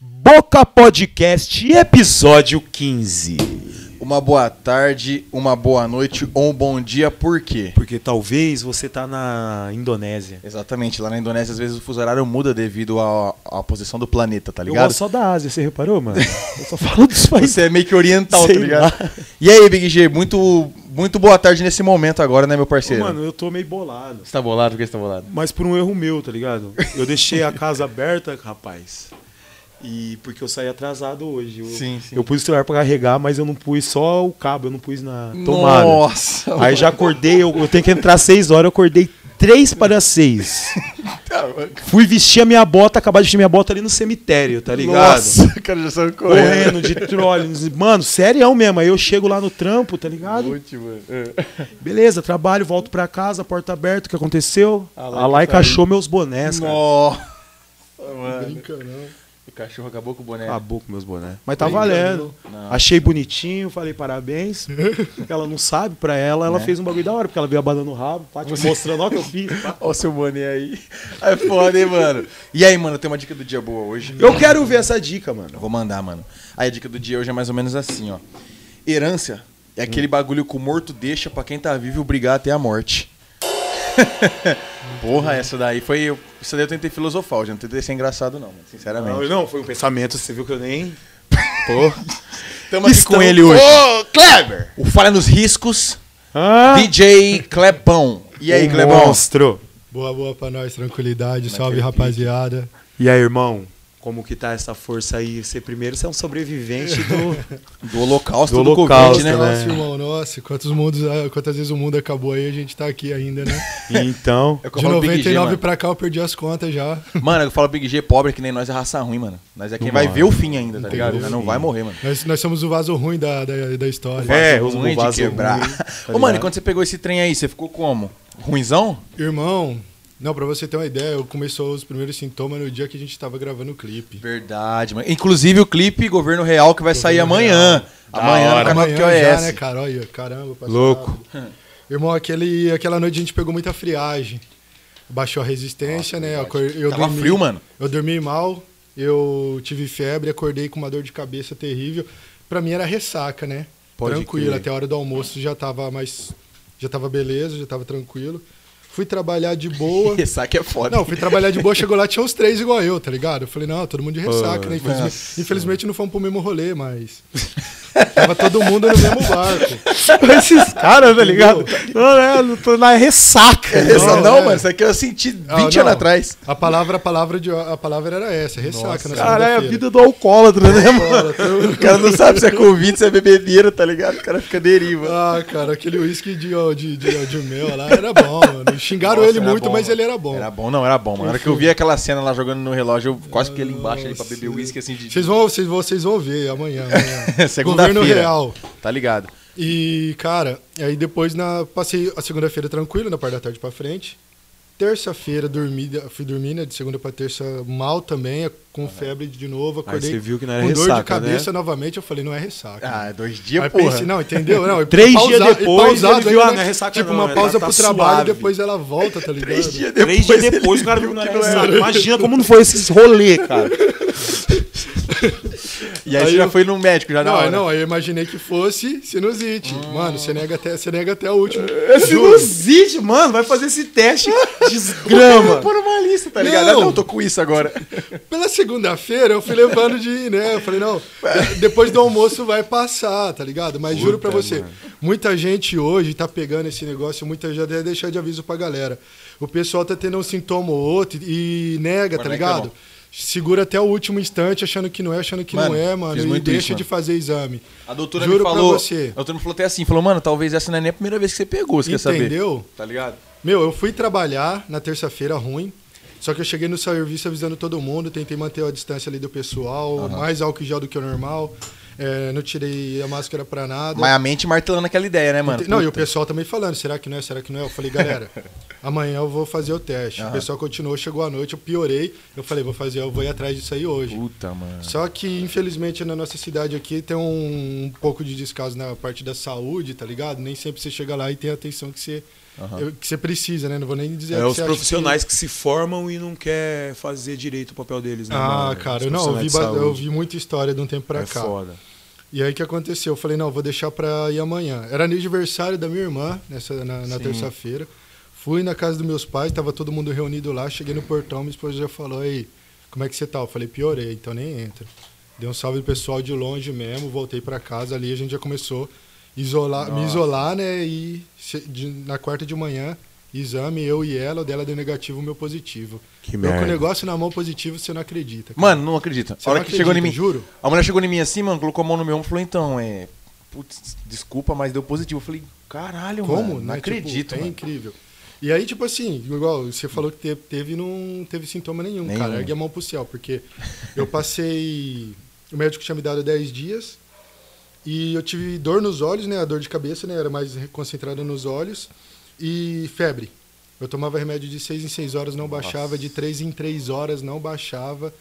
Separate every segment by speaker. Speaker 1: Boca Podcast, episódio 15.
Speaker 2: Uma boa tarde, uma boa noite ou um bom dia, por quê?
Speaker 1: Porque talvez você tá na Indonésia.
Speaker 2: Exatamente, lá na Indonésia às vezes o fuso horário muda devido à, à posição do planeta, tá
Speaker 1: Eu
Speaker 2: ligado?
Speaker 1: gosto só da Ásia, você reparou, mano? Eu só falo dos países.
Speaker 2: Você é meio que oriental,
Speaker 1: Sei
Speaker 2: tá ligado?
Speaker 1: lá.
Speaker 2: E aí, Big G, muito, muito boa tarde nesse momento agora, né, meu parceiro?
Speaker 3: Mano, eu tô meio bolado.
Speaker 2: você tá bolado? Por que você tá bolado?
Speaker 3: Mas por um erro meu, tá ligado? Eu deixei a casa aberta, rapaz. E porque eu saí atrasado hoje. Eu,
Speaker 2: Sim, sim.
Speaker 3: Eu pus o celular pra carregar, mas eu não pus só o cabo, eu não pus na tomada.
Speaker 2: Nossa,
Speaker 3: Aí já acordei, eu, eu tenho que entrar às 6 horas, eu acordei 3 para 6.
Speaker 2: tá
Speaker 3: Fui vestir a minha bota, acabar de vestir minha bota ali no cemitério, tá ligado?
Speaker 2: Nossa, o cara já saiu correndo.
Speaker 3: Correndo de trole. Mano, sério mesmo. Aí eu chego lá no trampo, tá ligado?
Speaker 2: Muito, mano. É.
Speaker 3: Beleza, trabalho, volto pra casa, porta aberta, o que aconteceu?
Speaker 2: A
Speaker 3: A
Speaker 2: Laika
Speaker 3: Laika
Speaker 2: saiu.
Speaker 3: achou meus bonés, cara.
Speaker 2: Nossa, mano. O cachorro acabou com o boné.
Speaker 3: Acabou Tá com meus bonés. Mas tá valendo.
Speaker 2: Não.
Speaker 3: Achei bonitinho, falei parabéns. Porque ela não sabe, pra ela, ela fez um bagulho da hora, porque ela veio abanando o rabo, pá, tipo, mostrando ó, o que eu fiz. pá.
Speaker 2: Olha o seu boné aí. É foda, hein, mano. E aí, mano, tem uma dica do dia boa hoje?
Speaker 3: Eu quero ver essa dica, mano.
Speaker 2: Eu vou mandar, mano. Aí a dica do dia hoje é mais ou menos assim, ó. Herância é aquele bagulho que o morto deixa pra quem tá vivo brigar até a morte. Porra, essa daí foi. eu- Isso daí eu tentei filosofar, eu já não tentei ser engraçado, não, mano, sinceramente.
Speaker 3: Não, não, foi um pensamento, você viu que eu nem. Pô.
Speaker 2: Tamo aqui
Speaker 3: Estamos-
Speaker 2: com ele hoje. Ô, Kleber! O Falha nos Riscos,
Speaker 3: Ah,
Speaker 2: DJ Clepão. E aí,
Speaker 3: um
Speaker 2: Clepão?
Speaker 3: Monstro.
Speaker 4: Boa, boa pra nós,
Speaker 2: é
Speaker 4: tranquilidade, salve rapaziada.
Speaker 3: E aí, irmão? Como que tá essa força aí? Você primeiro, você é um sobrevivente do.
Speaker 2: Do Holocausto
Speaker 3: Do
Speaker 2: do,
Speaker 3: Holocausto,
Speaker 2: Covid, né?
Speaker 3: né?
Speaker 4: Nossa, irmão, nossa, quantos mundos, ah, quantas vezes o mundo acabou aí, a gente tá aqui ainda, né?
Speaker 3: Então.
Speaker 2: É o que eu
Speaker 4: De
Speaker 2: falo pro Big G,
Speaker 4: 99
Speaker 2: mano.
Speaker 4: pra cá eu perdi as contas já.
Speaker 2: Mano, eu falo Big G pobre que nem nós é raça ruim, mano. Nós é quem
Speaker 3: Não
Speaker 2: vai
Speaker 3: morre.
Speaker 2: ver o fim ainda, tá
Speaker 4: Não tem
Speaker 2: ligado?
Speaker 4: o
Speaker 2: Nós não
Speaker 3: fim.
Speaker 2: vai morrer, mano.
Speaker 4: Nós, nós somos o vaso ruim da, da, da história.
Speaker 3: É,
Speaker 2: Vaso
Speaker 3: os
Speaker 2: ruim um de
Speaker 3: vaso
Speaker 2: quebrar.
Speaker 3: ruim, tá
Speaker 2: Ô, mano, e
Speaker 3: ligado?
Speaker 2: quando você pegou esse trem aí, você ficou como? Ruinzão?
Speaker 4: Irmão, não, pra você ter uma ideia, eu começou os primeiros sintomas no dia que a gente tava gravando o clipe.
Speaker 2: Verdade, mano. Inclusive o clipe Governo Real que vai sair amanhã. Amanhã no canal
Speaker 4: Amanhã
Speaker 2: do
Speaker 4: já,
Speaker 2: QoS.
Speaker 4: né, cara? Olha, caramba, passou
Speaker 3: Louco.
Speaker 4: rápido. Irmão, aquele, aquela noite a gente pegou muita friagem. Baixou a resistência, né? Acor- Eu
Speaker 2: Tava frio, mano.
Speaker 4: Eu dormi mal, eu tive febre, acordei com uma dor de cabeça terrível. Pra mim era ressaca, né?
Speaker 3: Pode
Speaker 4: tranquilo,
Speaker 3: crer.
Speaker 4: até a hora do almoço já tava mais. Já tava beleza, já tava tranquilo. Fui trabalhar de boa.
Speaker 2: Ressaca é foda.
Speaker 4: Não, fui trabalhar de boa, chegou lá, tinha uns três igual eu, tá ligado? Eu falei, não, todo mundo de ressaca,
Speaker 2: Ah.
Speaker 4: né? Infelizmente, infelizmente não fomos pro mesmo rolê, mas. Tava todo mundo no mesmo barco.
Speaker 3: Esses caras, tá ligado? Não, é, eu tô na ressaca.
Speaker 2: Essa-
Speaker 4: Não,
Speaker 2: não,
Speaker 4: é.
Speaker 2: mano, isso aqui eu senti 20
Speaker 4: Ah,
Speaker 2: anos
Speaker 4: não.
Speaker 2: atrás.
Speaker 4: A palavra, a palavra, de, a palavra era essa, ressaca.
Speaker 3: Cara, é
Speaker 4: na
Speaker 3: a
Speaker 4: segunda-feira. tá?
Speaker 3: vida do alcoólatra, né, mano?
Speaker 2: O cara não sabe se é convite, se é bebedeira, tá ligado? O cara fica deriva.
Speaker 4: Ah, cara, aquele uísque de, ó, de, de, de mel lá era bom, mano. Xingaram
Speaker 2: Nossa,
Speaker 4: ele
Speaker 2: era
Speaker 4: muito,
Speaker 2: bom,
Speaker 4: mas
Speaker 2: mano.
Speaker 4: ele era bom.
Speaker 2: Era bom, não, era bom, mano. Na hora que eu vi aquela cena lá jogando no relógio, eu quase fiquei ali embaixo ali pra beber uísque assim de.
Speaker 4: Vocês vão, vocês, vocês vão ver amanhã. amanhã.
Speaker 2: Segunda-feira.
Speaker 4: Governo Real.
Speaker 2: Tá ligado?
Speaker 4: E, cara, aí depois na, passei a segunda-feira tranquilo, na parte da tarde pra frente. Terça-feira dormi, fui dormir, né, de segunda pra terça mal também, com febre de novo. Acordei
Speaker 3: você viu que não era
Speaker 4: com dor de
Speaker 3: ressaca, né?
Speaker 4: cabeça novamente. Eu falei, não é ressaca.
Speaker 2: Ah, dois dias,
Speaker 4: Aí
Speaker 2: porra.
Speaker 4: pensei, não, entendeu? Não, e
Speaker 3: Três
Speaker 4: pausa-
Speaker 3: dias
Speaker 4: e
Speaker 3: depois
Speaker 4: pausado
Speaker 3: ele viu,
Speaker 4: ainda,
Speaker 3: ah, não é ressaca
Speaker 4: Tipo,
Speaker 3: não,
Speaker 4: uma
Speaker 3: ela
Speaker 4: pausa
Speaker 3: tá
Speaker 4: pro trabalho
Speaker 3: suave.
Speaker 4: e depois ela volta, tá ligado?
Speaker 2: Três dias
Speaker 3: Três dias
Speaker 2: ele
Speaker 3: depois o cara
Speaker 2: viu
Speaker 3: viu que
Speaker 2: que
Speaker 3: não
Speaker 5: é
Speaker 2: não
Speaker 3: era
Speaker 2: era.
Speaker 3: ressaca. Imagina como não foi esse rolê, cara.
Speaker 2: E aí,
Speaker 4: Aí
Speaker 2: você já
Speaker 4: eu-
Speaker 2: foi no médico, já na
Speaker 4: Não,
Speaker 2: hora.
Speaker 3: né?
Speaker 4: não, aí eu imaginei que fosse sinusite. Mano, você nega até, você nega até o último. Juro.
Speaker 3: Hum. É Sinusite, mano, vai fazer esse teste desgrama.
Speaker 2: Por uma lista, tá ligado?
Speaker 4: ligado?
Speaker 2: Não,
Speaker 4: Ah, não,
Speaker 2: tô com isso agora.
Speaker 4: Pela segunda-feira eu fui levando de ir, né? Eu falei, não,
Speaker 2: É.
Speaker 4: de- depois do almoço vai passar, tá ligado? Mas juro pra você, muita gente hoje tá pegando esse negócio, muita gente até deixar de aviso pra galera. O pessoal tá tendo um sintoma ou outro e
Speaker 2: Mas
Speaker 4: nega, tá
Speaker 2: não é
Speaker 4: ligado?
Speaker 2: que é
Speaker 4: Segura até o último instante, achando que não é, achando que
Speaker 2: Mano,
Speaker 4: não é,
Speaker 2: fiz
Speaker 4: mano. E
Speaker 2: muito
Speaker 4: deixa
Speaker 2: isso, mano.
Speaker 4: de fazer exame.
Speaker 2: A doutora
Speaker 4: Juro
Speaker 2: me falou.
Speaker 4: pra você.
Speaker 2: A doutora me falou até assim, falou, mano, talvez essa não é nem a primeira vez que você pegou, você quer saber?
Speaker 4: Entendeu?
Speaker 2: Tá ligado?
Speaker 4: Meu, eu fui trabalhar na terça-feira ruim. Só que eu cheguei no serviço avisando todo mundo, tentei manter a distância ali do pessoal, mais álcool em gel do que o normal. é, não tirei a máscara pra nada.
Speaker 2: Mas a mente martelando aquela ideia, né, mano?
Speaker 4: Ente- não, e o
Speaker 2: Puta.
Speaker 4: pessoal também falando, será que não é, será que não é? Eu falei, galera, amanhã eu vou fazer o teste. O pessoal continuou, chegou à noite, eu piorei. Eu falei, vou fazer, eu vou ir atrás disso aí hoje.
Speaker 2: Puta, mano.
Speaker 4: Só que, infelizmente, na nossa cidade aqui tem um, um pouco de descaso na parte da saúde, tá ligado? Nem sempre você chega lá e tem a atenção que você eu- que você precisa, né? Não vou nem dizer
Speaker 5: É
Speaker 4: que
Speaker 5: os
Speaker 4: você acha
Speaker 5: profissionais que... se formam e não quer fazer direito o papel deles,
Speaker 4: que-
Speaker 5: né?
Speaker 4: Ah,
Speaker 5: mano?
Speaker 4: cara,
Speaker 5: Os
Speaker 4: não, eu vi,
Speaker 5: profissionais
Speaker 4: ba-
Speaker 5: de
Speaker 4: eu
Speaker 5: saúde.
Speaker 4: vi muita história de um tempo pra
Speaker 5: é
Speaker 4: cá.
Speaker 5: foda.
Speaker 4: E aí o que aconteceu? Eu falei, não, vou deixar pra ir amanhã. Era aniversário da minha irmã, nessa, na, na
Speaker 2: Sim.
Speaker 4: terça-feira. Fui na casa dos meus pais, tava todo mundo reunido lá, cheguei no portão, minha esposa já falou, aí, como é que você tá? Eu falei, piorei, então nem entra. Dei um salve pro pessoal de longe mesmo, voltei pra casa ali, a gente já começou a isolar, me
Speaker 2: Nossa.
Speaker 4: isolar, né? E se- de- na quarta de manhã, exame, eu e ela, o dela deu negativo, o meu positivo.
Speaker 5: Que
Speaker 4: eu com o
Speaker 5: merda.
Speaker 4: negócio na mão positivo, você não acredita. cara.
Speaker 2: Mano, não acredito.
Speaker 4: Você
Speaker 2: A hora
Speaker 4: não
Speaker 2: que chegou em
Speaker 4: acredita,
Speaker 2: mim.
Speaker 4: juro.
Speaker 2: A mulher chegou em mim assim, mano, colocou a mão no meu ombro e falou, então, é. Putz, desculpa, mas deu positivo. Eu falei, caralho,
Speaker 4: Como?
Speaker 2: mano. Não
Speaker 4: né? Tipo,
Speaker 2: acredito,
Speaker 4: é
Speaker 2: mano.
Speaker 4: incrível. E aí, tipo assim, igual você falou que te- teve e não teve sintoma nenhum,
Speaker 2: Nenhum.
Speaker 4: cara. Ergue a mão pro céu, porque eu passei. O médico tinha me dado 10 dias e eu tive dor nos olhos, né? A dor de cabeça, né? Era mais concentrada nos olhos e febre. Eu tomava remédio de 6 em 6 horas, não baixava, de 3 em 3 horas, não baixava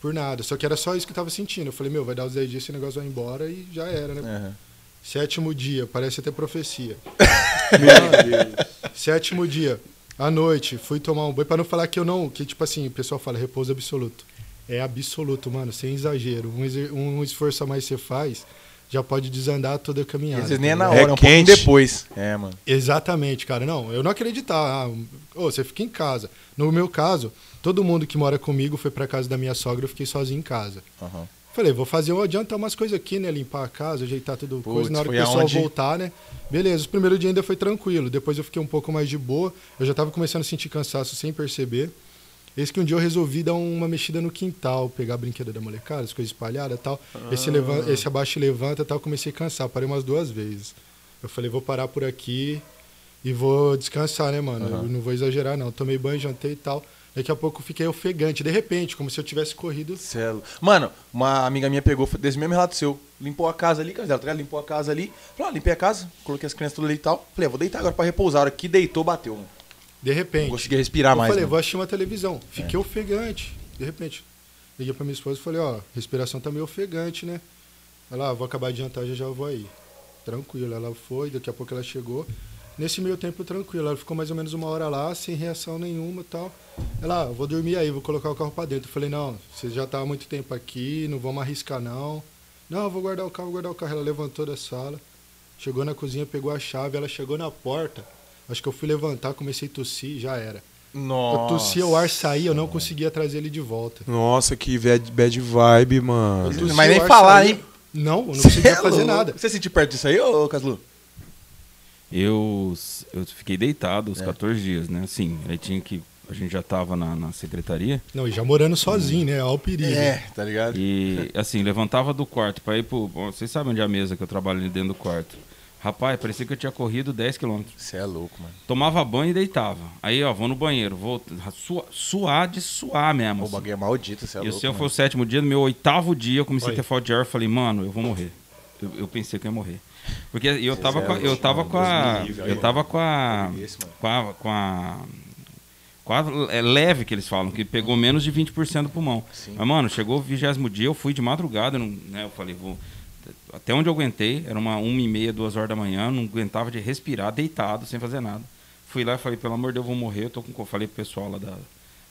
Speaker 4: por nada. Só que era só isso que eu tava sentindo. Eu falei, meu, vai dar os 10 dias, esse negócio vai embora e já era, né?
Speaker 2: Aham.
Speaker 4: Sétimo dia, parece até profecia. Mano, Sétimo dia, à noite, fui tomar um banho para não falar que eu não, que tipo assim, o pessoal fala repouso absoluto. É absoluto, mano, sem exagero. Um, exer- um esforço a mais você faz, já pode desandar toda a
Speaker 2: E
Speaker 4: caminhada.
Speaker 2: às vezes nem é na
Speaker 4: tá
Speaker 2: hora,
Speaker 5: É
Speaker 2: é um pouquinho
Speaker 5: quente.
Speaker 2: depois. É, mano.
Speaker 4: Exatamente, cara. Não, eu não acreditava. Ah, ô, você fica em casa. No meu caso, todo mundo que mora comigo foi pra casa da minha sogra, eu fiquei sozinho em casa.
Speaker 2: Aham.
Speaker 4: Falei, vou fazer um adiantar umas coisas aqui, né? Limpar a casa, ajeitar tudo,
Speaker 2: Putz,
Speaker 4: coisa. Na hora que
Speaker 2: foi
Speaker 4: o pessoal
Speaker 2: aonde?
Speaker 4: voltar, né? Beleza, o primeiro dia ainda foi tranquilo. Depois eu fiquei um pouco mais de boa. Eu já tava começando a sentir cansaço sem perceber. Esse que um dia eu resolvi dar uma mexida no quintal, pegar brinquedo da molecada, as coisas espalhadas e tal. Esse, levan-
Speaker 2: Ah.
Speaker 4: esse abaixa e levanta e tal, comecei a cansar. Parei umas duas vezes. Eu falei, vou parar por aqui e vou descansar, né, mano? Eu não vou exagerar, não. Tomei banho, jantei e tal. Daqui a pouco eu fiquei ofegante, de repente, como se eu tivesse corrido.
Speaker 2: Celo. Mano, uma amiga minha pegou, foi desse mesmo relato seu. Limpou a casa ali, cara, dela, tá ligado? limpou a casa ali. Falou, ah, limpei a casa, coloquei as crianças tudo ali e tal. Falei, ah, vou deitar agora pra repousar. A hora que deitou, bateu, mano.
Speaker 4: De
Speaker 2: Não
Speaker 4: repente.
Speaker 2: conseguia respirar
Speaker 4: eu
Speaker 2: mais. né? É.
Speaker 4: falei,
Speaker 2: mano.
Speaker 4: vou assistir uma televisão. Fiquei ofegante, de repente. Liguei pra minha esposa e falei, ó, respiração tá meio ofegante, né? Ela, ah, vou acabar de jantar, já já vou aí. Tranquilo, ela foi, daqui a pouco ela chegou. Nesse meio tempo, tranquilo, ela ficou mais ou menos uma hora lá, sem reação nenhuma e tal. Ela, ah, vou dormir aí, vou colocar o carro pra dentro. Eu falei, não, você já tá há muito tempo aqui, não vamos arriscar não. Não, eu vou guardar o carro, vou guardar o carro. Ela levantou da sala, chegou na cozinha, pegou a chave, ela chegou na porta. Acho que eu fui levantar, comecei a tossir, já era. Eu
Speaker 2: Nossa.
Speaker 4: tossia, o ar saía, eu não conseguia trazer ele de volta.
Speaker 5: Nossa, que bad, bad vibe,
Speaker 4: Eu
Speaker 5: mano.
Speaker 4: tossia,
Speaker 2: Mas nem
Speaker 4: o ar
Speaker 2: falar,
Speaker 4: saía.
Speaker 2: hein?
Speaker 4: Não, eu não
Speaker 2: Cê é
Speaker 4: conseguia fazer
Speaker 2: louco.
Speaker 4: nada.
Speaker 2: Você sentiu perto disso aí, ô, ô Caslu?
Speaker 6: Eu, eu fiquei deitado os 14 dias, né? Assim, aí tinha que. A gente já tava na, na secretaria.
Speaker 4: Não, e já morando sozinho, né? Olha o perigo.
Speaker 2: tá ligado?
Speaker 6: E, assim, levantava do quarto pra ir pro. bom, Vocês sabem onde é a mesa que eu trabalho ali dentro do quarto. Rapaz, parecia que eu tinha corrido 10 quilômetros.
Speaker 2: Você é louco, mano.
Speaker 6: Tomava banho e deitava. Aí, ó, vou no banheiro. Vou sua- suar de suar mesmo.
Speaker 2: O
Speaker 6: assim.
Speaker 2: bagulho é maldito, você é
Speaker 6: E
Speaker 2: louco.
Speaker 6: assim, eu
Speaker 2: mano.
Speaker 6: foi o sétimo dia, no meu oitavo dia, eu comecei
Speaker 4: Olha.
Speaker 6: a ter falta de ar, eu falei, mano, eu vou morrer. Eu, eu pensei que eu ia morrer. Porque eu tava
Speaker 2: é
Speaker 6: com a, eu
Speaker 2: ótimo,
Speaker 6: tava
Speaker 2: mano.
Speaker 6: com a,
Speaker 2: Deus me livre, aí,
Speaker 6: eu tava com a,
Speaker 2: é Esse, mano.
Speaker 6: com a, com a, com a é leve que eles falam, que pegou menos de 20% do pulmão.
Speaker 2: Sim.
Speaker 6: Mas, mano, chegou o vigésimo dia, eu fui de madrugada, eu não- né, eu falei, vou, até onde eu aguentei, era uma uma e meia, duas horas da manhã, não aguentava de respirar, deitado, sem fazer nada. Fui lá e falei, pelo amor de Deus, eu vou morrer, eu tô com, co- falei pro pessoal lá da,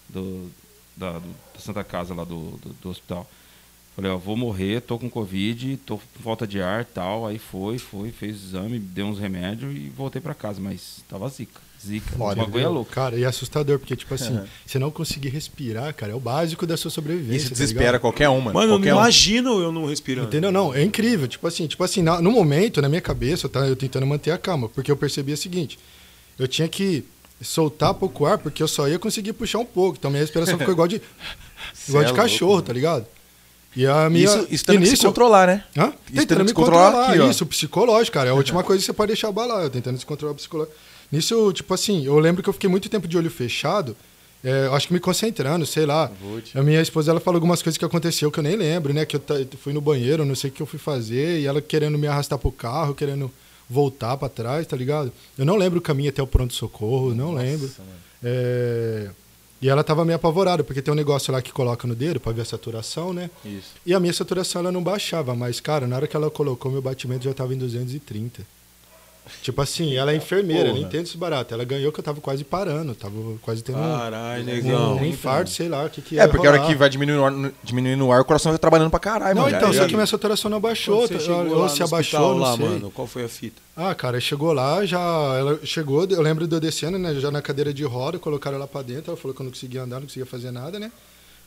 Speaker 6: do, da, do- da Santa Casa lá do, do, do hospital. Falei, ó, vou morrer, tô com Covid, tô com falta de ar tal. Aí foi, foi, fez o exame, deu uns remédios e voltei pra casa, mas tava zica. Zica, o
Speaker 4: Olha,
Speaker 6: bagulho é louco.
Speaker 4: Cara, e é assustador, porque, tipo assim, você não conseguir respirar, cara, é o básico da sua sobrevivência.
Speaker 2: Isso
Speaker 4: tá
Speaker 2: desespera
Speaker 4: ligado?
Speaker 2: qualquer um, mano.
Speaker 5: Mano, eu não
Speaker 2: qualquer um.
Speaker 5: imagino eu não respirando.
Speaker 4: Entendeu? Não, é incrível. Tipo assim, tipo assim, na- no momento, na minha cabeça, eu tava eu tentando manter a calma, porque eu percebi o seguinte: eu tinha que soltar pouco ar, porque eu só ia conseguir puxar um pouco. Então minha respiração ficou igual de,
Speaker 2: Cê
Speaker 4: igual
Speaker 2: é
Speaker 4: de
Speaker 2: louco,
Speaker 4: cachorro,
Speaker 2: mano.
Speaker 4: tá ligado? E a minha.
Speaker 2: Isso, isso tem
Speaker 4: e
Speaker 2: que se
Speaker 4: nisso-
Speaker 2: controlar, né?
Speaker 4: Hã?
Speaker 2: Isso
Speaker 4: Tentando me controlar, isso, psicológico, cara. É a última coisa que você pode deixar abalar, eu tentando se controlar psicológico. Nisso, tipo assim, eu lembro que eu fiquei muito tempo de olho fechado, é, eu acho que me concentrando, sei lá.
Speaker 2: Putz.
Speaker 4: A minha esposa, ela falou algumas coisas que aconteceu que eu nem lembro, né? Que eu ta- fui no banheiro, não sei o que eu fui fazer, e ela querendo me arrastar pro carro, querendo voltar pra trás, tá ligado? Eu não lembro o caminho até o pronto-socorro, não lembro. É, E ela tava meio apavorada, porque tem um negócio lá que coloca no dedo pra ver a saturação, né?
Speaker 2: Isso.
Speaker 4: E a minha saturação ela não baixava, mas, cara, na hora que ela colocou, meu batimento já tava em 230. Tipo assim, ela é enfermeira, ela entende esse barato. Ela ganhou que eu tava quase parando, tava quase tendo um-
Speaker 3: Caralho,
Speaker 4: um,
Speaker 3: negão.
Speaker 4: um infarto, sei lá, o que que
Speaker 2: É,
Speaker 4: ia
Speaker 2: porque a hora
Speaker 4: rolar.
Speaker 2: que vai diminuindo o ar, diminuindo o ar, o coração vai trabalhando pra caralho,
Speaker 4: Não,
Speaker 2: mano.
Speaker 4: então,
Speaker 2: Tá
Speaker 4: só
Speaker 2: ligado?
Speaker 4: que minha saturação não abaixou,
Speaker 3: Quando você
Speaker 4: tá-
Speaker 3: chegou lá
Speaker 4: ou se
Speaker 3: no
Speaker 4: abaixou,
Speaker 3: hospital
Speaker 4: não
Speaker 3: lá,
Speaker 4: sei.
Speaker 3: mano, qual foi a fita?
Speaker 4: Ah, cara, chegou lá, já ela chegou, eu lembro de eu descendo, né, já na cadeira de roda, colocaram ela pra dentro, ela falou que eu não conseguia andar, não conseguia fazer nada, né?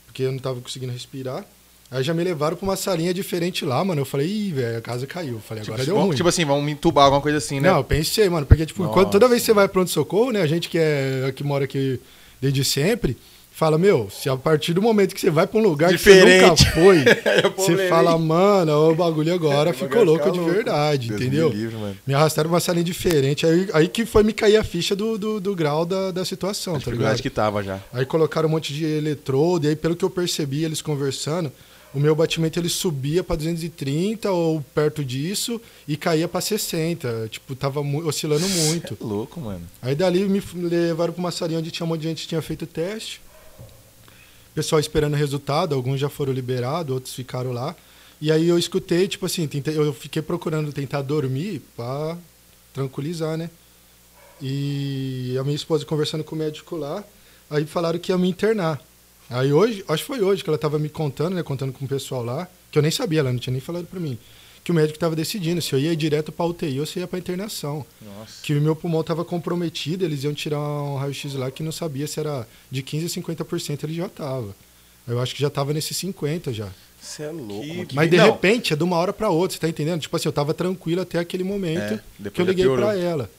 Speaker 4: Porque eu não tava conseguindo respirar. Aí já me levaram pra uma salinha diferente lá, mano. Eu falei, ih, velho, a casa caiu. Eu falei, agora deu
Speaker 2: Bom,
Speaker 4: ruim.
Speaker 2: Tipo assim, vão me entubar, alguma coisa assim, né?
Speaker 4: Não, tá eu pensei, mano, porque, tipo,
Speaker 2: Nossa.
Speaker 4: quando, toda vez que você vai pro pronto-socorro, né, a gente que, é, que mora aqui desde sempre, fala, meu, se a partir do momento que você vai pra um lugar que
Speaker 2: Diferente.
Speaker 4: você nunca foi,
Speaker 2: É o
Speaker 4: você
Speaker 2: problema,
Speaker 4: fala,
Speaker 2: hein?
Speaker 4: mano, o bagulho agora
Speaker 2: O bagulho
Speaker 4: ficou louco
Speaker 2: fica
Speaker 4: de
Speaker 2: louco.
Speaker 4: verdade,
Speaker 2: Deus
Speaker 4: entendeu?
Speaker 2: me livre, mano.
Speaker 4: Me arrastaram pra uma salinha diferente, aí, aí que foi me cair a ficha do, do, do grau da, da situação, tá
Speaker 2: dificuldade
Speaker 4: ligado?
Speaker 2: Tipo, que tava já.
Speaker 4: Aí colocaram um monte de eletrodo, e aí pelo que eu percebi eles conversando, o meu batimento ele subia pra 230 ou perto disso e caía pra 60, tipo, tava mu- oscilando muito.
Speaker 2: Que louco, mano.
Speaker 4: Aí dali me f- levaram pra uma salinha onde tinha um monte de gente que tinha feito o teste. Pessoal esperando o resultado, alguns já foram liberados, outros ficaram lá. E aí eu escutei, tipo assim, tentei- eu fiquei procurando tentar dormir pra tranquilizar, né? E a minha esposa conversando com o médico lá, aí falaram que ia me internar. Aí hoje, acho que foi hoje que ela tava me contando, né, contando com o pessoal lá, que eu nem sabia, ela não tinha nem falado pra mim, que o médico tava decidindo se eu ia direto pra UTI ou se ia pra internação
Speaker 2: Nossa.
Speaker 4: que o meu pulmão estava comprometido, eles iam tirar um raio-x lá que não sabia se era de 15 a 50%, ele já tava. Eu acho que já tava nesses 50 já.
Speaker 2: Você é louco. mano. Que-
Speaker 4: Mas de
Speaker 2: Não,
Speaker 4: repente é de uma hora para outra, você tá entendendo? Tipo assim, eu tava tranquilo até aquele momento
Speaker 2: É, depois
Speaker 4: que eu
Speaker 2: já
Speaker 4: liguei
Speaker 2: piorou.
Speaker 4: para ela.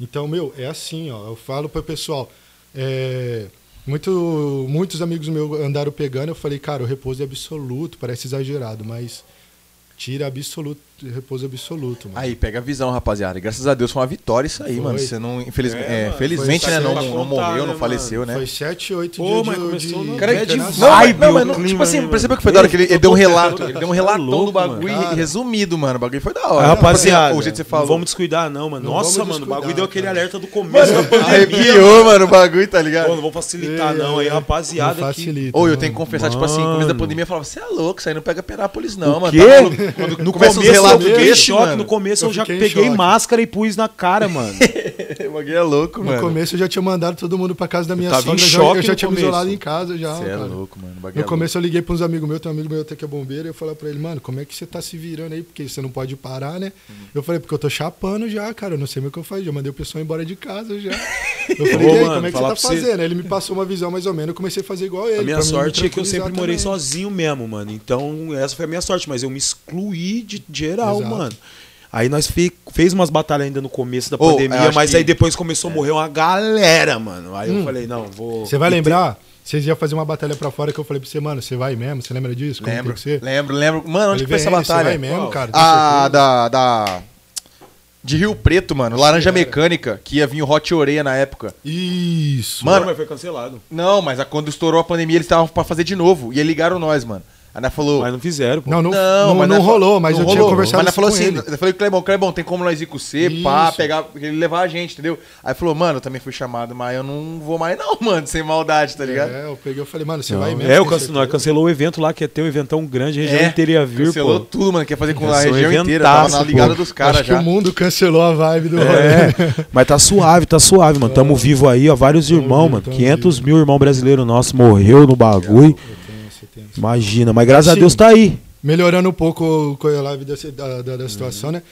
Speaker 4: Então, meu, é assim, ó, eu falo pro pessoal, é, muito, muitos amigos meus andaram pegando, eu falei, cara, o repouso é absoluto, parece exagerado, mas tira absoluto, repouso absoluto, mano.
Speaker 2: Aí, pega a visão, rapaziada. E Graças a Deus foi uma vitória isso aí,
Speaker 4: Foi.
Speaker 2: mano. Você não. Infelizmente,
Speaker 3: É,
Speaker 2: é,
Speaker 3: mano,
Speaker 2: felizmente,
Speaker 4: foi
Speaker 2: né? Não,
Speaker 4: pra
Speaker 2: não
Speaker 3: contar,
Speaker 2: morreu,
Speaker 3: né,
Speaker 2: não faleceu, né?
Speaker 4: Foi 7, 8
Speaker 3: Pô,
Speaker 4: diO
Speaker 3: mas
Speaker 4: de,
Speaker 3: começou no-
Speaker 4: de-
Speaker 3: Cara, é
Speaker 4: de-
Speaker 3: difícil.
Speaker 2: Não, mas,
Speaker 3: Vibe,
Speaker 2: não, mas
Speaker 3: o
Speaker 2: não- tipo
Speaker 3: clima,
Speaker 2: assim,
Speaker 3: né,
Speaker 2: percebeu
Speaker 3: mano?
Speaker 2: que foi da hora que ele, ele deu um
Speaker 3: Ele
Speaker 2: relato.
Speaker 3: tá
Speaker 2: Ele deu um
Speaker 3: louco,
Speaker 2: relatão
Speaker 3: mano.
Speaker 2: do bagulho
Speaker 4: Cara.
Speaker 2: resumido, mano. O bagulho foi da
Speaker 3: Ah,
Speaker 2: hora. Tipo assim,
Speaker 3: rapaziada,
Speaker 2: O jeito que você
Speaker 3: não
Speaker 2: falou.
Speaker 3: vamos descuidar não, mano.
Speaker 4: Não
Speaker 3: Nossa,
Speaker 4: vamos
Speaker 3: mano, o
Speaker 4: descuidar,
Speaker 3: bagulho deu aquele
Speaker 4: cara.
Speaker 3: alerta do começo da pandemia.
Speaker 2: Arrepiou, mano, o bagulho, tá ligado?
Speaker 3: Pô, não vou facilitar
Speaker 4: Ei,
Speaker 3: não,
Speaker 4: ei,
Speaker 3: aí,
Speaker 4: ei.
Speaker 3: rapaziada.
Speaker 4: É, Não
Speaker 3: aqui.
Speaker 4: facilita,
Speaker 2: Ou eu
Speaker 4: mano.
Speaker 2: tenho que confessar, tipo assim, no começo da
Speaker 3: Mano.
Speaker 2: pandemia eu falava, você é louco, isso aí não pega Penápolis, não, mano.
Speaker 3: quê?
Speaker 2: Tá maluco? Quando
Speaker 3: No
Speaker 2: começa
Speaker 3: começo
Speaker 2: os
Speaker 3: eu
Speaker 2: relatos
Speaker 3: fiquei em
Speaker 2: desse,
Speaker 3: choque,
Speaker 2: mano.
Speaker 3: no começo eu,
Speaker 4: Eu
Speaker 3: já
Speaker 4: fiquei em
Speaker 3: peguei
Speaker 4: choque.
Speaker 3: máscara e pus na cara, mano.
Speaker 2: O bagulho é louco,
Speaker 4: No
Speaker 2: mano.
Speaker 4: começo eu já tinha mandado todo mundo pra casa da minha
Speaker 3: tava em
Speaker 4: sogra. já-
Speaker 3: choque
Speaker 4: eu já
Speaker 3: no
Speaker 4: tinha me
Speaker 3: começo.
Speaker 4: isolado em casa já.
Speaker 2: Você é
Speaker 4: cara.
Speaker 2: louco, mano. o bagulho
Speaker 4: No
Speaker 2: é
Speaker 4: começo eu liguei pra uns amigos meus, tem um amigo meu até que é bombeiro, e eu falei pra ele, mano, como é que você tá se virando aí? Porque você não pode parar, né?
Speaker 3: Uhum.
Speaker 4: Eu falei, porque eu tô chapando já, cara, eu não sei mais o que eu faço, já mandei o pessoal embora de casa já. Eu falei,
Speaker 3: Ô,
Speaker 4: e aí,
Speaker 3: mano,
Speaker 4: como é que você
Speaker 3: falar
Speaker 4: tá
Speaker 3: pra você-
Speaker 4: fazendo? Aí Ele me passou uma visão mais ou menos, eu comecei a fazer igual ele.
Speaker 3: A minha
Speaker 4: pra mim me
Speaker 3: sorte é que eu sempre
Speaker 4: tranquilizar
Speaker 3: morei
Speaker 4: também.
Speaker 3: sozinho mesmo, mano. Então, essa foi a minha sorte, mas eu me excluí de de geral,
Speaker 4: Exato.
Speaker 3: mano. Aí nós fe- fez umas batalhas ainda no começo da
Speaker 2: Ô, eu
Speaker 3: pandemia,
Speaker 2: acho
Speaker 3: mas
Speaker 2: que- É.
Speaker 3: aí depois começou a morrer uma galera, mano. Aí eu falei, não, vou.
Speaker 4: Hum. Você vai lembrar? Vocês iam fazer uma batalha pra fora que eu falei pra você, mano, você vai mesmo? Você lembra disso? Como
Speaker 2: Lembro,
Speaker 4: tem que ser?
Speaker 2: lembro, lembro. Mano, onde
Speaker 4: Ele
Speaker 2: que foi essa
Speaker 4: vem, você
Speaker 2: batalha?
Speaker 4: vai mesmo,
Speaker 2: Qual?
Speaker 4: cara, tem
Speaker 2: Ah,
Speaker 4: certeza?
Speaker 2: da, da. De Rio Preto, mano. Laranja Mecânica, que ia vir o Hot Oreia na época.
Speaker 4: Isso.
Speaker 3: Mano,
Speaker 2: Mano,
Speaker 3: mas foi cancelado.
Speaker 2: não, mas a- quando estourou a pandemia, eles estavam pra fazer de novo. E aí ligaram nós, mano. Aí nós falou.
Speaker 3: Mas não fizeram, pô.
Speaker 4: Não, não, não,
Speaker 2: mas
Speaker 4: não
Speaker 2: nós fa-
Speaker 4: rolou, mas
Speaker 2: não
Speaker 4: eu tinha
Speaker 2: rolou.
Speaker 4: conversado
Speaker 2: Mas nós
Speaker 4: isso
Speaker 2: falou
Speaker 4: com
Speaker 2: assim,
Speaker 4: ele.
Speaker 2: eu falei, Clebão, Clebão, tem como nós ir com você, pá,
Speaker 4: Isso.
Speaker 2: pegar, ele levar a gente, entendeu? Aí falou, mano, eu também fui chamado, mas eu não vou mais não, mano, sem maldade, tá ligado?
Speaker 4: É, eu peguei e falei, mano, você
Speaker 3: Não.
Speaker 4: vai mesmo?
Speaker 3: é,
Speaker 4: tem
Speaker 3: o can-
Speaker 4: certeza?
Speaker 3: nós cancelou o evento lá, que ia ter um eventão grande, a região
Speaker 2: É,
Speaker 3: inteira ia vir,
Speaker 2: Cancelou
Speaker 3: pô.
Speaker 2: tudo, mano, quer fazer com a
Speaker 3: Cancelou
Speaker 2: região inteira, tava
Speaker 3: eventaço,
Speaker 2: na ligada
Speaker 3: pô.
Speaker 2: dos
Speaker 4: Acho
Speaker 2: caras
Speaker 4: que
Speaker 2: já.
Speaker 4: o mundo cancelou a vibe do rolê. né?
Speaker 3: É, mas tá suave, tá suave, mano. Tamo vivo aí, ó. Vários irmãos,
Speaker 4: vivo,
Speaker 3: mano.
Speaker 4: tamo
Speaker 3: 500 mil irmãão brasileiro nosso morreu no bagulho.
Speaker 4: Tenso, tenso.
Speaker 3: Imagina, mas graças a
Speaker 4: Sim.
Speaker 3: Deus tá aí.
Speaker 4: Melhorando um pouco com a live da, da, da- da situação, né?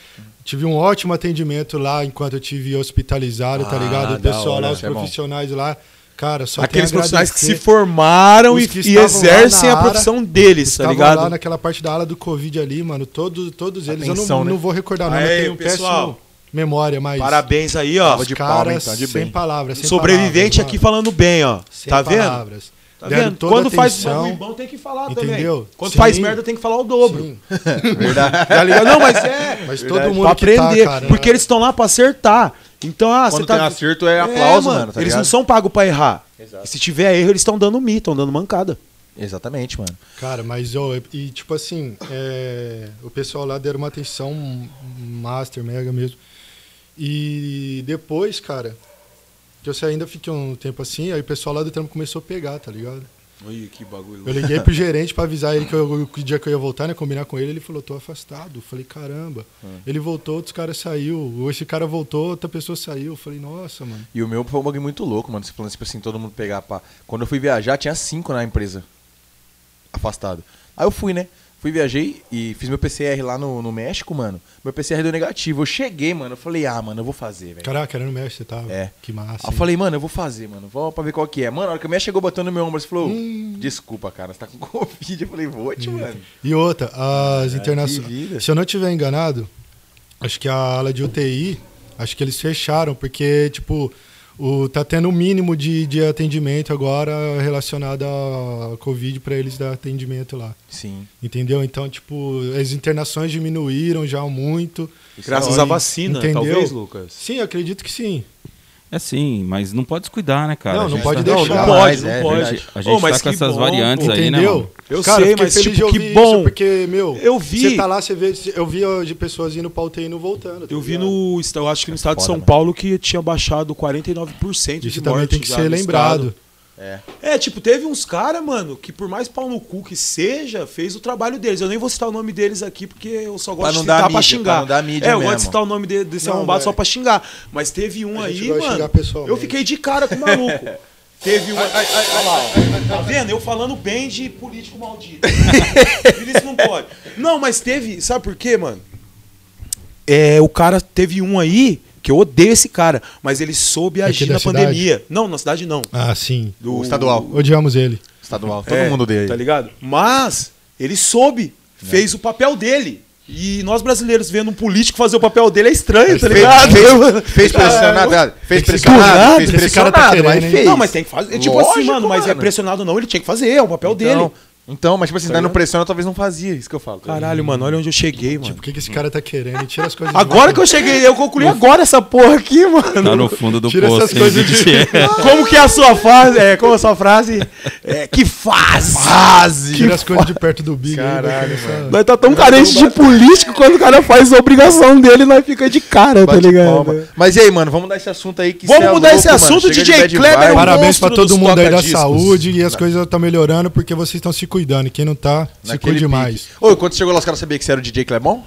Speaker 4: Tive um ótimo atendimento lá enquanto eu tive hospitalizado, tá
Speaker 3: Ah,
Speaker 4: ligado? O
Speaker 3: da
Speaker 4: pessoal
Speaker 3: hora,
Speaker 4: lá, os
Speaker 2: isso é bom.
Speaker 4: profissionais lá, cara, só
Speaker 3: Aqueles
Speaker 4: tem a
Speaker 3: profissionais que se
Speaker 4: agradecer.
Speaker 3: formaram
Speaker 4: Os
Speaker 3: e,
Speaker 4: que
Speaker 3: e
Speaker 4: estavam lá
Speaker 3: exercem
Speaker 4: na
Speaker 3: a
Speaker 4: área,
Speaker 3: profissão deles, tá
Speaker 4: Estavam
Speaker 3: ligado?
Speaker 4: lá naquela parte da ala do Covid ali, mano. Todos, todos eles. eu
Speaker 2: Atenção,
Speaker 4: não,
Speaker 2: né?
Speaker 4: não vou recordar, não.
Speaker 3: Aí,
Speaker 4: eu tenho
Speaker 3: pessoal.
Speaker 4: péssimo memória, mas.
Speaker 3: Parabéns aí, ó.
Speaker 2: Tava
Speaker 4: Os
Speaker 2: de palma,
Speaker 4: caras
Speaker 2: então, de
Speaker 4: sem
Speaker 2: bem.
Speaker 4: palavras. Sem
Speaker 3: Sobrevivente
Speaker 4: palavras,
Speaker 3: aqui
Speaker 4: mano.
Speaker 3: falando bem, ó.
Speaker 4: Sem
Speaker 3: tá vendo?
Speaker 4: palavras.
Speaker 3: Tá
Speaker 4: Deram
Speaker 3: vendo?
Speaker 4: toda
Speaker 3: Quando
Speaker 4: a
Speaker 3: faz
Speaker 4: atenção.
Speaker 3: bagulho bom tem que falar
Speaker 4: Entendeu?
Speaker 3: também. Quando
Speaker 4: Sim.
Speaker 3: faz merda tem que falar o dobro.
Speaker 4: Sim.
Speaker 3: Tá ligado? Não, mas é.
Speaker 4: Mas todo
Speaker 2: Verdade.
Speaker 4: mundo
Speaker 3: pra
Speaker 4: que tá,
Speaker 3: aprender.
Speaker 4: cara,
Speaker 3: porque eles estão lá pra acertar. Então, ah, você
Speaker 2: Quando
Speaker 3: tá.
Speaker 2: tem acerto é aplauso, mano, tá
Speaker 3: eles
Speaker 2: ligado?
Speaker 3: não são pagos pra errar.
Speaker 2: Exato.
Speaker 3: E se tiver erro, eles estão dando mi, estão dando mancada.
Speaker 2: Exatamente, mano.
Speaker 4: Cara, mas ó, e tipo assim, é, o pessoal lá deram uma atenção master, mega mesmo. E depois, cara, que eu saí, ainda fiquei um tempo assim, aí o pessoal lá do trampo começou a pegar, tá ligado?
Speaker 7: Olha que bagulho.
Speaker 4: Eu liguei pro gerente pra avisar ele que, eu, que dia que eu ia voltar, né? Combinar com ele, ele falou, tô afastado. Eu falei, caramba.
Speaker 2: É.
Speaker 4: Ele voltou, outros caras saiu. Ou esse cara voltou, outra pessoa saiu. Eu falei, nossa, mano.
Speaker 2: E o meu foi um bagulho muito louco, mano. Você falando tipo assim, todo mundo pegar pá. Quando eu fui viajar, tinha cinco na empresa. Afastado. Aí eu fui, né? Fui, viajei e fiz meu PCR lá no, no México, mano. Meu PCR deu negativo. Eu cheguei, mano. Eu falei, ah, mano, eu vou fazer, velho.
Speaker 4: Caraca, era no México você tava.
Speaker 2: É.
Speaker 4: Que massa.
Speaker 2: Aí eu
Speaker 4: hein?
Speaker 2: falei, mano, eu vou fazer, mano. Vou pra ver qual que é. Mano, a hora que a minha chegou botando no meu ombro, você falou,
Speaker 7: Hum.
Speaker 2: desculpa, cara, você tá com Covid. Eu falei, vou te, mano.
Speaker 4: E outra, as
Speaker 2: que vida.
Speaker 4: internacionais. Se eu não tiver enganado, acho que a ala de UTI, acho que eles fecharam, porque, tipo, o, tá tendo o mínimo de, de atendimento agora relacionado à Covid pra eles dar atendimento lá.
Speaker 2: Sim.
Speaker 4: Entendeu? Então, tipo, as internações diminuíram já muito.
Speaker 3: Graças
Speaker 4: Então,
Speaker 3: à vacina,
Speaker 4: entendeu?
Speaker 3: talvez, Lucas.
Speaker 4: Sim, acredito que sim.
Speaker 6: É sim, mas não pode descuidar, né, cara?
Speaker 4: Não,
Speaker 6: A
Speaker 4: não
Speaker 6: gente
Speaker 4: pode
Speaker 6: tá-
Speaker 3: Não,
Speaker 4: deixar.
Speaker 3: não
Speaker 2: Jamais,
Speaker 3: pode, não
Speaker 2: é
Speaker 3: pode.
Speaker 2: verdade.
Speaker 6: A gente
Speaker 3: Ô, mas
Speaker 6: tá com
Speaker 3: que
Speaker 6: essas
Speaker 3: bom,
Speaker 6: variantes
Speaker 3: pô.
Speaker 6: aí, né,
Speaker 4: Entendeu?
Speaker 6: mano?
Speaker 3: Eu
Speaker 4: Cara,
Speaker 3: sei,
Speaker 4: fiquei
Speaker 3: mas,
Speaker 4: feliz
Speaker 3: tipo,
Speaker 4: de
Speaker 3: que
Speaker 4: ouvir
Speaker 3: bom.
Speaker 4: Isso porque, meu,
Speaker 3: Eu vi-
Speaker 4: Você tá lá, você vê. Eu vi de pessoas indo pra UTI e não voltando. tá
Speaker 3: Eu vi
Speaker 4: ligado?
Speaker 3: no, esta- eu acho que no estado de
Speaker 2: foda,
Speaker 3: São
Speaker 2: mano.
Speaker 3: Paulo que tinha baixado 49% de
Speaker 4: Isso também
Speaker 3: morte
Speaker 4: tem que
Speaker 3: já no
Speaker 4: ser lembrado.
Speaker 3: estado. É, tipo, teve uns caras, mano, que por mais pau no cu que seja, fez o trabalho deles. Eu nem vou citar o nome deles aqui, porque eu só gosto
Speaker 2: não
Speaker 3: de
Speaker 2: dar
Speaker 3: citar
Speaker 2: mídia,
Speaker 3: pra xingar.
Speaker 2: pra não dar mídia
Speaker 3: é, eu gosto
Speaker 2: mesmo.
Speaker 3: de citar o nome de- desse
Speaker 4: Não,
Speaker 3: arrombado só
Speaker 4: vai.
Speaker 3: pra xingar. Mas teve um
Speaker 4: A gente
Speaker 3: aí,
Speaker 4: gosta de xingar
Speaker 3: mano.
Speaker 4: pessoalmente.
Speaker 3: Eu fiquei de cara com o maluco. teve um. Olha lá, ó. Tá vendo? Eu falando bem de político maldito. Isso não pode. Não, mas teve. Sabe por quê, mano? É, o cara teve um aí que eu odeio esse cara, mas ele
Speaker 2: É
Speaker 3: soube agir
Speaker 4: da
Speaker 3: na
Speaker 4: cidade?
Speaker 3: pandemia. Não, na cidade não.
Speaker 4: Ah, sim.
Speaker 2: O estadual.
Speaker 4: Odiamos ele.
Speaker 2: Estadual. Todo
Speaker 3: É,
Speaker 2: mundo odeia
Speaker 3: Tá
Speaker 2: ele. É.
Speaker 3: ligado? Mas ele soube, fez o papel dele. E nós brasileiros vendo um político fazer o papel dele é estranho, tá ligado?
Speaker 2: Fez pressionado, cara. fez pressionado,
Speaker 4: segurado,
Speaker 2: fez
Speaker 4: esse
Speaker 2: pressionado,
Speaker 4: cara tá
Speaker 2: mas
Speaker 4: querendo, hein?
Speaker 2: fez.
Speaker 3: Não, mas tem que fazer. É tipo assim,
Speaker 2: Lógico,
Speaker 3: mano, mas é
Speaker 2: mano.
Speaker 3: pressionado ou não, ele tinha que fazer, é o papel
Speaker 2: Então,
Speaker 3: dele. Tá
Speaker 2: então, mas tipo assim, não pressiona, talvez não fazia, isso que eu falo.
Speaker 3: Caralho, mano, olha onde eu cheguei, mano.
Speaker 4: Por que, que esse cara tá querendo? Tira as coisas.
Speaker 3: agora que eu cheguei, eu concluí agora essa porra aqui, mano.
Speaker 6: Tá no fundo do
Speaker 4: Tira
Speaker 6: poço.
Speaker 4: essas coisas de-
Speaker 3: Como que é a sua frase? É, como a sua frase? É, que fase! Fase!
Speaker 4: Tira as coisas de perto do Big. Caralho, mano.
Speaker 3: Nós tá tão carente de político quando o cara faz a obrigação dele, nós fica de cara, tá
Speaker 2: Bate
Speaker 3: ligado?
Speaker 2: palma. Mas e aí, mano, vamos mudar esse assunto aí que
Speaker 3: Vamos
Speaker 2: cê é
Speaker 3: mudar
Speaker 2: louco,
Speaker 3: esse
Speaker 2: mano.
Speaker 3: assunto,
Speaker 2: Chega de
Speaker 3: DJ
Speaker 2: bad
Speaker 3: Kleber,
Speaker 2: vibe.
Speaker 3: um
Speaker 2: Parabéns.
Speaker 4: Parabéns
Speaker 3: monstro
Speaker 4: pra todo
Speaker 3: dos né?
Speaker 4: mundo aí da
Speaker 2: toca-discos.
Speaker 4: saúde e as coisas estão melhorando porque vocês estão se cuidando. E quem não tá, se
Speaker 2: Naquele
Speaker 4: cuide
Speaker 2: pique.
Speaker 4: mais.
Speaker 2: Ô, quando chegou lá, os caras sabiam que você era o DJ Clemon?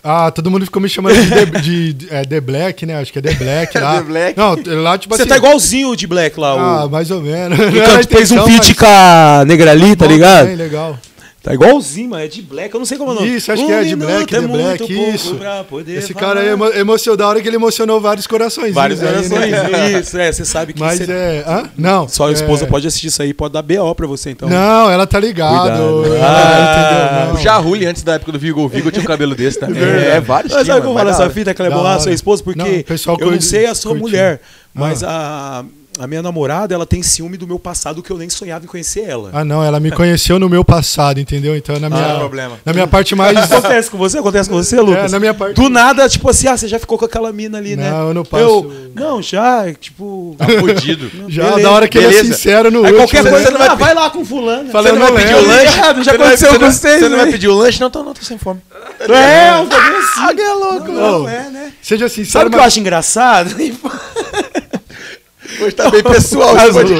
Speaker 4: Ah, todo mundo ficou me chamando de The, de- de- é, The Black, né? Acho que é The Black lá.
Speaker 2: The Black.
Speaker 4: Não, lá tipo
Speaker 3: Você
Speaker 4: assim.
Speaker 3: tá igualzinho o de Black lá,
Speaker 4: Ah,
Speaker 3: o.
Speaker 4: mais ou menos.
Speaker 3: Que
Speaker 4: Não era
Speaker 3: canta- fez um
Speaker 4: intenção,
Speaker 3: feat
Speaker 4: mas
Speaker 3: com a Negrali, tá
Speaker 4: bom
Speaker 3: ligado?
Speaker 4: também, legal.
Speaker 3: Tá igualzinho, mano. É de Black, eu não sei como é o nome.
Speaker 4: Isso, acho que é de
Speaker 3: minuto
Speaker 4: Black,
Speaker 3: é
Speaker 4: The
Speaker 3: muito
Speaker 4: Black,
Speaker 3: pouco
Speaker 4: isso.
Speaker 3: pra poder
Speaker 4: Esse
Speaker 3: falar.
Speaker 4: cara aí emo emocionou da hora que ele emocionou vários corações.
Speaker 3: Vários
Speaker 4: aí, né?
Speaker 3: corações. Isso, é, você sabe que
Speaker 4: Mas
Speaker 3: você-
Speaker 4: é. Hã? Não.
Speaker 3: sua
Speaker 4: é...
Speaker 3: esposa pode assistir isso aí, pode dar BO pra você, então.
Speaker 4: Não, ela tá ligada.
Speaker 3: Cuidado.
Speaker 4: Ah,
Speaker 2: O Jarulli, antes da época do Vigo, o Vigo tinha o cabelo desse, tá?
Speaker 4: verdade.
Speaker 2: É, vários
Speaker 3: Mas
Speaker 2: tinha,
Speaker 3: sabe como fala
Speaker 2: mano, mas da
Speaker 3: essa
Speaker 2: hora.
Speaker 3: fita,
Speaker 4: Da
Speaker 3: Clebão? Ah,
Speaker 4: hora.
Speaker 3: sua esposa,
Speaker 4: Não, o
Speaker 3: porque
Speaker 4: pessoal
Speaker 3: eu não
Speaker 4: curte-
Speaker 3: sei a sua
Speaker 4: curte. Ah.
Speaker 3: mulher, mas a, a minha namorada, ela tem ciúme do meu passado que eu nem sonhava em conhecer ela.
Speaker 4: Ah, não, ela me conheceu no meu passado, entendeu? Então,
Speaker 3: Ah,
Speaker 4: na minha,
Speaker 2: é problema.
Speaker 4: na minha parte mais.
Speaker 3: Acontece com você? Acontece com você, Lucas?
Speaker 4: É, na minha parte-
Speaker 3: Do nada, tipo assim, ah, você já ficou com aquela mina ali, né?
Speaker 4: Não, eu não passo-
Speaker 3: Eu, não, já, tipo...
Speaker 2: Tá fudido.
Speaker 4: já
Speaker 3: beleza,
Speaker 4: da hora que ele é
Speaker 2: beleza.
Speaker 4: sincero no
Speaker 3: Aí
Speaker 4: último,
Speaker 3: qualquer
Speaker 4: né?
Speaker 3: coisa, não vai... Ah, vai lá com fulano.
Speaker 4: Falando,
Speaker 2: Você não vai
Speaker 4: "Não,
Speaker 2: pedir o
Speaker 4: é,
Speaker 2: lanche?
Speaker 3: errado, já
Speaker 2: Você não vai-
Speaker 3: aconteceu
Speaker 2: você não-
Speaker 3: com vocês,
Speaker 2: Você não vai
Speaker 3: né?
Speaker 2: pedir o lanche? Não, tô, não, tô sem fome.
Speaker 3: É, um bagulho assim.
Speaker 2: é louco.
Speaker 4: Ô, Seja sincero,
Speaker 3: né? Sabe o que eu acho engraçado? Tipo,
Speaker 2: Hoje tá bem pessoal.
Speaker 4: Mas-
Speaker 2: hoje.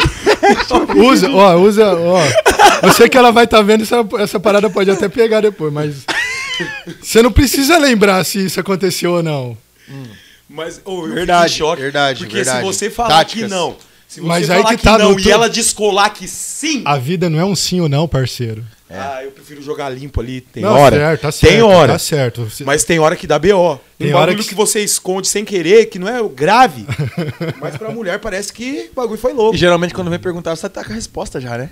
Speaker 4: Usa, ó, usa, ó. Eu sei que ela vai estar vendo, essa, essa parada pode até pegar depois, mas. Você não precisa lembrar se isso aconteceu ou não.
Speaker 3: Mas, ô, eu fiquei
Speaker 2: Verdade,
Speaker 3: em choque,
Speaker 2: verdade,
Speaker 3: Porque
Speaker 2: verdade.
Speaker 3: se você falar
Speaker 2: Táticas.
Speaker 3: que não, se você
Speaker 4: Mas aí
Speaker 3: falar
Speaker 4: que
Speaker 3: que,
Speaker 4: tá no
Speaker 3: não
Speaker 4: tu-
Speaker 3: e ela descolar que sim,
Speaker 4: A vida não é um sim ou não, parceiro.
Speaker 3: ah, eu prefiro jogar limpo ali. Tem
Speaker 4: não,
Speaker 3: hora.
Speaker 4: certo, tá certo.
Speaker 3: tem hora.
Speaker 4: Tá certo.
Speaker 3: Mas tem hora que dá BO.
Speaker 4: Tem
Speaker 3: Tem
Speaker 4: hora
Speaker 3: bagulho
Speaker 4: que-
Speaker 3: que... você esconde sem querer, que não é grave. mas pra mulher parece que o bagulho foi
Speaker 2: E
Speaker 3: louco.
Speaker 2: geralmente quando vem perguntar, você tá com a resposta já, né?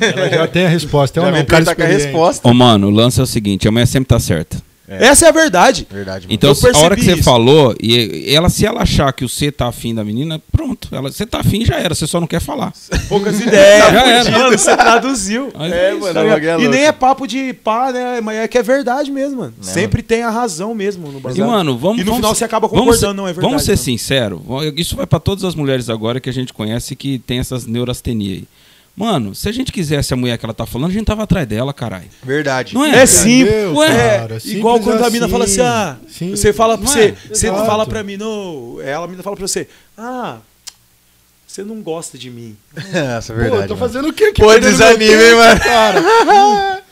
Speaker 4: Ela já tem a resposta. É
Speaker 2: Já
Speaker 4: ou não?
Speaker 2: vem
Speaker 4: O cara
Speaker 2: perguntar com a
Speaker 4: experiente.
Speaker 2: resposta.
Speaker 6: Ô, mano, o lance é o seguinte, a mulher sempre tá certa.
Speaker 3: Essa é a verdade.
Speaker 2: Verdade, mano.
Speaker 6: Então,
Speaker 3: Eu
Speaker 6: a hora
Speaker 3: percebi
Speaker 6: que você
Speaker 3: isso.
Speaker 6: falou, e ela, se ela achar que você tá afim da menina, pronto. Ela, você tá afim já era, você só não quer falar.
Speaker 3: Poucas ideias.
Speaker 6: Já era.
Speaker 3: É, Mano, você traduziu.
Speaker 6: Mas é isso.
Speaker 2: mano, o bagulho é
Speaker 3: e nem
Speaker 2: louco.
Speaker 3: é papo de pá, né? Mas é que é verdade mesmo, mano. Sempre tem a razão mesmo no
Speaker 6: E,
Speaker 3: bagulho.
Speaker 6: mano, vamos.
Speaker 3: E no
Speaker 6: vamos
Speaker 3: final
Speaker 6: ser-
Speaker 3: você acaba
Speaker 6: vamos
Speaker 3: concordando,
Speaker 6: ser-
Speaker 3: não é verdade.
Speaker 6: Vamos ser
Speaker 3: né?
Speaker 6: sinceros. Isso vai pra todas as mulheres agora que a gente conhece que tem essas neurastenia aí. Mano, se a gente quisesse a mulher que ela tá falando, a gente tava atrás dela, caralho.
Speaker 2: Verdade.
Speaker 6: Não é?
Speaker 3: É
Speaker 6: sim.
Speaker 3: simples.
Speaker 4: Entendeu,
Speaker 6: Ué,
Speaker 4: cara? Simples
Speaker 3: Igual quando a
Speaker 4: assim.
Speaker 3: mina fala é assim, ah,
Speaker 4: Sim.
Speaker 3: você fala pra
Speaker 6: Não
Speaker 3: você,
Speaker 6: é?
Speaker 3: você
Speaker 4: Exato.
Speaker 3: fala pra mim, não, ela a mina fala pra você, ah,
Speaker 5: Você não gosta de mim.
Speaker 2: Essa é
Speaker 4: Pô,
Speaker 2: verdade.
Speaker 4: eu tô
Speaker 2: mano.
Speaker 4: fazendo o quê aqui?
Speaker 2: Pô,
Speaker 4: Perdendo
Speaker 2: desanima,
Speaker 4: meu
Speaker 2: hein,
Speaker 4: tempo,
Speaker 2: mano?
Speaker 4: Cara,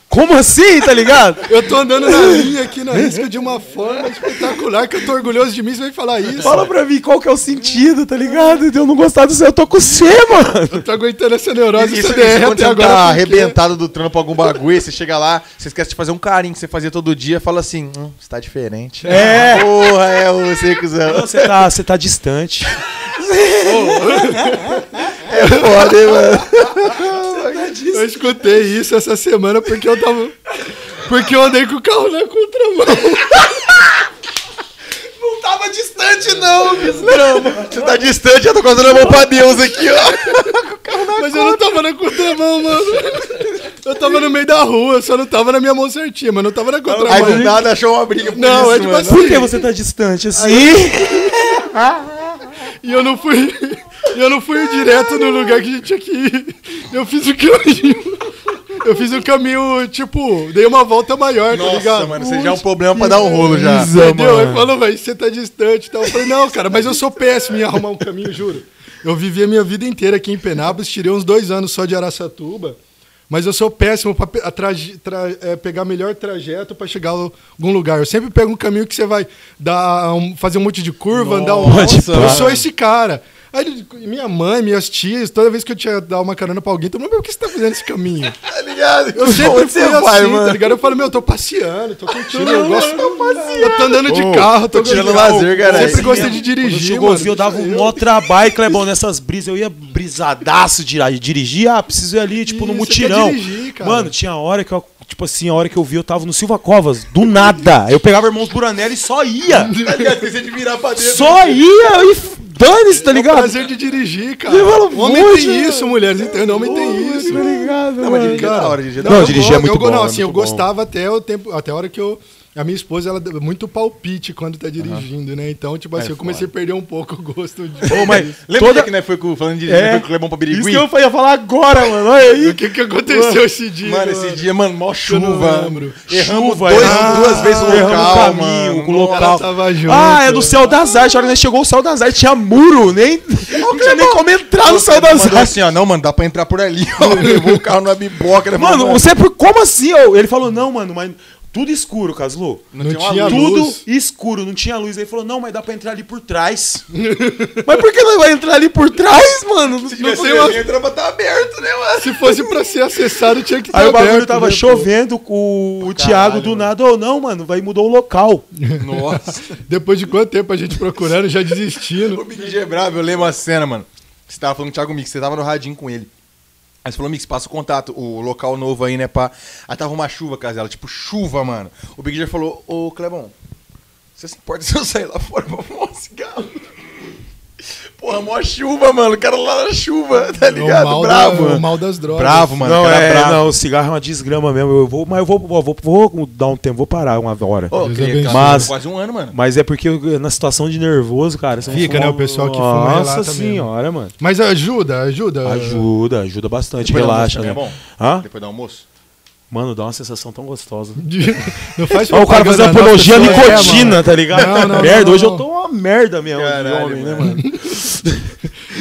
Speaker 3: Como assim, tá ligado?
Speaker 4: eu tô andando na linha aqui na risca de uma forma espetacular que eu tô orgulhoso de mim. Você vem falar isso.
Speaker 3: Fala pra mim qual que é o sentido, tá ligado? De eu não gostar do seu, eu tô com você, mano.
Speaker 4: Eu tô aguentando essa neurose
Speaker 2: Isso, isso
Speaker 4: CDR
Speaker 2: quando
Speaker 4: até
Speaker 2: você
Speaker 4: agora.
Speaker 2: tá
Speaker 4: porque-
Speaker 2: arrebentado do trampo algum bagulho, você chega lá, você esquece de fazer um carinho que você fazia todo dia, fala assim, hum, você tá diferente. É! Porra, é você, cuzão.
Speaker 3: Você tá, você tá distante.
Speaker 2: É foda, hein, mano.
Speaker 4: Eu escutei isso essa semana porque eu tava. Porque eu andei com o carro na contramão.
Speaker 3: Não tava distante, não,
Speaker 2: Você tá distante, eu tô contando a mão pra Deus aqui, ó.
Speaker 4: Mas eu não tava na contramão, mano. Eu tava no meio da rua, só não tava na minha mão certinha, mas não tava na
Speaker 2: Aí tá
Speaker 4: contramão.
Speaker 2: do nada achou uma briga por
Speaker 4: Não,
Speaker 2: isso,
Speaker 4: é tipo
Speaker 2: mano.
Speaker 4: assim.
Speaker 3: Por que você tá distante assim?
Speaker 4: E eu não fui. Eu não fui direto no lugar que a gente tinha que ir. Eu fiz o caminho. Eu fiz o caminho, tipo, dei uma volta maior, tá
Speaker 2: Nossa,
Speaker 4: ligado?
Speaker 2: mano, você já é um problema pra dar um rolo já.
Speaker 4: Entendeu? Ele falou, velho, você tá distante e tal. Eu falei, não, cara, mas eu sou péssimo em arrumar um caminho, juro. Eu vivi a minha vida inteira aqui em Penápolis, tirei uns dois anos só de Araçatuba, mas eu sou péssimo pra pe- a traje- tra- é, pegar melhor trajeto pra chegar a algum lugar. Eu sempre pego um caminho que você vai dar um- fazer um monte de curva, andar um
Speaker 2: Nossa,
Speaker 4: monte. Eu
Speaker 2: mano.
Speaker 4: sou esse cara. Aí ele- minha mãe, minhas tias, toda vez que eu tinha que dar uma carona pra alguém, todo mundo, "Mas por que você tá fazendo esse caminho?
Speaker 2: Tá ligado?
Speaker 4: Eu sempre
Speaker 2: Onde você
Speaker 4: fui assim,
Speaker 2: vai,
Speaker 4: tá
Speaker 2: mano?
Speaker 4: ligado? Eu falo, meu, eu tô passeando, tô curtindo o negócio. Eu tô andando de carro, tô,
Speaker 2: tô tirando
Speaker 4: de carro.
Speaker 2: lazer, caralho.
Speaker 4: Sempre gostei de
Speaker 3: Quando
Speaker 4: dirigir,
Speaker 3: chegou
Speaker 4: mano.
Speaker 3: o Vio, eu dava um mó trabalho, Clebão, nessas brisas. Eu ia brisadaço de dirigir. Ah, preciso ir ali, tipo, no
Speaker 4: Isso,
Speaker 3: mutirão.
Speaker 4: você quer dirigir, cara.
Speaker 3: Mano, tinha hora que eu, tipo assim, a hora que eu vi, eu tava no Silva Covas, do nada. Eu pegava o irmão Buranelli e só ia.
Speaker 2: Tá ligado? Esqueci de virar pra dentro.
Speaker 3: Só ia e f- dane-se, tá ligado?
Speaker 4: Prazer de dirigir, cara.
Speaker 3: Eu falo,
Speaker 4: Homem
Speaker 3: "Poxa,
Speaker 4: tem isso, mulheres, entendeu? Homem tem isso.
Speaker 3: Tá ligado,
Speaker 2: Não, mas
Speaker 3: mano?
Speaker 2: dirigir é da
Speaker 4: Cara,
Speaker 2: hora, dirigir é da
Speaker 3: Não,
Speaker 2: hora.
Speaker 4: eu
Speaker 3: dirigir
Speaker 4: go-
Speaker 3: é muito
Speaker 4: eu go-
Speaker 3: bom,
Speaker 4: Não,
Speaker 3: é
Speaker 4: assim, eu
Speaker 3: muito bom.
Speaker 4: gostava até o tempo, até a hora que eu. A minha esposa, ela dá muito palpite quando tá dirigindo, né? Então, tipo
Speaker 2: É
Speaker 4: assim, eu comecei a perder um pouco o gosto de.
Speaker 3: Ô, mas
Speaker 2: Lembra
Speaker 3: toda-
Speaker 2: que né, foi com, falando de
Speaker 3: É.
Speaker 2: foi com o Clebão pra Birigui?
Speaker 3: Isso que eu ia falar agora, mano. Olha aí.
Speaker 4: O que que aconteceu esse dia?
Speaker 2: Mano, esse dia, mano, mó
Speaker 4: não
Speaker 2: chuva.
Speaker 4: lembro.
Speaker 2: Erramos
Speaker 3: Chuva,
Speaker 2: dois,
Speaker 3: erramos-
Speaker 2: duas vezes o
Speaker 3: erramos
Speaker 2: local,
Speaker 3: o caminho,
Speaker 2: mano.
Speaker 3: o local.
Speaker 4: Ela tava junto.
Speaker 3: Ah, é do céu das artes. A hora que nós chegou o céu das artes tinha muro, nem não tinha nem como entrar no céu das
Speaker 2: Mandou
Speaker 3: artes.
Speaker 2: assim, ó, não, mano, dá pra entrar por ali, ó. Levou o carro na biboca. né,
Speaker 3: Mano, você por como assim? ô? Ele falou: "Não, mano, mas tudo escuro, Caslu.
Speaker 4: Não,
Speaker 2: tinha uma
Speaker 4: tinha
Speaker 3: Tudo
Speaker 4: luz.
Speaker 3: escuro, não tinha luz. Ele falou: "Não, mas dá pra entrar ali por trás". mas por que não vai entrar ali por trás, mano?
Speaker 2: Se
Speaker 3: Não-
Speaker 2: tivesse uma... entra pra tá aberto, né, mano?
Speaker 4: Se fosse pra ser acessado, tinha que estar
Speaker 3: Aí o bagulho
Speaker 4: aberto,
Speaker 3: tava
Speaker 4: né, pô?
Speaker 3: chovendo, o, o Thiago do nada, ou não, mano, vai mudou o local.
Speaker 2: Nossa.
Speaker 4: Depois de quanto tempo a gente procurando, já desistindo.
Speaker 2: o Mick é bravo, eu lembro a cena, mano. Você tava falando com o Thiago Mix, você tava no radinho com ele. Aí você falou, Mix, passa o contato, o local novo aí, né, pá. Aí tava uma chuva, casela, tipo chuva, mano. O Big G falou, ô, Clebão, você se importa se eu sair lá fora pra fumar um cigarro? Porra, mó chuva, mano. O cara lá na chuva, tá
Speaker 4: É o
Speaker 2: ligado?
Speaker 4: mal
Speaker 2: Bravo.
Speaker 4: da- é o
Speaker 2: mano.
Speaker 4: mal das drogas.
Speaker 2: Bravo, mano. o cara bravo.
Speaker 3: não, o cigarro é uma desgrama mesmo. Eu vou, mas eu vou, vou, vou, vou dar um tempo, vou parar uma hora.
Speaker 2: Ô,
Speaker 4: Deus
Speaker 2: queria,
Speaker 4: abençoe.
Speaker 2: cara,
Speaker 3: Mas-
Speaker 2: quase um ano, mano.
Speaker 3: Mas é porque eu- na situação de nervoso, cara. você não
Speaker 4: Fica,
Speaker 3: fuma-
Speaker 4: né, o pessoal que fuma
Speaker 3: Nossa
Speaker 4: relata É.
Speaker 3: senhora, mano.
Speaker 4: Mas ajuda, ajuda.
Speaker 3: Ajuda, ajuda bastante,
Speaker 2: Depois do almoço
Speaker 3: relaxa,
Speaker 2: também
Speaker 3: né?
Speaker 2: é bom?
Speaker 3: Hã?
Speaker 2: Depois do almoço?
Speaker 3: Mano, dá uma sensação tão gostosa.
Speaker 4: De- Não faz
Speaker 3: Olha o cara
Speaker 4: propaganda
Speaker 3: fazendo
Speaker 4: da
Speaker 3: apologia à
Speaker 4: nossa pessoa, é,
Speaker 3: nicotina,
Speaker 4: mano.
Speaker 3: tá ligado?
Speaker 4: Não, não,
Speaker 3: merda,
Speaker 4: não,
Speaker 3: hoje
Speaker 4: não.
Speaker 3: eu tô uma merda mesmo de
Speaker 2: Caralho,
Speaker 3: homem, né,
Speaker 2: mano.
Speaker 3: mano?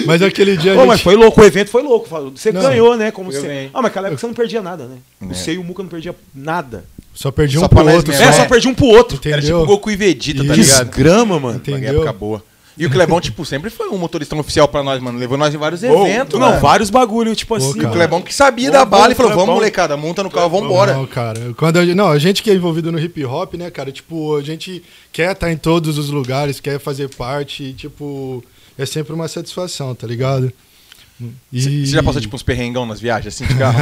Speaker 4: Mas aquele dia. a
Speaker 3: Pô, mas
Speaker 4: gente-
Speaker 3: foi louco, o evento foi louco. fala- Você
Speaker 4: Não.
Speaker 3: ganhou, né? Como
Speaker 2: Eu
Speaker 3: você...
Speaker 2: ganhei.
Speaker 3: Ah, mas naquela época você não perdia nada, né?
Speaker 2: É.
Speaker 3: O Sei e o Muca não perdia nada.
Speaker 4: Só perdi um
Speaker 2: Só pra
Speaker 4: pro
Speaker 2: nós
Speaker 4: outro.
Speaker 2: mesmo.
Speaker 3: É, só perdi um pro outro.
Speaker 4: Entendeu?
Speaker 2: Era tipo Goku e Vegeta, tá
Speaker 4: Isso.
Speaker 2: ligado?
Speaker 3: Desgrama, mano.
Speaker 2: Uma
Speaker 4: Entendeu?
Speaker 2: época boa. E o Clebão, tipo, sempre foi um motorista oficial pra nós, mano. Levou nós em vários eventos,
Speaker 3: não,
Speaker 2: mano.
Speaker 3: vários bagulho, tipo assim.
Speaker 4: cara.
Speaker 2: O
Speaker 3: cara.
Speaker 2: Clebão que sabia da bala e falou,
Speaker 3: Clebão.
Speaker 2: vamos, molecada, monta no carro, vambora.
Speaker 4: Não, cara. Quando a, gente- não, a gente que é envolvido no hip hop, né, cara? Tipo, a gente quer estar em todos os lugares, quer fazer parte. E, tipo, é sempre uma satisfação, tá ligado? E...
Speaker 2: Você já passou, tipo, uns perrengão nas viagens, assim, de carro?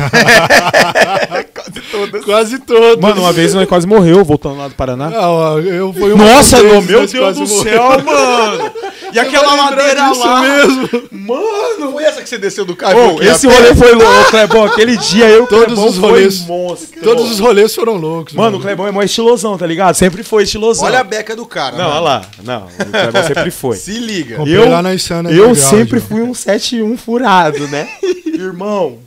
Speaker 2: Quase todas.
Speaker 4: Quase todos.
Speaker 3: Mano, uma vez nós quase morreu voltando lá do Paraná.
Speaker 4: Não, eu fui uma
Speaker 3: Nossa,
Speaker 4: vez,
Speaker 3: meu,
Speaker 4: mas
Speaker 3: meu Deus
Speaker 4: quase
Speaker 3: do
Speaker 4: morri.
Speaker 3: céu, mano! E aquela
Speaker 4: lembrar
Speaker 3: ladeira
Speaker 4: disso
Speaker 3: lá.
Speaker 4: mesmo.
Speaker 2: Mano, foi essa que você desceu do carro?
Speaker 3: Ô,
Speaker 2: que
Speaker 3: esse
Speaker 2: a-
Speaker 3: rolê foi louco, Clebão. Aquele dia eu e o
Speaker 4: Todos
Speaker 3: Clebão
Speaker 4: os
Speaker 3: foi
Speaker 4: rolês.
Speaker 3: monstro.
Speaker 4: Todos os rolês foram loucos.
Speaker 3: Mano, o Clebão é mó estilosão, tá ligado? Sempre foi estilosão.
Speaker 2: Olha a beca do cara,
Speaker 3: Não,
Speaker 2: mano.
Speaker 3: olha lá. Não, o Clebão sempre foi.
Speaker 2: Se liga.
Speaker 4: Comprei lá na Insana
Speaker 3: eu
Speaker 4: Underground,
Speaker 3: sempre
Speaker 4: ó.
Speaker 3: fui um 7-1 furado, né? Irmão.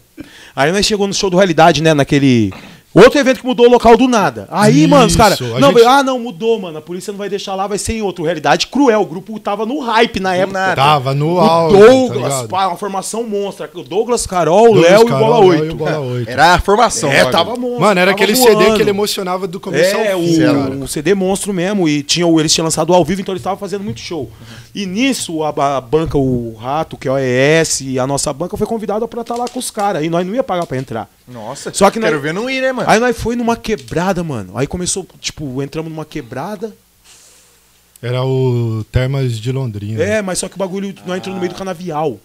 Speaker 3: Aí nós chegou no show do Realidade, né? Naquele Outro evento que mudou o local do nada. Aí,
Speaker 4: Isso,
Speaker 3: mano, os caras.
Speaker 4: a
Speaker 3: Não,
Speaker 4: gente-
Speaker 3: Ah, não, mudou, mano. A polícia não vai deixar lá, vai ser em outro. Realidade cruel. O grupo tava no hype na época.
Speaker 4: Tava no
Speaker 3: O
Speaker 4: auge,
Speaker 3: Douglas,
Speaker 4: tá ligado?
Speaker 3: pá, uma formação monstra. O Douglas, Carol,
Speaker 4: Douglas
Speaker 3: Léo e
Speaker 4: Carol,
Speaker 3: Bola
Speaker 4: Léo
Speaker 3: 8.
Speaker 4: e o Bola oito.
Speaker 2: Era a formação.
Speaker 3: É,
Speaker 2: logo.
Speaker 3: tava monstro.
Speaker 4: Mano,
Speaker 3: tava
Speaker 4: era aquele CD
Speaker 3: voando.
Speaker 4: que ele emocionava do começo
Speaker 3: É,
Speaker 4: ao
Speaker 3: o,
Speaker 4: fim, cara.
Speaker 3: o CD monstro mesmo. E tinha, o- eles tinham lançado ao vivo, então eles estavam fazendo muito show. E nisso, a, a banca, o Rato, que é a OES, e a nossa banca foi convidada pra estar lá com os caras. E nós não ia pagar pra entrar.
Speaker 2: Nossa,
Speaker 3: Só que
Speaker 2: quero
Speaker 3: nós-
Speaker 2: ver não ir, né, mano?
Speaker 3: Aí nós foi numa quebrada, mano. Aí começou, tipo, entramos numa quebrada.
Speaker 4: Era o Termas de Londrina.
Speaker 3: É, mas só que o bagulho, nós entramos no meio do canavial.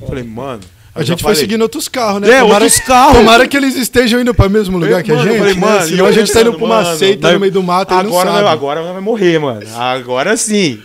Speaker 3: Eu falei, mano.
Speaker 4: A gente foi seguindo outros carros, né?
Speaker 3: É, outros carros.
Speaker 4: Tomara que eles estejam indo para o mesmo lugar que a gente. né?
Speaker 3: e
Speaker 4: Senão
Speaker 3: eu
Speaker 4: a gente tá indo
Speaker 3: pensando,
Speaker 4: pra uma
Speaker 3: mano,
Speaker 4: seita
Speaker 3: daí-
Speaker 4: no meio do mato e não
Speaker 3: agora,
Speaker 4: sabe.
Speaker 3: nós- agora nós vai morrer, mano. Agora sim.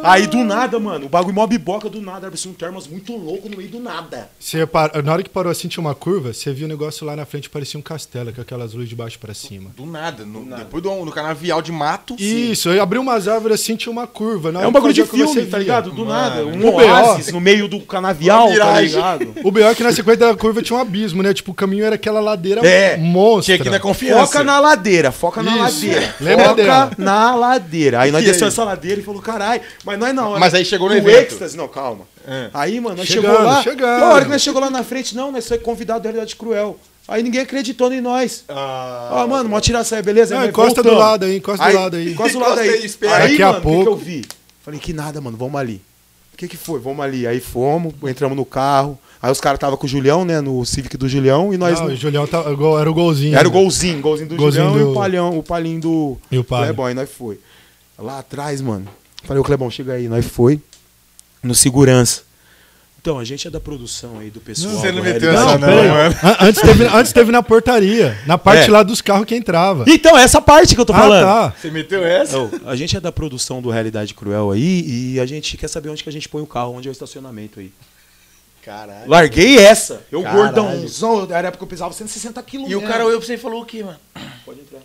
Speaker 3: Aí do nada, mano, o bagulho mó biboca do nada. Era assim, um termas muito louco no meio do nada.
Speaker 4: Você par- Na hora que parou assim, tinha uma curva, você viu o negócio lá na frente, parecia um castelo, com aquelas luzes de baixo para cima.
Speaker 2: Do nada, no, depois do, do canavial de mato.
Speaker 4: Isso, aí abriu umas árvores assim, tinha uma curva.
Speaker 3: É
Speaker 4: Na hora
Speaker 3: um
Speaker 4: que
Speaker 3: bagulho de
Speaker 4: fazia a curva,
Speaker 3: filme,
Speaker 4: você
Speaker 3: tá
Speaker 4: via.
Speaker 3: ligado? Do nada. Um
Speaker 4: O
Speaker 3: oásis no meio do canavial, tá
Speaker 2: miragem.
Speaker 3: ligado?
Speaker 4: O pior é que na sequência da curva tinha um abismo, né? Tipo, o caminho era aquela ladeira
Speaker 2: É,
Speaker 4: monstra.
Speaker 2: Tinha que ir na confiança.
Speaker 3: Foca na ladeira, foca na
Speaker 4: Isso.
Speaker 3: ladeira.
Speaker 4: Lembra
Speaker 3: foca
Speaker 4: dela.
Speaker 3: na ladeira. Aí nós
Speaker 2: E
Speaker 3: desceu
Speaker 2: aí?
Speaker 3: essa ladeira e falou, caralho, mas nós não. né?"
Speaker 2: Mas aí chegou no
Speaker 3: o
Speaker 2: evento.
Speaker 3: êxtase, não, calma.
Speaker 2: É.
Speaker 3: Aí, mano, nós
Speaker 4: Chegando,
Speaker 3: chegou lá.
Speaker 4: chegando.
Speaker 3: E a hora que nós chegou lá na frente, não, nós foi convidado da Realidade Cruel. Aí ninguém acreditou em nós.
Speaker 2: Ah,
Speaker 3: Ah, mano, mó tirar saia, beleza?
Speaker 4: tá. Não,
Speaker 3: Aí nós
Speaker 4: encosta do
Speaker 3: voltamos.
Speaker 4: lado aí, encosta do lado aí.
Speaker 3: Encosta do lado
Speaker 2: Encosta aí,
Speaker 3: aí.
Speaker 2: espera.
Speaker 3: Aí,
Speaker 4: Daqui a
Speaker 3: mano, o que que eu
Speaker 4: pouco.
Speaker 3: vi? Falei, que nada, mano, vamos ali. O que que foi? Vamos ali. Aí fomos, entramos no carro. Aí os caras tava com o Julião, né, no Civic do Julião, e nós... né?
Speaker 4: Não, o Julião tá- o gol- era o golzinho.
Speaker 3: Era o golzinho, golzinho do
Speaker 4: Golzinho
Speaker 3: Julião
Speaker 4: do-
Speaker 3: e o palhão, o palhinho do
Speaker 4: E o palho.
Speaker 3: Clebão, aí nós foi. Lá atrás, mano. Falei, ô Clebão, chega aí, nós foi. No segurança. Então, a gente é da produção aí, do pessoal.
Speaker 2: Você
Speaker 3: da
Speaker 2: não meteu
Speaker 3: realidade.
Speaker 2: essa
Speaker 4: Não,
Speaker 2: não, né?
Speaker 4: peraí.
Speaker 2: mano.
Speaker 4: An- Antes teve, antes teve na portaria, na parte
Speaker 3: né? É.
Speaker 4: lá dos carros que entrava.
Speaker 3: Então, é essa parte que eu tô falando.
Speaker 4: Ah, tá.
Speaker 2: Você meteu essa?
Speaker 3: Ô, a gente é da produção do Realidade Cruel aí e a gente quer saber onde que a gente põe o carro, onde é o estacionamento aí.
Speaker 2: Caralho.
Speaker 3: Larguei essa. Eu
Speaker 2: Caralho.
Speaker 3: gordãozão, era época que eu pesava 160 quilos.
Speaker 2: E o
Speaker 3: mesmo.
Speaker 2: cara olhou pra você e falou o quê, mano?
Speaker 3: Pode entrar.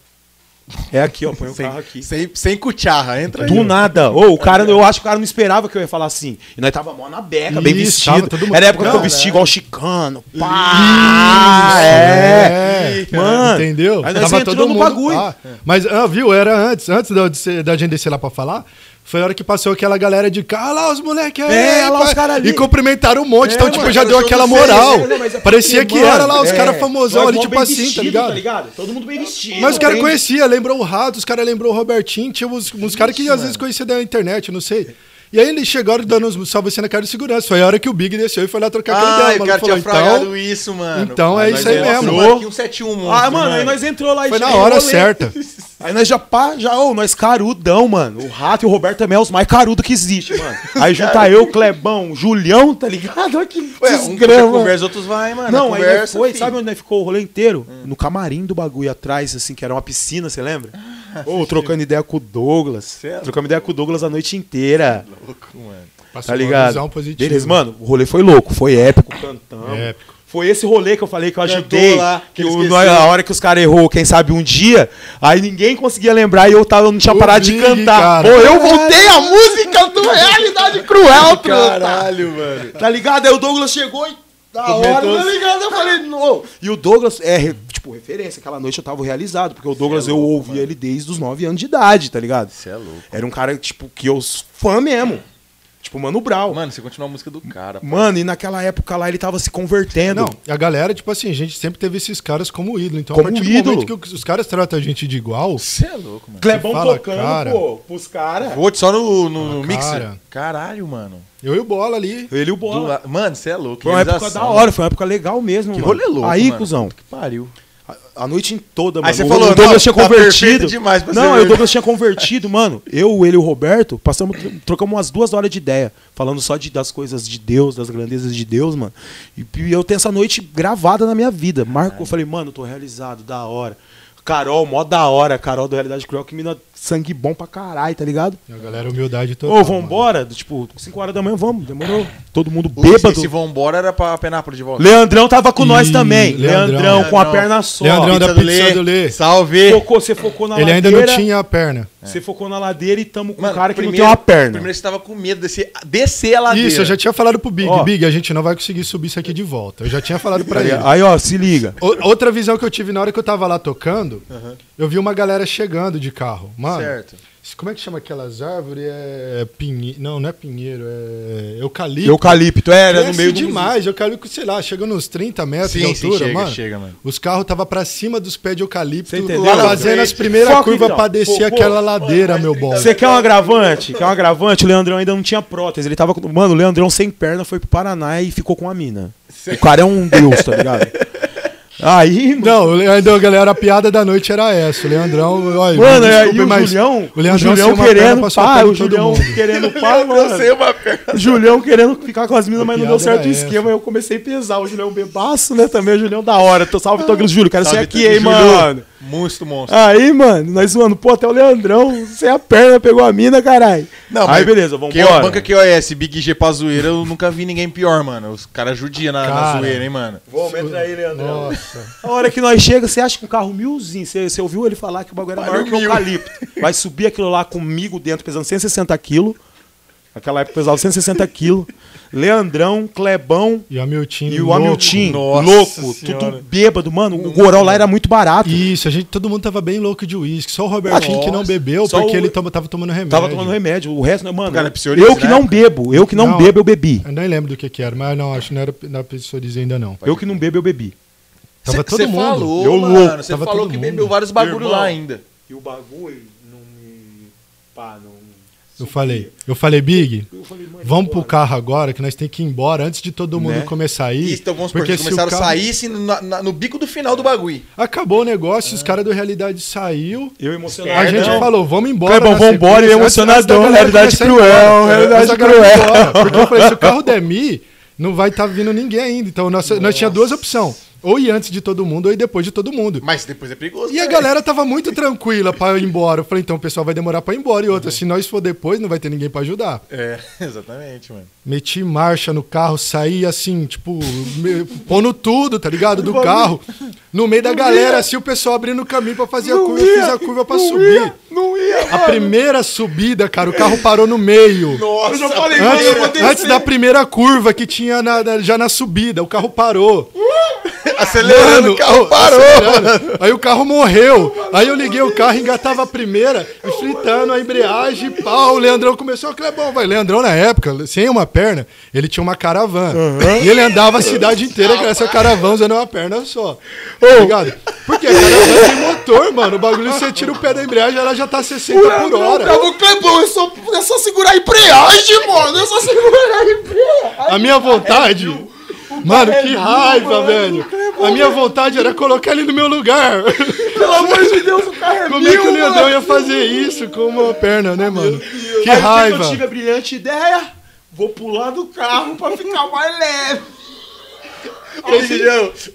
Speaker 3: É aqui, ó, põe o
Speaker 2: Sem,
Speaker 3: carro aqui.
Speaker 2: sem, sem cucharra, entra aí.
Speaker 3: Do nada. Ô, o cara, eu acho que o cara não esperava que eu ia falar assim. E nós tava mó na beca, bem
Speaker 4: Isso,
Speaker 3: vestido.
Speaker 4: tava todo mundo- é.
Speaker 3: Era a época que eu
Speaker 4: Caralho.
Speaker 3: vesti igual chicano. Pá! é.
Speaker 4: É.
Speaker 3: Mano,
Speaker 4: Entendeu?
Speaker 3: Aí nós entrou no bagulho.
Speaker 4: lá. Mas, ah, viu, era antes, antes da, de ser- da gente descer lá pra falar. Foi a hora que passou aquela galera de cá, olha lá os moleques aí.
Speaker 3: É, olha lá
Speaker 4: pá."
Speaker 3: os cara ali. É,
Speaker 4: E cumprimentaram um monte, então, tipo, já deu aquela moral.
Speaker 3: né?
Speaker 4: Parecia que era lá os caras famosão ali, tipo assim, tá ligado?
Speaker 3: Todo mundo bem vestido.
Speaker 4: Mas os caras
Speaker 3: bem-
Speaker 4: conheciam, lembrou o Rato, os caras lembrou o Robertinho, tinha uns, uns caras que às vezes conhecia da internet, não sei. E aí eles chegaram dando uns salve na cara de segurança. Foi a hora que o Big desceu e foi lá trocar aquele
Speaker 2: Ah,
Speaker 4: ideia.
Speaker 2: o
Speaker 4: maluco
Speaker 2: cara tinha
Speaker 4: falou, então,
Speaker 2: fragado isso, mano.
Speaker 4: então é
Speaker 2: Mas
Speaker 4: isso aí
Speaker 2: nossa,
Speaker 4: mesmo.
Speaker 2: mano, que um 71 monstro,
Speaker 3: Ah, mano, aí nós entrou lá e
Speaker 4: né? Foi na
Speaker 3: aí eu
Speaker 4: hora
Speaker 3: rolei.
Speaker 4: certa.
Speaker 3: Aí nós já pá, já, ô, nós carudão, mano. O Rato e o Roberto também é os mais carudos que existe, mano. Aí junta eu, Clebão, Julião, tá ligado? Olha que
Speaker 2: Ué, um
Speaker 3: desgrama.
Speaker 2: conversa, outros vai, mano.
Speaker 3: Não, aí nós
Speaker 2: Ah, conversa,
Speaker 3: foi,
Speaker 2: filho. Hum.
Speaker 3: sabe onde nós ficou o rolê inteiro? No camarim do bagulho atrás, assim, que era uma piscina, você lembra?
Speaker 2: Ah,
Speaker 3: Ô, trocando ideia com o Douglas.
Speaker 2: é louco. é
Speaker 3: Trocando ideia com o Douglas a noite inteira.
Speaker 2: Louco, mano.
Speaker 4: Passou
Speaker 3: Tá
Speaker 4: uma
Speaker 3: ligado?
Speaker 4: visão positiva.
Speaker 3: Beleza, mano, o rolê foi louco, foi épico, cantamos.
Speaker 4: Épico.
Speaker 3: Foi esse rolê que eu falei que eu
Speaker 2: Cantou
Speaker 3: ajudei.
Speaker 2: lá,
Speaker 3: que
Speaker 2: que
Speaker 3: o-
Speaker 2: ele
Speaker 3: na
Speaker 2: esqueceu.
Speaker 3: a hora que os caras errou, quem sabe um dia, aí ninguém conseguia lembrar e eu, tava, eu não tinha
Speaker 4: O
Speaker 3: parado de
Speaker 4: Big,
Speaker 3: cantar.
Speaker 4: cara.
Speaker 3: Pô, eu voltei a música do Realidade Cruel, truta.
Speaker 2: Caralho, mano.
Speaker 3: Tá ligado? Aí o Douglas chegou e. Da hora,
Speaker 2: Comentou assim,
Speaker 3: tá ligado? Eu falei, não. E o Douglas é, re- tipo, referência. Aquela noite eu tava realizado, porque o
Speaker 2: é
Speaker 3: Douglas eu ouvi ele desde os 9 anos de idade, tá ligado?
Speaker 2: Você é louco.
Speaker 3: Era um cara, tipo, que eu s- fã mesmo. Tipo, Mano Brown.
Speaker 2: Mano, você continua a música do cara. pô.
Speaker 3: Mano, e naquela época lá ele tava se convertendo.
Speaker 4: Não, a galera, tipo assim, a gente sempre teve esses caras como ídolo. Então,
Speaker 3: Como
Speaker 4: a partir do
Speaker 3: ídolo.
Speaker 4: momento que os caras tratam a gente de igual,
Speaker 2: Você é louco, mano.
Speaker 3: Clebão
Speaker 4: fala,
Speaker 3: tocando,
Speaker 4: cara.
Speaker 3: pô, pros caras.
Speaker 2: Vou só no, no
Speaker 4: Ah,
Speaker 2: mixer.
Speaker 4: cara.
Speaker 2: Caralho, mano.
Speaker 4: eu e o Bola ali.
Speaker 3: Ele e o
Speaker 2: Do
Speaker 3: Bola.
Speaker 2: la- Mano, você é louco.
Speaker 3: Foi uma época da
Speaker 2: Realização,
Speaker 3: hora, foi uma época legal mesmo,
Speaker 2: Que
Speaker 3: mano.
Speaker 2: rolê louco,
Speaker 3: Aí,
Speaker 2: mano.
Speaker 3: cuzão.
Speaker 2: Que pariu.
Speaker 3: A noite em toda, mano.
Speaker 2: você
Speaker 3: o
Speaker 2: falou,
Speaker 3: o Douglas
Speaker 2: não,
Speaker 3: tinha
Speaker 2: tá
Speaker 3: convertido.
Speaker 2: perfeito demais pra ser
Speaker 3: não, aí o
Speaker 2: verdade.
Speaker 3: Douglas tinha convertido, mano. Eu, ele e o Roberto, passamos, tro- trocamos umas duas horas de ideia, falando só de- das coisas de Deus, das grandezas de Deus, mano. E, e eu tenho essa noite gravada na minha vida. Marco, eu falei, mano, eu tô realizado, da hora. Carol, mó da hora, Carol do Realidade Cruel, que mina sangue bom pra caralho, tá ligado?
Speaker 4: A galera, humildade total.
Speaker 3: Ô,
Speaker 4: mano.
Speaker 3: vambora, tipo, 5 horas da manhã, vamos, demorou. Todo mundo
Speaker 2: Bêbado.
Speaker 3: bêbado.
Speaker 2: Se vão embora, era pra Penápolis de volta.
Speaker 3: Leandrão tava com nós
Speaker 4: Ih,
Speaker 3: também. Leandrão,
Speaker 4: Leandrão.
Speaker 3: com a
Speaker 2: Leandrão.
Speaker 3: perna só.
Speaker 4: Leandrão da
Speaker 2: Pizza do
Speaker 4: pizza
Speaker 2: Lê.
Speaker 4: do Lê.
Speaker 2: Salve!
Speaker 3: Focou, você focou na
Speaker 4: Ele ainda
Speaker 3: ladeira.
Speaker 4: não tinha a perna.
Speaker 3: É. Você focou na ladeira e tamo com
Speaker 2: Mano,
Speaker 3: um cara que
Speaker 2: primeiro-
Speaker 3: não tem uma perna.
Speaker 2: Primeiro você tava com medo de descer, descer a ladeira.
Speaker 4: Isso, eu já tinha falado pro Big.
Speaker 3: Ó.
Speaker 4: Big, a gente não vai conseguir subir isso aqui de volta. Eu já tinha falado pra
Speaker 3: Aí,
Speaker 4: ele.
Speaker 3: Tá Aí, ó, se liga.
Speaker 4: O- outra visão que eu tive na hora que eu tava lá tocando, eu vi uma galera chegando de carro. Mano,
Speaker 2: Certo.
Speaker 4: como é que chama aquelas árvores? É pinheiro. Não, não é pinheiro, é eucalipto.
Speaker 3: Eucalipto, era no
Speaker 4: Cresce
Speaker 3: meio do
Speaker 4: demais, eucalipto, sei lá, chegando uns 30 metros de
Speaker 2: Sim, sim,
Speaker 4: altura,
Speaker 2: chega,
Speaker 4: mano.
Speaker 2: chega, mano.
Speaker 4: Os carros tava pra cima dos pés de eucalipto,
Speaker 3: Você entendeu?
Speaker 4: lá
Speaker 3: Lá na
Speaker 4: fazendo
Speaker 2: frente.
Speaker 4: as primeiras
Speaker 3: Foca,
Speaker 4: curvas
Speaker 3: então.
Speaker 4: pra descer
Speaker 3: Pô, pô,
Speaker 4: aquela ladeira, meu bom.
Speaker 3: Você quer um agravante? Quer um agravante? O Leandrão ainda não tinha prótese. Ele tava. com- Mano, o Leandrão sem perna foi pro Paraná e ficou com a mina. O cara é um deus, tá ligado? Aí, mano.
Speaker 4: Não, o Leandrão, galera, a piada da noite era essa. O Leandrão, olha,
Speaker 3: Mano,
Speaker 4: me
Speaker 3: aí
Speaker 4: desculpe,
Speaker 3: o
Speaker 4: mas
Speaker 3: Julião,
Speaker 4: o Leandrão,
Speaker 3: o Julião
Speaker 4: sem uma perna
Speaker 3: querendo
Speaker 4: passou a
Speaker 3: pá,
Speaker 4: perna
Speaker 3: o
Speaker 4: em todo
Speaker 3: Julião
Speaker 4: mundo.
Speaker 3: querendo pá,
Speaker 2: Eu
Speaker 3: mano.
Speaker 2: sei uma perna.
Speaker 3: O Julião querendo ficar com as minas, mas não deu
Speaker 4: piada
Speaker 3: certo
Speaker 4: era
Speaker 3: o
Speaker 4: essa.
Speaker 3: esquema. Aí eu comecei a pesar. O Julião bebaço, né? Também o Julião da hora. Tô salve, Togres Júlio. Quero ser
Speaker 2: Salve,
Speaker 3: aqui, hein,
Speaker 2: Júlio.
Speaker 3: mano. Ah,
Speaker 2: Monstro, monstro.
Speaker 3: Aí, mano, nós zoando. Pô, até o Leandrão, sem a perna, pegou a mina, caralho. aí,
Speaker 2: mas
Speaker 3: beleza, vamos
Speaker 2: que é banca que OS, Big G pra zoeira, eu nunca vi ninguém pior, mano. Os caras judiam na, na
Speaker 4: Cara.
Speaker 2: zoeira, hein, mano.
Speaker 8: Vamos, entra aí, Leandrão.
Speaker 4: Nossa.
Speaker 3: A hora que nós chega, você acha que um carro milzinho, você, você ouviu ele falar que o bagulho era maior que o eucalipto. Vai subir aquilo lá comigo dentro, pesando 160 quilos. Naquela época pesava 160 quilos. Leandrão, Clebão
Speaker 4: E o Hamilton.
Speaker 3: e o
Speaker 4: louco.
Speaker 3: Hamilton,
Speaker 2: Nossa
Speaker 3: louco,
Speaker 2: Senhora.
Speaker 3: tudo bêbado. Mano, o gorol lá era muito barato.
Speaker 4: Isso, a gente, todo mundo tava bem louco de uísque. Só o Robertinho que não bebeu
Speaker 3: Só
Speaker 4: porque
Speaker 3: o-
Speaker 4: ele toma- tava tomando remédio.
Speaker 3: Tava tomando remédio. O resto, né, mano,
Speaker 2: Cara, psoríase,
Speaker 3: eu que
Speaker 2: né?
Speaker 3: não bebo, eu que não,
Speaker 4: Não.
Speaker 3: bebo, eu bebi.
Speaker 4: Eu nem lembro do que que era, mas não, acho que não era na psoríase ainda não.
Speaker 3: Eu que não bebo, eu bebi.
Speaker 4: Tava todo mundo.
Speaker 2: falou,
Speaker 3: Eu
Speaker 2: mano.
Speaker 3: louco,
Speaker 2: Você
Speaker 4: tava
Speaker 2: falou
Speaker 4: todo
Speaker 2: que
Speaker 4: mundo.
Speaker 2: bebeu vários bagulho
Speaker 3: Irmão.
Speaker 2: lá ainda.
Speaker 3: E o bagulho não me. Pá, não.
Speaker 4: Eu falei, eu falei, Big,
Speaker 3: Eu falei, mano,
Speaker 4: vamos pro carro agora que nós tem que ir embora antes de todo mundo começar a ir.
Speaker 2: Né? Isso, então vamos supor, eles
Speaker 4: se o
Speaker 2: começaram
Speaker 4: carro-
Speaker 2: a sair se na- na- no bico do final do bagulho.
Speaker 4: Acabou o negócio, os
Speaker 2: É.
Speaker 4: caras do Realidade saiu.
Speaker 3: Eu
Speaker 4: A
Speaker 3: emocionado. né?
Speaker 2: Perdão.
Speaker 4: gente falou, vamos embora.
Speaker 3: Clebão,
Speaker 4: na
Speaker 3: vamos embora,
Speaker 4: sequência,
Speaker 3: ele é
Speaker 4: antes- antes da
Speaker 3: emocionadão,
Speaker 4: galera
Speaker 3: realidade
Speaker 4: começar a ir
Speaker 3: cruel,
Speaker 4: embora.
Speaker 3: realidade
Speaker 4: Antes da
Speaker 3: cruel.
Speaker 4: galera ir embora, Porque eu falei, se o carro der mi, não vai estar vindo ninguém ainda. Então nós, nós tinha duas opções. Ou ir antes de todo mundo, ou ir depois de todo mundo.
Speaker 2: Mas depois é perigoso.
Speaker 4: E a
Speaker 2: né?
Speaker 4: galera tava muito tranquila pra ir embora. Eu falei, então o pessoal vai demorar pra ir embora. E outra, se nós for depois, não vai ter ninguém pra ajudar.
Speaker 2: É, exatamente, mano.
Speaker 4: Meti marcha no carro, saí assim, tipo, me- pondo tudo, tá ligado? Do carro. No meio da galera, assim, o pessoal abrindo o caminho pra fazer a curva. Eu fiz a curva pra subir.
Speaker 3: Não ia,
Speaker 4: A primeira subida, cara, o carro parou no meio.
Speaker 2: Nossa, eu já falei,
Speaker 4: Antes, antes da primeira curva que tinha na- na- já na subida, o carro parou.
Speaker 2: acelerando, o carro parou.
Speaker 4: Acelerando. Aí o carro morreu. Aí eu liguei o carro, engatava a primeira, e fritando a embreagem, pau. O Leandrão começou a Clebão, vai. Leandrão, na época, sem uma perna, ele tinha uma caravana. E ele andava a cidade inteira com essa caravana usando uma perna só. Tá ligado? Porque a caravana tem motor, mano. O bagulho, você tira o pé da embreagem, ela já tá 60 por hora.
Speaker 8: o Clebão, é só, é só segurar a embreagem, mano. É só segurar a embreagem.
Speaker 4: A minha vontade. Mano, que raiva, velho. A minha vontade era colocar ele no meu lugar.
Speaker 8: Pelo amor de Deus, o carro é
Speaker 4: Como é que o Leandrão ia fazer isso com uma perna, né, mano? Que
Speaker 3: Aí o que que eu
Speaker 4: raiva.
Speaker 3: tive a brilhante ideia? Vou pular do carro pra ficar mais leve.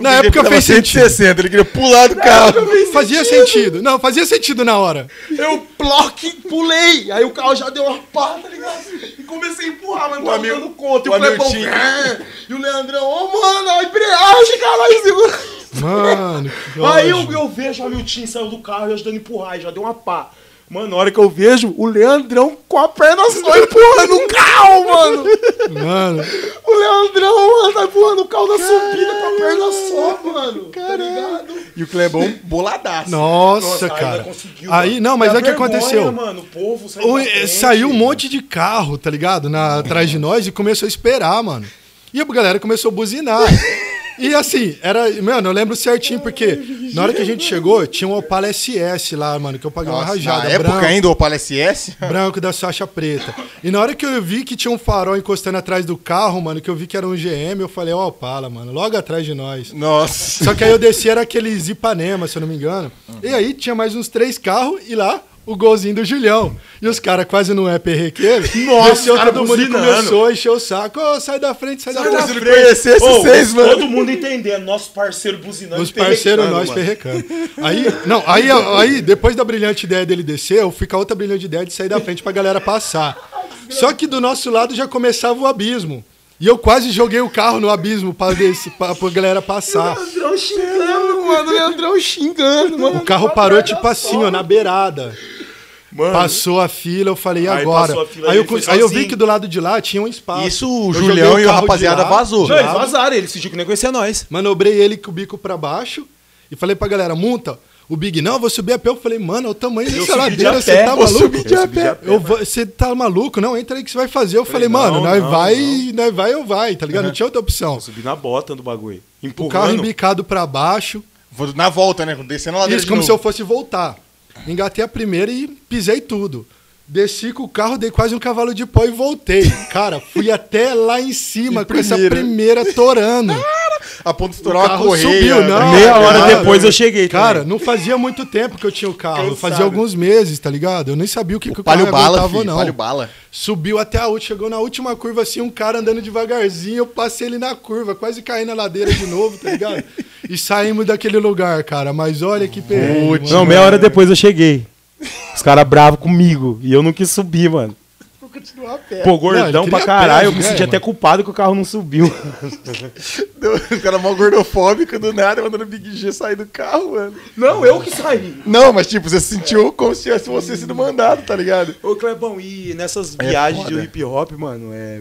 Speaker 4: Na época fez sentido.
Speaker 2: 160, ele queria pular do carro.
Speaker 4: Fazia sentido. Não, fazia sentido na hora.
Speaker 3: Eu bloco e pulei. Aí o carro já deu uma pá, tá ligado? E comecei a empurrar, mas não tava dando conta. E o,
Speaker 2: o
Speaker 3: Clebão...
Speaker 2: Hamilton.
Speaker 3: "Ah", E o Leandrão, ô mano, a embreagem, caralho. segura."
Speaker 4: Mano, que
Speaker 3: Aí
Speaker 4: ódio.
Speaker 3: eu, eu vejo o Milton saiu do carro e ajudando a empurrar, e já deu uma pá. Mano, na hora que eu vejo o Leandrão com a perna só empurrando o carro, mano.
Speaker 4: Mano,
Speaker 3: O Leandrão anda empurrando o carro na subida com a perna só, mano. Tá Caralho.
Speaker 2: E o Clebão boladaço.
Speaker 4: nossa, cara. Aí, não, mas olha o que aconteceu.
Speaker 3: Mano, o povo saiu.
Speaker 4: Ou,
Speaker 3: da
Speaker 4: eh,
Speaker 3: frente.
Speaker 4: saiu um monte de carro, tá ligado? Na, atrás de nós e começou a esperar, mano. E a galera começou a buzinar. E assim, era. Mano, eu lembro certinho, porque na hora que a gente chegou, tinha um Opala SS lá, mano, que eu paguei uma
Speaker 2: Nossa,
Speaker 4: rajada. é
Speaker 2: na época
Speaker 4: branco,
Speaker 2: ainda, o Opala SS?
Speaker 4: branco da faixa preta. E na hora que eu vi que tinha um farol encostando atrás do carro, mano, que eu vi que era um GM, eu falei, ó, Opala, mano, logo atrás de nós.
Speaker 2: Nossa.
Speaker 4: Só que aí eu desci, era aqueles Ipanema, se eu não me engano. E aí tinha mais uns três carros e lá o golzinho do Julião. E os caras quase não é perrequeiro. Nossa,
Speaker 9: cara
Speaker 4: todo mundo e
Speaker 9: buzinando.
Speaker 4: começou, encheu o saco. Ô, sai da frente, sai, da
Speaker 9: da
Speaker 4: frente.
Speaker 9: frente.
Speaker 2: conhecer esses
Speaker 9: Ô,
Speaker 2: seis, mano.
Speaker 9: Todo mundo entendendo, nosso parceiro buzinando.
Speaker 4: Os
Speaker 9: e
Speaker 4: parceiros
Speaker 9: perrecando,
Speaker 4: nós
Speaker 9: mano.
Speaker 4: perrecando. Aí, não, aí, aí, depois da brilhante ideia dele descer, eu fico a outra brilhante ideia de sair da frente pra galera passar. Só que do nosso lado já começava o abismo. E eu quase joguei o carro no abismo pra, desse, pra, pra galera passar.
Speaker 2: mano, o Leandrão xingando, mano.
Speaker 4: O carro parou, tipo assim, ó, na beirada. Passou a fila, eu falei, e
Speaker 9: Aí
Speaker 4: agora?
Speaker 9: passou a fila,
Speaker 4: aí,
Speaker 9: ele
Speaker 4: eu,
Speaker 9: foi
Speaker 4: cons- aí eu vi
Speaker 9: sozinho.
Speaker 4: que do lado de lá tinha um espaço.
Speaker 2: Isso
Speaker 4: Eu
Speaker 2: o
Speaker 4: joguei
Speaker 2: Julião e a
Speaker 4: carro de
Speaker 2: rapaziada
Speaker 4: lá,
Speaker 2: vazou.
Speaker 9: Não, eles vazaram, eles fingiu que nem conhecia nós.
Speaker 4: Manobrei ele com o bico pra baixo e falei pra galera, monta. O Big, não, eu vou subir a pé. Eu falei, mano, é o tamanho dessa
Speaker 9: subi de a
Speaker 4: ladeira, você
Speaker 9: pé,
Speaker 4: tá
Speaker 9: vou
Speaker 4: maluco?
Speaker 9: subir de a pé.
Speaker 4: Eu vou- Você tá maluco? Não, entra aí que você vai fazer. Eu falei, mano,
Speaker 9: não,
Speaker 4: nós
Speaker 9: não,
Speaker 4: vai, nós vai ou vai, tá ligado? Não tinha outra opção.
Speaker 9: Subi na bota do bagulho.
Speaker 4: O
Speaker 9: Empurrando.
Speaker 4: carro embicado pra baixo.
Speaker 2: Vou Na volta, né? Descendo a ladeira
Speaker 4: Isso, como se eu fosse voltar. Engatei a primeira e pisei tudo. Desci com o carro, dei quase um cavalo de pó e voltei. Cara, fui até lá em cima com essa primeira torando.
Speaker 2: A ponto de
Speaker 4: o
Speaker 2: estourar uma
Speaker 4: carro
Speaker 2: correia.
Speaker 4: subiu, não.
Speaker 9: Meia
Speaker 4: Ah,
Speaker 9: hora
Speaker 4: cara.
Speaker 9: depois eu cheguei,
Speaker 4: Cara,
Speaker 9: também.
Speaker 4: não fazia muito tempo que eu tinha o carro.
Speaker 9: Quem
Speaker 4: Fazia
Speaker 9: sabe?
Speaker 4: alguns meses, tá ligado? Eu nem sabia o que, que o carro
Speaker 2: Palho bala,
Speaker 4: aguentava ou
Speaker 2: filho.
Speaker 4: não.
Speaker 2: Palho bala.
Speaker 4: Subiu até a última, chegou na última curva assim, um cara andando devagarzinho, eu passei ele na curva, quase caí na ladeira de novo, tá ligado? E saímos daquele lugar, cara. Mas olha que perrengue, mano.
Speaker 3: Não, meia hora depois eu cheguei. Os caras bravos comigo. E eu não quis subir, mano. Pô,
Speaker 4: Não,
Speaker 3: gordão
Speaker 4: ele queria
Speaker 3: pra caralho.
Speaker 4: peso,
Speaker 3: eu me
Speaker 4: né,
Speaker 3: senti até
Speaker 4: mano?
Speaker 3: culpado que o carro não subiu.
Speaker 2: O cara mó gordofóbico do nada, mandando o Big G sair do carro, mano.
Speaker 9: Não, eu que saí.
Speaker 2: Não, mas tipo, você se sentiu como se tivesse você sido mandado, tá ligado?
Speaker 9: Ô, Clebão, e nessas
Speaker 2: É
Speaker 9: viagens de
Speaker 2: foda.
Speaker 9: hip hop, mano, é.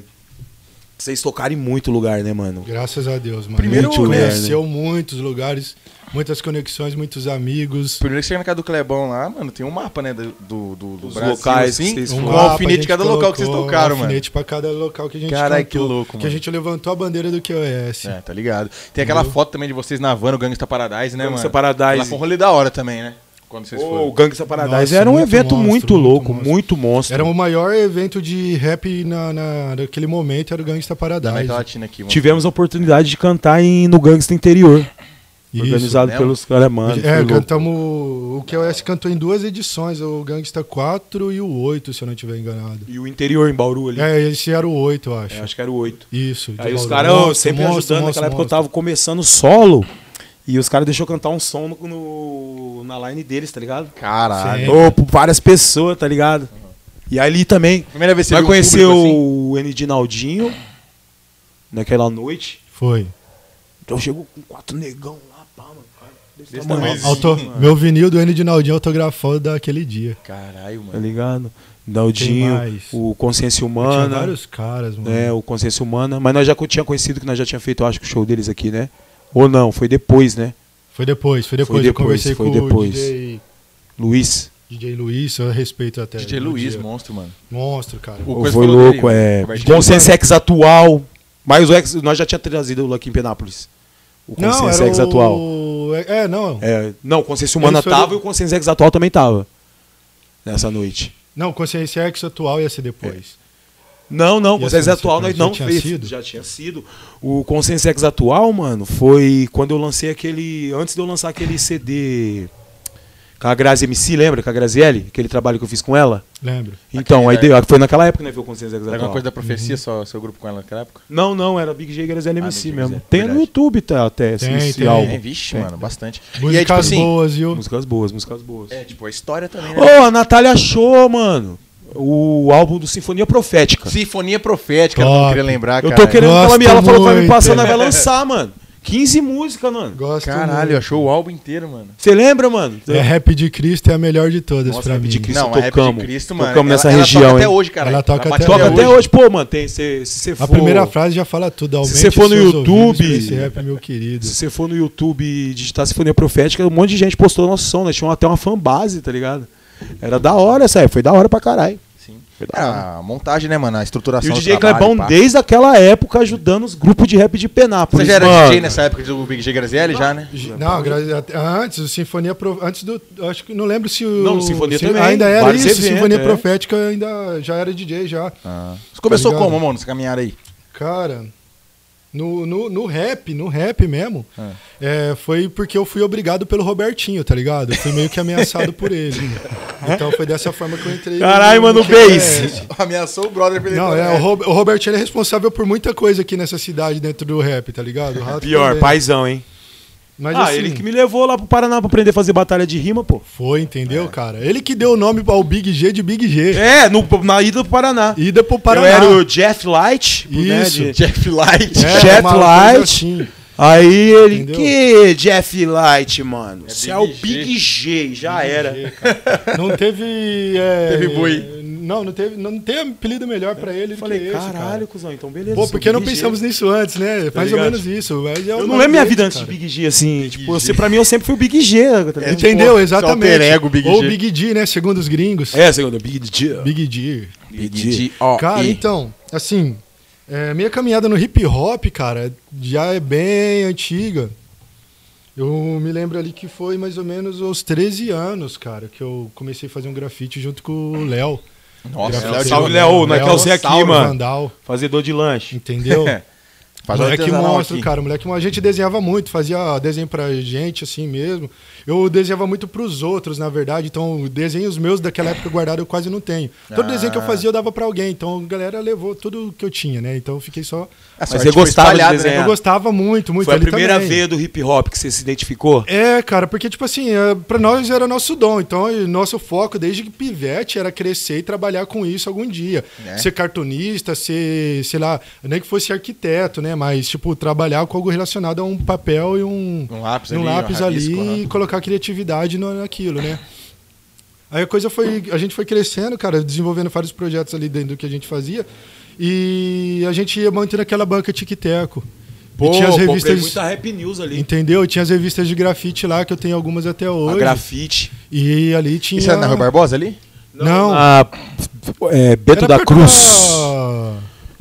Speaker 9: Vocês tocaram em muito lugar, né, mano?
Speaker 4: Graças a Deus, mano.
Speaker 2: Primeiro,
Speaker 4: Muito
Speaker 9: né?
Speaker 4: conheceu muitos lugares, muitas conexões, muitos amigos.
Speaker 2: Primeiro que chega na casa do Clebão lá, mano, tem um mapa, né, do, do, do, do
Speaker 9: Os
Speaker 2: Brasil,
Speaker 9: locais
Speaker 2: assim,
Speaker 9: que vocês
Speaker 2: com
Speaker 9: foram.
Speaker 2: um
Speaker 4: mapa, a
Speaker 2: alfinete
Speaker 4: gente
Speaker 2: de cada local que vocês
Speaker 4: colocou,
Speaker 2: tocaram,
Speaker 4: um
Speaker 2: mano.
Speaker 4: alfinete pra cada local que a gente
Speaker 2: Caralho, que
Speaker 4: cantou,
Speaker 2: louco,
Speaker 4: Que a
Speaker 2: mano.
Speaker 4: gente levantou a bandeira do QoS.
Speaker 2: É, tá ligado. Tem aquela foto também de vocês na van, o Gangsta Paradise, né,
Speaker 9: Gangsta
Speaker 2: mano?
Speaker 9: Paradise.
Speaker 2: Lá foi um rolê da hora também, né? Quando vocês
Speaker 9: Ô, o
Speaker 2: foram.
Speaker 9: Gangsta Paradise
Speaker 4: Nossa,
Speaker 3: era um
Speaker 4: muito
Speaker 3: evento
Speaker 4: monstro,
Speaker 3: muito
Speaker 4: muito
Speaker 3: louco,
Speaker 4: monstro.
Speaker 3: muito monstro.
Speaker 4: Era um o maior evento de rap na, na- naquele momento, era o Gangsta Paradise.
Speaker 3: É
Speaker 2: América Latina tá aqui, mano.
Speaker 3: Tivemos a oportunidade de cantar em, no Gangsta Interior.
Speaker 4: Isso.
Speaker 3: organizado
Speaker 2: né?
Speaker 3: pelos caras, mano. foi
Speaker 4: É,
Speaker 3: louco.
Speaker 4: cantamos. O QoS cantou em duas edições, o Gangsta 4 e o 8, se eu não estiver enganado.
Speaker 9: E o interior em Bauru ali.
Speaker 4: É, esse era o 8, eu acho.
Speaker 9: É, acho que era o 8.
Speaker 4: Isso. de
Speaker 3: Aí os
Speaker 4: Bauru.
Speaker 3: caras
Speaker 4: Monstro,
Speaker 3: eu sempre
Speaker 4: monstro,
Speaker 3: ajudando. Naquela
Speaker 4: monstro,
Speaker 3: época eu
Speaker 4: monstro.
Speaker 3: tava começando solo. E os caras deixou eu cantar um som no, no- na line deles, tá ligado?
Speaker 2: Caralho.
Speaker 4: Sim.
Speaker 3: Ô, por várias pessoas, tá ligado? E ali também.
Speaker 2: Primeira vez que
Speaker 3: Vai
Speaker 2: viu um
Speaker 3: conhecer
Speaker 2: público
Speaker 3: o N. Dinaldinho naquela noite.
Speaker 4: Foi.
Speaker 3: Então chegou com quatro negão lá, pá, mano. cara, desse
Speaker 2: Desse
Speaker 3: tamanho,
Speaker 2: tamanhozinho,
Speaker 3: assim,
Speaker 4: Auto... Meu vinil do N. Dinaldinho autografou daquele dia.
Speaker 2: assim? Caralho,
Speaker 3: Tá
Speaker 2: mano.
Speaker 3: ligado?
Speaker 4: Quem
Speaker 3: Dinaldinho,
Speaker 4: mais?
Speaker 3: o Consciência
Speaker 4: Tinha
Speaker 3: Humana.
Speaker 4: vários caras, mano.
Speaker 3: né, o Consciência Humana. Mas nós já co- tinha conhecido que nós já tinha feito, eu acho que o show deles aqui, né? Ou não, foi depois, né?
Speaker 4: Foi depois, foi
Speaker 3: Foi
Speaker 4: depois. eu
Speaker 3: depois,
Speaker 4: conversei
Speaker 3: foi
Speaker 4: com
Speaker 3: depois.
Speaker 4: o DJ,
Speaker 3: Luiz.
Speaker 4: DJ Luiz, eu respeito até.
Speaker 2: DJ
Speaker 4: no
Speaker 2: Luiz,
Speaker 4: dia.
Speaker 2: monstro, mano.
Speaker 4: Monstro, cara.
Speaker 2: O
Speaker 3: Ou
Speaker 2: Coisa
Speaker 3: foi
Speaker 2: falou dele,
Speaker 3: louco,
Speaker 2: né?
Speaker 3: é.
Speaker 2: Roberto
Speaker 3: Consciência Ex atual. Mas o Ex, nós já tinha trazido o Lucky em Penápolis. O Consciência Ex atual.
Speaker 4: o- É, é, não.
Speaker 3: É, não, o Consciência Humana
Speaker 4: Ele foi
Speaker 3: tava
Speaker 4: do-
Speaker 3: e o Consciência Ex atual também tava. Nessa noite.
Speaker 4: Não, Consciência Ex atual ia ser depois.
Speaker 3: Não, não,
Speaker 4: E
Speaker 3: Consciência
Speaker 4: essa
Speaker 3: Atual nós
Speaker 4: sequência
Speaker 3: não
Speaker 4: já tinha
Speaker 3: fez.
Speaker 4: sido?
Speaker 3: Já tinha sido. O Consciência Ex Atual, mano, foi quando eu lancei aquele. Antes de eu lançar aquele CD com a Grazi MC, lembra? Com a Grazielli? Aquele trabalho que eu fiz com ela?
Speaker 4: Lembro.
Speaker 3: Então, aí
Speaker 2: Aquele,
Speaker 3: deu- foi naquela época que nós viu o Consciência Ex
Speaker 2: Era alguma
Speaker 3: Atual.
Speaker 2: coisa da profecia, só seu grupo com ela naquela época?
Speaker 3: Não, não, era Big J e Grazielli
Speaker 2: Ah,
Speaker 3: MC
Speaker 2: Big J,
Speaker 3: mesmo.
Speaker 2: Grazielli,
Speaker 3: Tem no
Speaker 2: verdade.
Speaker 3: YouTube tá, até esse,
Speaker 4: Tem,
Speaker 3: esse
Speaker 4: tem.
Speaker 3: álbum.
Speaker 2: É, vixe, mano, bastante.
Speaker 3: é
Speaker 2: e aí, tipo
Speaker 4: Músicas
Speaker 2: assim,
Speaker 4: boas, viu?
Speaker 3: Músicas boas, músicas boas.
Speaker 2: é, tipo, a história também, né?
Speaker 3: Ô, a Natália achou, mano, o álbum do Sinfonia Profética.
Speaker 2: Sinfonia Profética, eu não
Speaker 4: Top.
Speaker 2: queria lembrar,
Speaker 3: eu
Speaker 2: cara.
Speaker 3: tô querendo que ela me.
Speaker 4: Ah, Gosto
Speaker 3: Ela falou que vai me
Speaker 4: muito.
Speaker 3: passar, nós vai lançar, mano. 15 músicas, mano.
Speaker 4: Gosto
Speaker 2: Caralho,
Speaker 4: muito.
Speaker 2: achou o álbum inteiro, mano.
Speaker 3: Você lembra, mano?
Speaker 4: É Rap de Cristo é a melhor de todas
Speaker 3: Nossa,
Speaker 4: pra
Speaker 3: Rap
Speaker 4: mim.
Speaker 3: de Cristo
Speaker 2: não, a Rap
Speaker 3: tocamos.
Speaker 2: de Cristo, mano.
Speaker 3: Tocamos nessa
Speaker 2: ela,
Speaker 3: região,
Speaker 2: Ela toca
Speaker 3: hein?
Speaker 2: até hoje, cara.
Speaker 4: Ela toca até
Speaker 3: Toca
Speaker 4: hoje.
Speaker 3: até hoje, pô, mano. Tem, se, se você for.
Speaker 4: A primeira frase já fala tudo. Aumente
Speaker 3: você for no
Speaker 4: seus
Speaker 3: YouTube-
Speaker 4: ouvidos pra Esse rap, meu querido.
Speaker 3: Se você for no YouTube e digitar Sinfonia Profética, um monte de gente postou nosso som, né? Tinha até uma fanbase, tá ligado? Era da hora essa aí, foi da hora pra caralho.
Speaker 2: Sim.
Speaker 3: Foi da hora.
Speaker 2: Ah, a montagem, né, mano? A
Speaker 3: E
Speaker 2: estruturação
Speaker 3: o DJ
Speaker 2: do trabalho,
Speaker 3: Clebão,
Speaker 2: pá.
Speaker 3: é desde aquela época, ajudando os grupos de rap de
Speaker 2: Você
Speaker 3: Penápolis.
Speaker 2: já era
Speaker 3: mano.
Speaker 2: DJ nessa época do Big J Grazielli, já, né?
Speaker 4: Não, gra- até- antes, o Sinfonia Pro- antes do, acho que não lembro se o
Speaker 3: Não, Sinfonia
Speaker 4: se-
Speaker 3: também,
Speaker 4: ainda era
Speaker 3: vários
Speaker 4: isso,
Speaker 3: eventos,
Speaker 4: Sinfonia
Speaker 3: é.
Speaker 4: Profética ainda já era DJ já.
Speaker 2: Ah. Você começou
Speaker 4: Tá ligado?
Speaker 2: como, mano? Você caminharam aí?
Speaker 4: Cara, no, no, no rap, no rap mesmo, é, foi porque eu fui obrigado pelo Robertinho, tá ligado? Eu fui meio que ameaçado por ele. Então foi dessa forma que eu entrei.
Speaker 10: Caralho, mano, o
Speaker 4: que é-
Speaker 10: Base.
Speaker 2: Ameaçou o brother pra ele
Speaker 4: Não,
Speaker 2: entrar,
Speaker 4: é, o,
Speaker 2: né?
Speaker 4: Rob- o Robert ele é responsável por muita coisa aqui nessa cidade dentro do rap, tá ligado? O Rato
Speaker 3: Pior,
Speaker 4: também.
Speaker 3: paizão, hein?
Speaker 4: Mas
Speaker 3: ah,
Speaker 4: assim,
Speaker 3: ele que me levou lá pro Paraná pra aprender a fazer batalha de rima, pô.
Speaker 4: foi, entendeu, cara? Ele que deu o nome ao Big G de Big G.
Speaker 3: É, no, na ida pro Paraná.
Speaker 4: Ida pro
Speaker 3: Eu
Speaker 4: Paraná.
Speaker 3: era o Jeff Light. né, pro
Speaker 4: Isso.
Speaker 3: Nerd.
Speaker 2: Jeff Light.
Speaker 4: É,
Speaker 3: Jet
Speaker 4: uma coisa
Speaker 3: Light.
Speaker 4: assim.
Speaker 3: Aí ele,
Speaker 4: Entendeu?
Speaker 3: que Jeff Light, mano? Você é o
Speaker 2: Big
Speaker 3: Big G, já era.
Speaker 4: Não teve. é,
Speaker 2: Teve boi.
Speaker 4: Não, não teve, não tem apelido melhor pra ele do
Speaker 3: Falei,
Speaker 4: que esse,
Speaker 3: caralho,
Speaker 4: cara.
Speaker 3: cuzão, então beleza.
Speaker 4: Pô,
Speaker 3: sou
Speaker 4: porque não
Speaker 3: Big G.
Speaker 4: pensamos nisso antes,
Speaker 2: Tá
Speaker 4: né? Mais ou
Speaker 3: ligado?
Speaker 4: menos isso. Mas é
Speaker 3: Eu
Speaker 4: o
Speaker 3: não
Speaker 4: nome
Speaker 3: lembro minha
Speaker 4: dele,
Speaker 3: vida antes
Speaker 4: cara.
Speaker 3: de Big G, assim. tipo, você, pra mim, eu sempre fui o Big G. tá ligado?
Speaker 4: Entendeu?
Speaker 2: Pô,
Speaker 4: Exatamente.
Speaker 2: seu alter ego, Big
Speaker 4: Ou
Speaker 2: G.
Speaker 4: Big D, né? Segundo os gringos.
Speaker 3: É, segundo, Big G.
Speaker 4: Big D.
Speaker 2: Big G, ó,
Speaker 4: Cara,
Speaker 2: e-
Speaker 4: então, assim, é, minha caminhada no hip hop, cara, já é bem antiga. Eu me lembro ali que foi mais ou menos aos 13 anos, cara, que eu comecei a fazer um grafite junto com o Léo.
Speaker 2: Nossa,
Speaker 4: Grafiteiro,
Speaker 2: Léo,
Speaker 3: salve,
Speaker 4: né?
Speaker 3: Léo, é nós quer você aqui,
Speaker 4: Saulo
Speaker 3: mano.
Speaker 4: Vandal,
Speaker 3: Fazedor de lanche.
Speaker 4: entendeu?
Speaker 2: É. faz um
Speaker 4: moleque
Speaker 2: artesanal
Speaker 4: monstro,
Speaker 2: aqui.
Speaker 4: cara. Moleque, monstro. a gente desenhava muito, fazia desenho pra gente, assim mesmo. Eu desenhava muito pros outros, na verdade. Então, desenhos meus daquela época guardado eu quase não tenho. Todo
Speaker 2: Ah.
Speaker 4: desenho que eu fazia eu dava pra alguém. Então, a galera levou tudo que eu tinha, né? Então, eu fiquei só.
Speaker 2: Mas
Speaker 3: sorte
Speaker 2: você
Speaker 3: foi
Speaker 2: gostava de
Speaker 3: espalhada, né?
Speaker 2: desenhar.
Speaker 4: Eu gostava muito, muito.
Speaker 3: Foi a
Speaker 4: ele
Speaker 3: primeira
Speaker 4: também.
Speaker 3: vez do hip hop que você se identificou?
Speaker 4: É, cara, porque, tipo assim, é, pra nós era nosso dom. Então, e nosso foco desde que pivete era crescer e trabalhar com isso algum dia.
Speaker 2: Né?
Speaker 4: Ser cartunista, ser, sei lá, nem que fosse arquiteto, né? Mas, tipo, trabalhar com algo relacionado a um papel e um,
Speaker 2: Um lápis
Speaker 4: e um
Speaker 2: ali, um
Speaker 4: lápis
Speaker 2: rabisco,
Speaker 4: ali
Speaker 2: né?
Speaker 4: e colocar criatividade no- naquilo, né? Aí a coisa foi. A gente foi crescendo, cara, desenvolvendo vários projetos ali dentro do que a gente fazia. E a gente ia mantendo aquela banca tic-teco.
Speaker 3: Pô,
Speaker 4: e tinha as revistas.
Speaker 3: comprei muita rap news ali.
Speaker 4: Entendeu? E tinha as revistas de grafite lá, que eu tenho algumas até
Speaker 3: Então, A
Speaker 4: Então,
Speaker 3: é
Speaker 4: hoje.
Speaker 3: grafite.
Speaker 4: E ali tinha.
Speaker 2: Isso era na Rua Barbosa ali?
Speaker 4: Não. Ah,
Speaker 3: A, é, Beto
Speaker 4: Era
Speaker 3: da
Speaker 4: perto
Speaker 3: Cruz.
Speaker 4: da-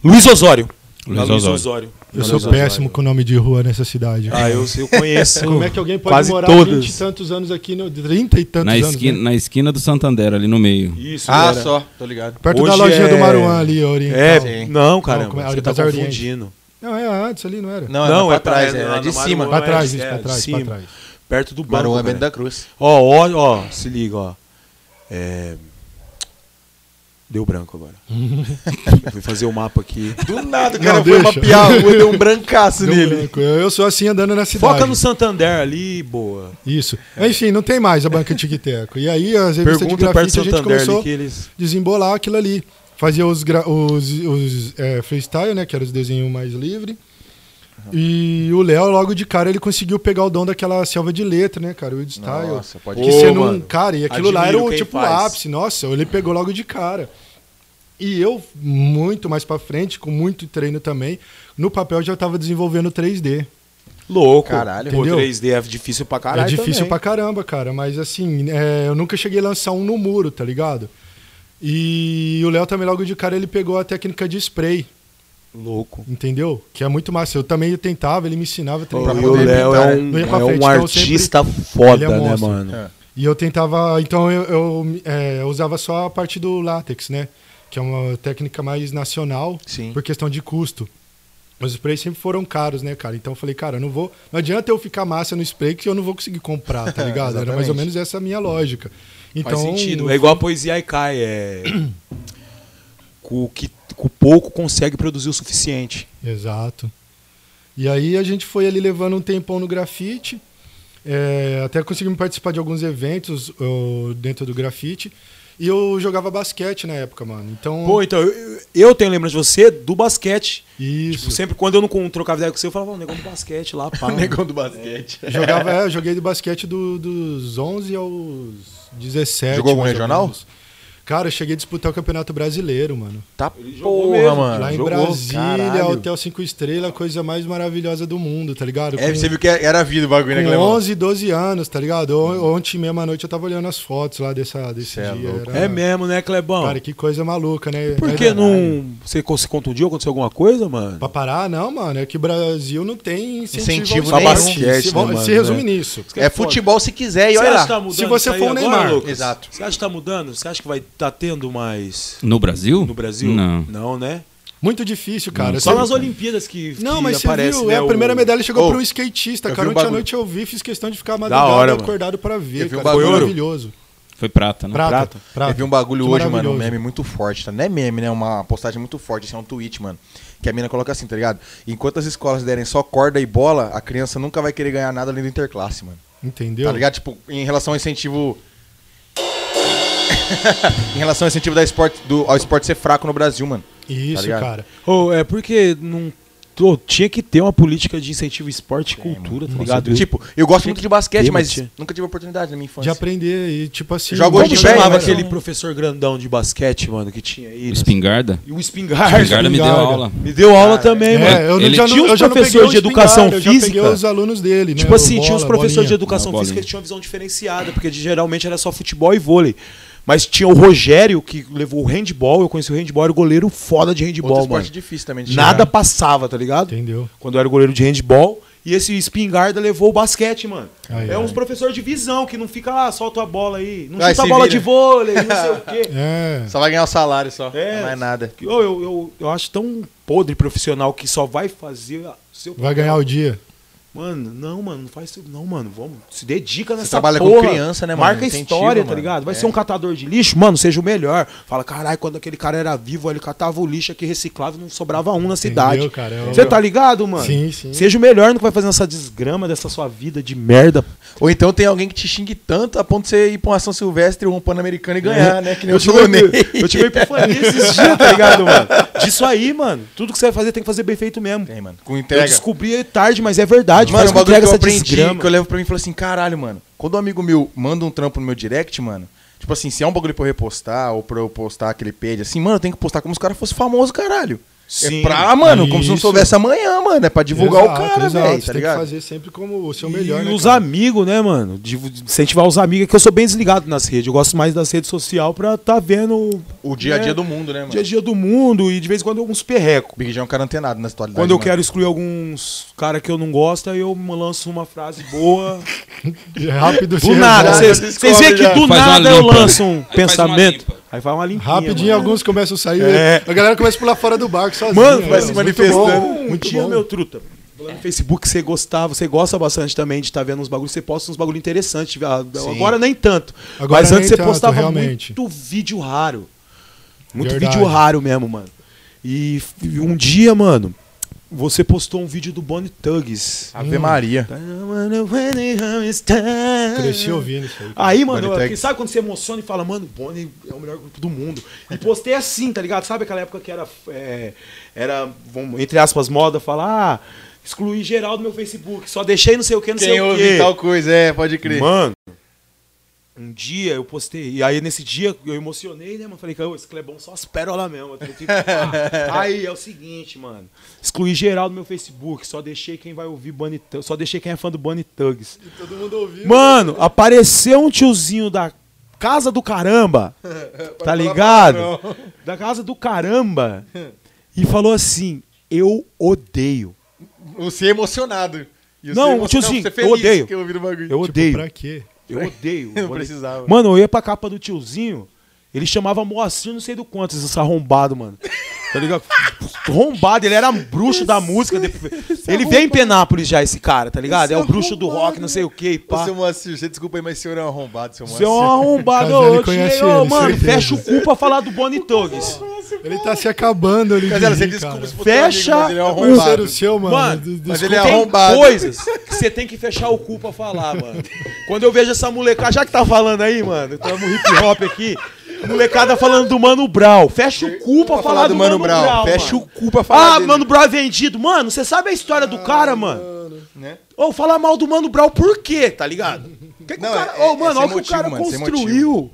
Speaker 3: Luiz Osório.
Speaker 6: Luiz
Speaker 3: Na
Speaker 6: Osório.
Speaker 4: Eu sou péssimo com nome de rua nessa cidade.
Speaker 3: Ah, eu, eu conheço.
Speaker 4: Como é que alguém pode
Speaker 3: quase
Speaker 4: morar
Speaker 3: todas.
Speaker 4: 20 e tantos anos aqui, no... 30 e tantos
Speaker 6: Na
Speaker 4: anos?
Speaker 6: esquina,
Speaker 4: né?
Speaker 6: na esquina do Santander, ali no meio.
Speaker 3: Isso,
Speaker 2: Ah,
Speaker 3: era.
Speaker 2: só, tô ligado.
Speaker 4: Perto da
Speaker 3: Hoje
Speaker 4: lojinha do
Speaker 3: é-
Speaker 4: Maruã ali, Oriental.
Speaker 3: É,
Speaker 2: Sim.
Speaker 3: não, caramba,
Speaker 4: Então, Não, como é?
Speaker 3: você tá
Speaker 4: Bazar Oriente.
Speaker 3: confundindo.
Speaker 4: Não, é antes ali, não era?
Speaker 2: Não, não é pra trás,
Speaker 3: é
Speaker 2: é
Speaker 3: na-
Speaker 2: de
Speaker 3: na
Speaker 2: cima.
Speaker 3: Maruã.
Speaker 4: Pra trás,
Speaker 3: é,
Speaker 4: gente, pra
Speaker 3: de
Speaker 4: trás,
Speaker 3: cima.
Speaker 4: pra trás.
Speaker 3: Perto do banco,
Speaker 2: Barão é
Speaker 3: cara.
Speaker 2: Bento da Cruz.
Speaker 3: Ó, ó, ó, se liga, ó. É... Deu branco agora. Fui fazer o mapa aqui.
Speaker 2: Do nada,
Speaker 4: cara, foi deixa. mapear
Speaker 2: a rua, deu um brancaço
Speaker 4: Deu branco. Eu eu sou assim andando na cidade.
Speaker 3: Foca no Santander ali, boa.
Speaker 4: Isso. Enfim, não tem mais a banca Tic-Teco. E aí, as revistas
Speaker 3: Pergunta perto do
Speaker 4: de grafite, a gente
Speaker 3: Santander
Speaker 4: começou
Speaker 3: ali que eles.
Speaker 4: desembolar aquilo ali. Fazia os, gra- os, os, é, freestyle, né? Que era os desenhos mais livre. E o Léo, logo de cara, ele conseguiu pegar o dom daquela selva de letra, né, cara? O style.
Speaker 2: Nossa, pode
Speaker 4: que
Speaker 3: Pô,
Speaker 4: você não.
Speaker 3: mano.
Speaker 4: Cara, e aquilo lá era
Speaker 3: Admiro
Speaker 4: o
Speaker 3: quem
Speaker 4: tipo
Speaker 3: faz.
Speaker 4: ápice. Nossa, ele pegou logo de cara. E eu, muito mais pra frente, com muito treino também, no papel já tava desenvolvendo 3D.
Speaker 3: Louco.
Speaker 2: Caralho.
Speaker 3: Pô,
Speaker 4: Entendeu?
Speaker 3: 3D é difícil pra caralho.
Speaker 4: é difícil
Speaker 3: também.
Speaker 4: pra caramba, cara. Mas assim, é, eu nunca cheguei a lançar um no muro, tá ligado? E o Léo também, logo de cara, ele pegou a técnica de spray,
Speaker 3: Louco.
Speaker 4: entendeu? Que é muito massa. Eu também tentava, ele me ensinava.
Speaker 3: Pô,
Speaker 4: treinava
Speaker 3: e o
Speaker 4: também.
Speaker 3: Léo
Speaker 2: pintar,
Speaker 3: é
Speaker 2: né?
Speaker 4: Não ia
Speaker 3: um,
Speaker 4: pra
Speaker 3: é
Speaker 4: frente,
Speaker 3: um
Speaker 4: então sempre-
Speaker 3: artista foda,
Speaker 4: Ele é
Speaker 3: né,
Speaker 4: monstro.
Speaker 3: mano?
Speaker 2: É.
Speaker 4: E eu tentava... Então eu, eu, é, eu usava só a parte do látex, né? Que é uma técnica mais nacional,
Speaker 2: Sim.
Speaker 4: por questão de custo. Mas os sprays sempre foram caros, né, cara? Então eu falei, cara, eu não vou. Não adianta eu ficar massa no spray que eu não vou conseguir comprar, tá ligado? Era mais ou
Speaker 2: Exatamente.
Speaker 4: menos essa a minha lógica. Então,
Speaker 3: Faz sentido. É igual a poesia Aikai, é. com o que com pouco consegue produzir o suficiente.
Speaker 4: Exato. E aí a gente foi ali levando um tempão no grafite. é, até conseguimos participar de alguns eventos ô, dentro do grafite. E eu jogava basquete na época, mano. Então.
Speaker 3: Pô, então, eu, eu tenho lembrança de você do basquete.
Speaker 4: Isso.
Speaker 3: Tipo, sempre quando eu não con- trocava ideia com você, eu falava, "Ô, negão do basquete lá, pá.
Speaker 2: Negão do basquete.
Speaker 4: Jogava, é, eu joguei de basquete do- dos 11 aos 17.
Speaker 2: Jogou algum
Speaker 4: mais ou
Speaker 2: regional?
Speaker 4: menos. Cara, eu cheguei a disputar o Campeonato Brasileiro, mano.
Speaker 2: Tá
Speaker 3: jogou
Speaker 2: porra,
Speaker 3: mesmo,
Speaker 2: mano.
Speaker 4: Lá em
Speaker 2: Ah, Jogou,
Speaker 4: Brasília,
Speaker 2: caralho.
Speaker 4: Hotel 5 Estrelas, a coisa mais maravilhosa do mundo, tá ligado?
Speaker 2: É,
Speaker 4: Com-
Speaker 2: você viu que era vida o bagulho, né,
Speaker 4: Com
Speaker 2: Clemão?
Speaker 4: 11, 12 anos, tá ligado? O- Ontem mesmo à noite eu tava olhando as fotos lá dessa, desse
Speaker 2: Cê é
Speaker 4: dia.
Speaker 2: louco.
Speaker 4: era-
Speaker 3: É mesmo, né, Clebão?
Speaker 4: Cara, que coisa maluca, né?
Speaker 3: Por
Speaker 4: Mas-
Speaker 3: que não. Você con- se contundiu? Aconteceu alguma coisa, mano?
Speaker 4: Pra parar, não, mano. É que o Brasil não tem incentivo,
Speaker 2: Incentivo
Speaker 4: ao
Speaker 2: nenhum.
Speaker 4: esporte.
Speaker 2: Basquete,
Speaker 4: Se,
Speaker 2: né,
Speaker 4: vão-
Speaker 2: mano,
Speaker 4: se resume nisso.
Speaker 2: É futebol se quiser e
Speaker 3: Você
Speaker 2: olha
Speaker 3: acha que
Speaker 2: lá.
Speaker 3: tá mudando
Speaker 4: Se você
Speaker 3: isso
Speaker 4: for
Speaker 3: aí
Speaker 4: o
Speaker 3: agora,
Speaker 4: Neymar.
Speaker 3: Lucas?
Speaker 2: Exato.
Speaker 3: Você acha que tá mudando? Você acha que vai tá tendo mais
Speaker 6: No Brasil?
Speaker 3: no Brasil?
Speaker 6: Não.
Speaker 3: Não, né?
Speaker 4: Muito difícil, cara.
Speaker 2: Hum,
Speaker 3: Só
Speaker 4: Você-
Speaker 3: nas Olimpíadas que, que
Speaker 4: Não, mas você
Speaker 3: aparece,
Speaker 4: viu,
Speaker 3: né,
Speaker 4: é, a
Speaker 3: o-
Speaker 4: primeira medalha chegou
Speaker 2: Ô,
Speaker 4: pra um skatista,
Speaker 2: eu vi
Speaker 4: cara.
Speaker 2: um
Speaker 4: Ontem à
Speaker 2: bagulho.
Speaker 4: noite eu vi, fiz questão de ficar
Speaker 3: hora,
Speaker 4: madrugada
Speaker 3: mano.
Speaker 4: acordado pra
Speaker 2: Eu
Speaker 4: ver,
Speaker 2: vi um
Speaker 4: cara. Foi
Speaker 2: bagulho.
Speaker 4: maravilhoso.
Speaker 6: Foi prata, né?
Speaker 4: Prata. prata.
Speaker 2: Teve um bagulho
Speaker 4: Que
Speaker 2: hoje, mano, um
Speaker 4: maravilhoso.
Speaker 2: meme muito forte, tá? Não é meme, né? Uma postagem muito forte, assim, é um tweet, mano. Que a mina coloca assim, tá ligado? Enquanto as escolas derem só corda e bola, a criança nunca vai querer ganhar nada além do interclasse, mano.
Speaker 4: Entendeu?
Speaker 2: Tá ligado? Tipo, em relação ao incentivo. em relação ao incentivo da esporte, do, ao esporte ser fraco no Brasil, mano. Tá
Speaker 4: Isso,
Speaker 2: ligado?
Speaker 4: cara.
Speaker 3: Ô, é porque não. Ô, tinha que ter uma política de incentivo esporte
Speaker 4: É,
Speaker 3: e cultura, tá ligado?
Speaker 2: Tipo, eu gosto
Speaker 3: Tinha
Speaker 2: muito
Speaker 3: que
Speaker 2: de basquete,
Speaker 3: ter,
Speaker 2: mas
Speaker 3: tinha.
Speaker 2: nunca tive oportunidade na minha infância.
Speaker 4: De aprender e, tipo assim.
Speaker 2: Joga
Speaker 3: como
Speaker 2: hoje de
Speaker 4: jogar,
Speaker 2: pé,
Speaker 3: chamava
Speaker 2: né?
Speaker 3: aquele
Speaker 2: Não.
Speaker 3: professor grandão de basquete, mano, que tinha aí? né?
Speaker 6: Espingarda.
Speaker 3: E o espingarda.
Speaker 6: Espingarda me deu
Speaker 4: Espingarda.
Speaker 6: aula.
Speaker 3: Me deu aula também,
Speaker 4: É,
Speaker 3: mano.
Speaker 4: eu não-
Speaker 6: Ele
Speaker 4: já
Speaker 3: tinha
Speaker 4: não,
Speaker 3: uns
Speaker 4: eu já não
Speaker 3: professores
Speaker 4: peguei o
Speaker 3: de educação
Speaker 4: espingarda, Eu já peguei
Speaker 3: física.
Speaker 4: os alunos dele, né?
Speaker 3: Tipo assim,
Speaker 4: O
Speaker 3: tinha
Speaker 4: bola,
Speaker 3: uns professores de
Speaker 4: bolinha.
Speaker 3: educação
Speaker 2: é
Speaker 6: Não,
Speaker 3: física
Speaker 6: bolinha.
Speaker 3: que tinham visão diferenciada, porque de- geralmente era só futebol e vôlei. Mas tinha o Rogério, que levou o handball, eu conheci o handball, era o goleiro foda de
Speaker 2: Outro
Speaker 3: handball,
Speaker 2: esporte
Speaker 3: mano.
Speaker 2: difícil também de
Speaker 3: Nada
Speaker 2: chegar.
Speaker 3: passava, tá ligado?
Speaker 4: Entendeu?
Speaker 3: Quando eu era goleiro de handball. E esse espingarda levou o basquete, mano.
Speaker 4: Ai,
Speaker 3: é
Speaker 4: ai.
Speaker 3: uns professores de visão que não fica, ah, solta a bola aí. Não
Speaker 2: Ai,
Speaker 3: chuta a
Speaker 2: se
Speaker 3: bola
Speaker 2: vira.
Speaker 3: de vôlei, não sei o quê.
Speaker 4: É.
Speaker 2: Só vai ganhar o salário só.
Speaker 3: É.
Speaker 2: Não mais nada.
Speaker 3: Que, ô, Eu, eu, eu acho tão podre profissional que só vai fazer a- seu.
Speaker 4: Vai ganhar o dia.
Speaker 3: Mano, não, mano, não faz isso. Não, mano, vamos. Se dedica nessa
Speaker 2: trabalha com
Speaker 3: porra.
Speaker 2: criança, né, mano?
Speaker 3: Marca a
Speaker 2: Incentiva,
Speaker 3: história, tá
Speaker 2: mano.
Speaker 3: ligado? Vai
Speaker 2: É.
Speaker 3: ser um catador de lixo, mano, seja o melhor. Fala, caralho, quando aquele cara era vivo, ele catava o lixo aqui reciclável, não sobrava um na cidade.
Speaker 4: cara? É o-
Speaker 3: Você tá ligado, mano?
Speaker 4: Sim, sim.
Speaker 3: Seja o melhor no que vai fazer nessa desgrama dessa sua vida de merda.
Speaker 2: Ou então tem alguém que te xingue tanto a ponto de você ir pra uma São Silvestre ou um Pan-Americano e ganhar, né? Que nem
Speaker 3: É. eu
Speaker 2: eu
Speaker 3: tive, uma-
Speaker 2: Turnê.
Speaker 3: eu tive uma epifania esses dias, tá ligado, mano? Disso aí, mano. Tudo que você vai fazer tem que fazer bem feito mesmo.
Speaker 2: Tem, mano. Com
Speaker 3: Eu
Speaker 2: entrega.
Speaker 3: descobri tarde, mas é verdade.
Speaker 2: Mano,
Speaker 3: Faz
Speaker 2: o
Speaker 3: com
Speaker 2: bagulho que
Speaker 3: entrega
Speaker 2: eu
Speaker 3: essa
Speaker 2: aprendi,
Speaker 3: desgrama.
Speaker 2: que eu levo pra mim e falo assim, caralho, mano. Quando um amigo meu manda um trampo no meu direct, mano, tipo assim, se é um bagulho pra eu repostar ou pra eu postar aquele page, assim, mano, eu tenho que postar como se o cara fosse famoso, caralho.
Speaker 3: Sim.
Speaker 2: é pra, mano, como se não
Speaker 4: Isso.
Speaker 2: soubesse amanhã, mano. É pra divulgar
Speaker 4: Exato,
Speaker 2: o cara,
Speaker 4: exato.
Speaker 2: velho, tá
Speaker 4: Você tem que
Speaker 2: ligado?
Speaker 4: fazer sempre como o seu melhor,
Speaker 3: e
Speaker 4: né?
Speaker 3: os
Speaker 4: cara?
Speaker 3: amigos, né, mano? De de incentivar os amigos, é que eu sou bem desligado nas redes. Eu gosto mais das redes sociais pra tá vendo
Speaker 2: O dia a
Speaker 3: né,
Speaker 2: dia do mundo, né, mano?
Speaker 3: dia a dia do mundo e de vez em quando alguns perrecos.
Speaker 2: Big John é um cara antenado na atualidade.
Speaker 3: Quando eu
Speaker 2: mano.
Speaker 3: quero excluir alguns cara que eu não gosto, aí eu lanço uma frase boa.
Speaker 4: É Rápido
Speaker 3: Do
Speaker 4: se
Speaker 3: nada.
Speaker 4: resolve.
Speaker 3: Vocês vocês veem que do
Speaker 6: Faz uma
Speaker 3: nada eu
Speaker 6: limpa.
Speaker 3: lanço um
Speaker 6: faz
Speaker 3: pensamento.
Speaker 6: uma limpa.
Speaker 3: aí faz uma limpinha.
Speaker 4: Rapidinho
Speaker 3: mano.
Speaker 4: alguns começam a sair. né?
Speaker 3: É.
Speaker 4: A galera começa a pular fora do barco sozinha.
Speaker 3: Mano, vai
Speaker 4: né?
Speaker 3: se
Speaker 4: Muito
Speaker 2: manifestando.
Speaker 4: bom,
Speaker 3: Um
Speaker 4: Muito
Speaker 3: dia,
Speaker 4: bom.
Speaker 3: meu truta. Lá no É. Facebook você gostava, você gosta bastante também de estar vendo uns bagulhos, você posta uns bagulho interessantes. Ah, Agora nem tanto.
Speaker 4: Agora
Speaker 3: Mas antes
Speaker 4: nem
Speaker 3: você
Speaker 4: tanto,
Speaker 3: postava
Speaker 4: realmente.
Speaker 3: muito vídeo raro. Muito
Speaker 4: Verdade.
Speaker 3: vídeo raro mesmo, mano. E f- um dia, mano, você postou um vídeo do Bonnie Tugs.
Speaker 2: Ave Maria.
Speaker 4: Cresci ouvindo isso aí.
Speaker 3: Aí, mano,
Speaker 2: Bonnie
Speaker 3: eu-
Speaker 2: Tugs.
Speaker 3: sabe quando você emociona e fala, mano, Bonnie é o melhor grupo do mundo. E postei assim, tá ligado? Sabe aquela época que era, é, era vamos, entre aspas, moda, falar, ah, excluí geral do meu Facebook, só deixei não sei o que, não sei
Speaker 2: Quem
Speaker 3: o
Speaker 2: ouve tal
Speaker 3: que.
Speaker 2: coisa, é, pode crer.
Speaker 3: Mano, um dia eu postei, e aí nesse dia eu emocionei, né, mano? Falei, cara, ô, esse Clebão só as pérolas mesmo. Eu falei, "Ah." aí é o seguinte, mano, excluí geral do meu Facebook, só deixei quem vai ouvir Bunny Tugs, só deixei quem é fã do Bunny Tugs.
Speaker 4: Todo mundo ouviu.
Speaker 3: Mano, apareceu um tiozinho da casa do caramba. tá ligado? Da casa do caramba. E falou assim: Eu odeio.
Speaker 2: Você é emocionado. E você é
Speaker 3: Não,
Speaker 2: emocionado,
Speaker 3: tiozinho,
Speaker 2: você
Speaker 3: eu odeio.
Speaker 2: Que eu ouvi no bagulho.
Speaker 3: Eu
Speaker 4: Tipo,
Speaker 3: odeio.
Speaker 4: pra quê?
Speaker 3: Eu odeio.
Speaker 2: Não precisava.
Speaker 3: Mano, eu ia pra capa do tiozinho. Ele chamava Moacir, não sei do quanto, esse arrombado, mano. Tá ligado? Arrombado, ele era um bruxo da música. Ele veio em Penápolis já, esse cara, tá ligado?
Speaker 2: Esse
Speaker 3: É o bruxo do
Speaker 2: arrombado.
Speaker 3: rock, não sei o que e pá.
Speaker 2: Ô, seu Moacir, você desculpa aí, mas o senhor é um arrombado, seu
Speaker 3: Você é
Speaker 2: Moacir.
Speaker 3: um arrombado,
Speaker 4: Casale
Speaker 3: ô,
Speaker 4: conhece
Speaker 3: tio, ô,
Speaker 4: ele,
Speaker 3: mano.
Speaker 4: certeza.
Speaker 3: Fecha o cu pra falar do Bonnie Tugs.
Speaker 4: Ele tá se acabando ali.
Speaker 2: Mas ela,
Speaker 4: de
Speaker 2: você
Speaker 4: rir,
Speaker 2: desculpa
Speaker 4: cara.
Speaker 2: se for teu
Speaker 3: Fecha
Speaker 2: amigo, mas ele é um
Speaker 3: o-
Speaker 2: arrombado.
Speaker 4: Parceiro seu, mano.
Speaker 3: Mano,
Speaker 4: des-
Speaker 2: Mas
Speaker 4: desculpa.
Speaker 2: ele é
Speaker 3: tem
Speaker 2: arrombado.
Speaker 3: coisas que você tem que fechar o cu pra falar, mano. Quando eu vejo essa molecada, já que tá falando aí, mano, tamo hip hop aqui, molecada falando do Mano Brown. Fecha o cu pra falar do Mano
Speaker 2: Brown.
Speaker 3: Brown.
Speaker 2: Fecha
Speaker 3: mano.
Speaker 2: o cu pra falar
Speaker 3: Ah,
Speaker 2: dele.
Speaker 3: Mano Brown é vendido. Mano, você sabe a história do cara, mano? Ou falar mal do Mano Brown por quê, tá ligado? Que que
Speaker 2: Não,
Speaker 3: o cara...
Speaker 2: é- é-
Speaker 3: Ô, mano,
Speaker 2: é
Speaker 3: olha
Speaker 2: sem
Speaker 3: o que o cara
Speaker 2: motivo, mano, sem
Speaker 3: construiu.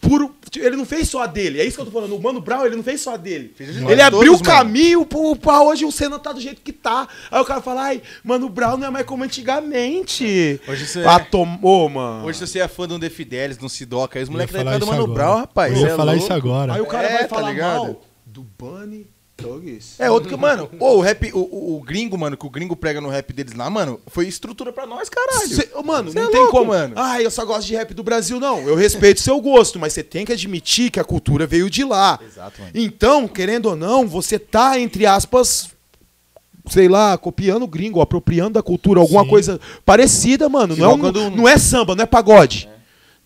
Speaker 3: Puro... Ele não fez só a dele, é isso que eu tô falando. O Mano Brown, ele não fez só a dele.
Speaker 2: de
Speaker 3: Ele
Speaker 2: nós
Speaker 3: abriu o
Speaker 2: todos, mano.
Speaker 3: caminho pro, pra hoje o Senna tá do jeito que tá. Aí o cara fala, ai, Mano Brown não é mais como antigamente.
Speaker 2: Hoje você
Speaker 3: Ah,
Speaker 2: é.
Speaker 3: tomou, mano.
Speaker 2: Hoje, se você é fã de um The Fidelis, de um Sidoca, aí os
Speaker 4: Eu ia
Speaker 2: moleques da
Speaker 4: falar
Speaker 2: época do
Speaker 4: isso
Speaker 2: Mano
Speaker 4: agora.
Speaker 2: Brown, rapaz.
Speaker 4: Eu
Speaker 2: é
Speaker 4: ia falar
Speaker 2: louco.
Speaker 4: isso agora.
Speaker 3: Aí o cara
Speaker 2: É,
Speaker 3: vai
Speaker 2: tá
Speaker 3: falar
Speaker 2: ligado?
Speaker 3: mal do Bunny Tugs.
Speaker 2: É, outro que, mano, ô, o rap, o, o- o gringo, mano, que o gringo prega no rap deles lá, mano, foi estrutura pra nós, caralho.
Speaker 3: Cê- ô, mano,
Speaker 2: Cê
Speaker 3: não
Speaker 2: é
Speaker 3: tem
Speaker 2: louco,
Speaker 3: como.
Speaker 2: mano.
Speaker 3: Ah, eu só gosto de rap do Brasil, não. Eu respeito seu gosto, mas você tem que admitir que a cultura veio de lá.
Speaker 2: Exato, mano.
Speaker 3: Então, querendo ou não, você tá, entre aspas, sei lá, copiando o gringo, apropriando da cultura, alguma
Speaker 4: Sim.
Speaker 3: coisa parecida, mano.
Speaker 2: Se
Speaker 3: Não é, um-
Speaker 2: jogando um-
Speaker 3: não é samba, não é pagode.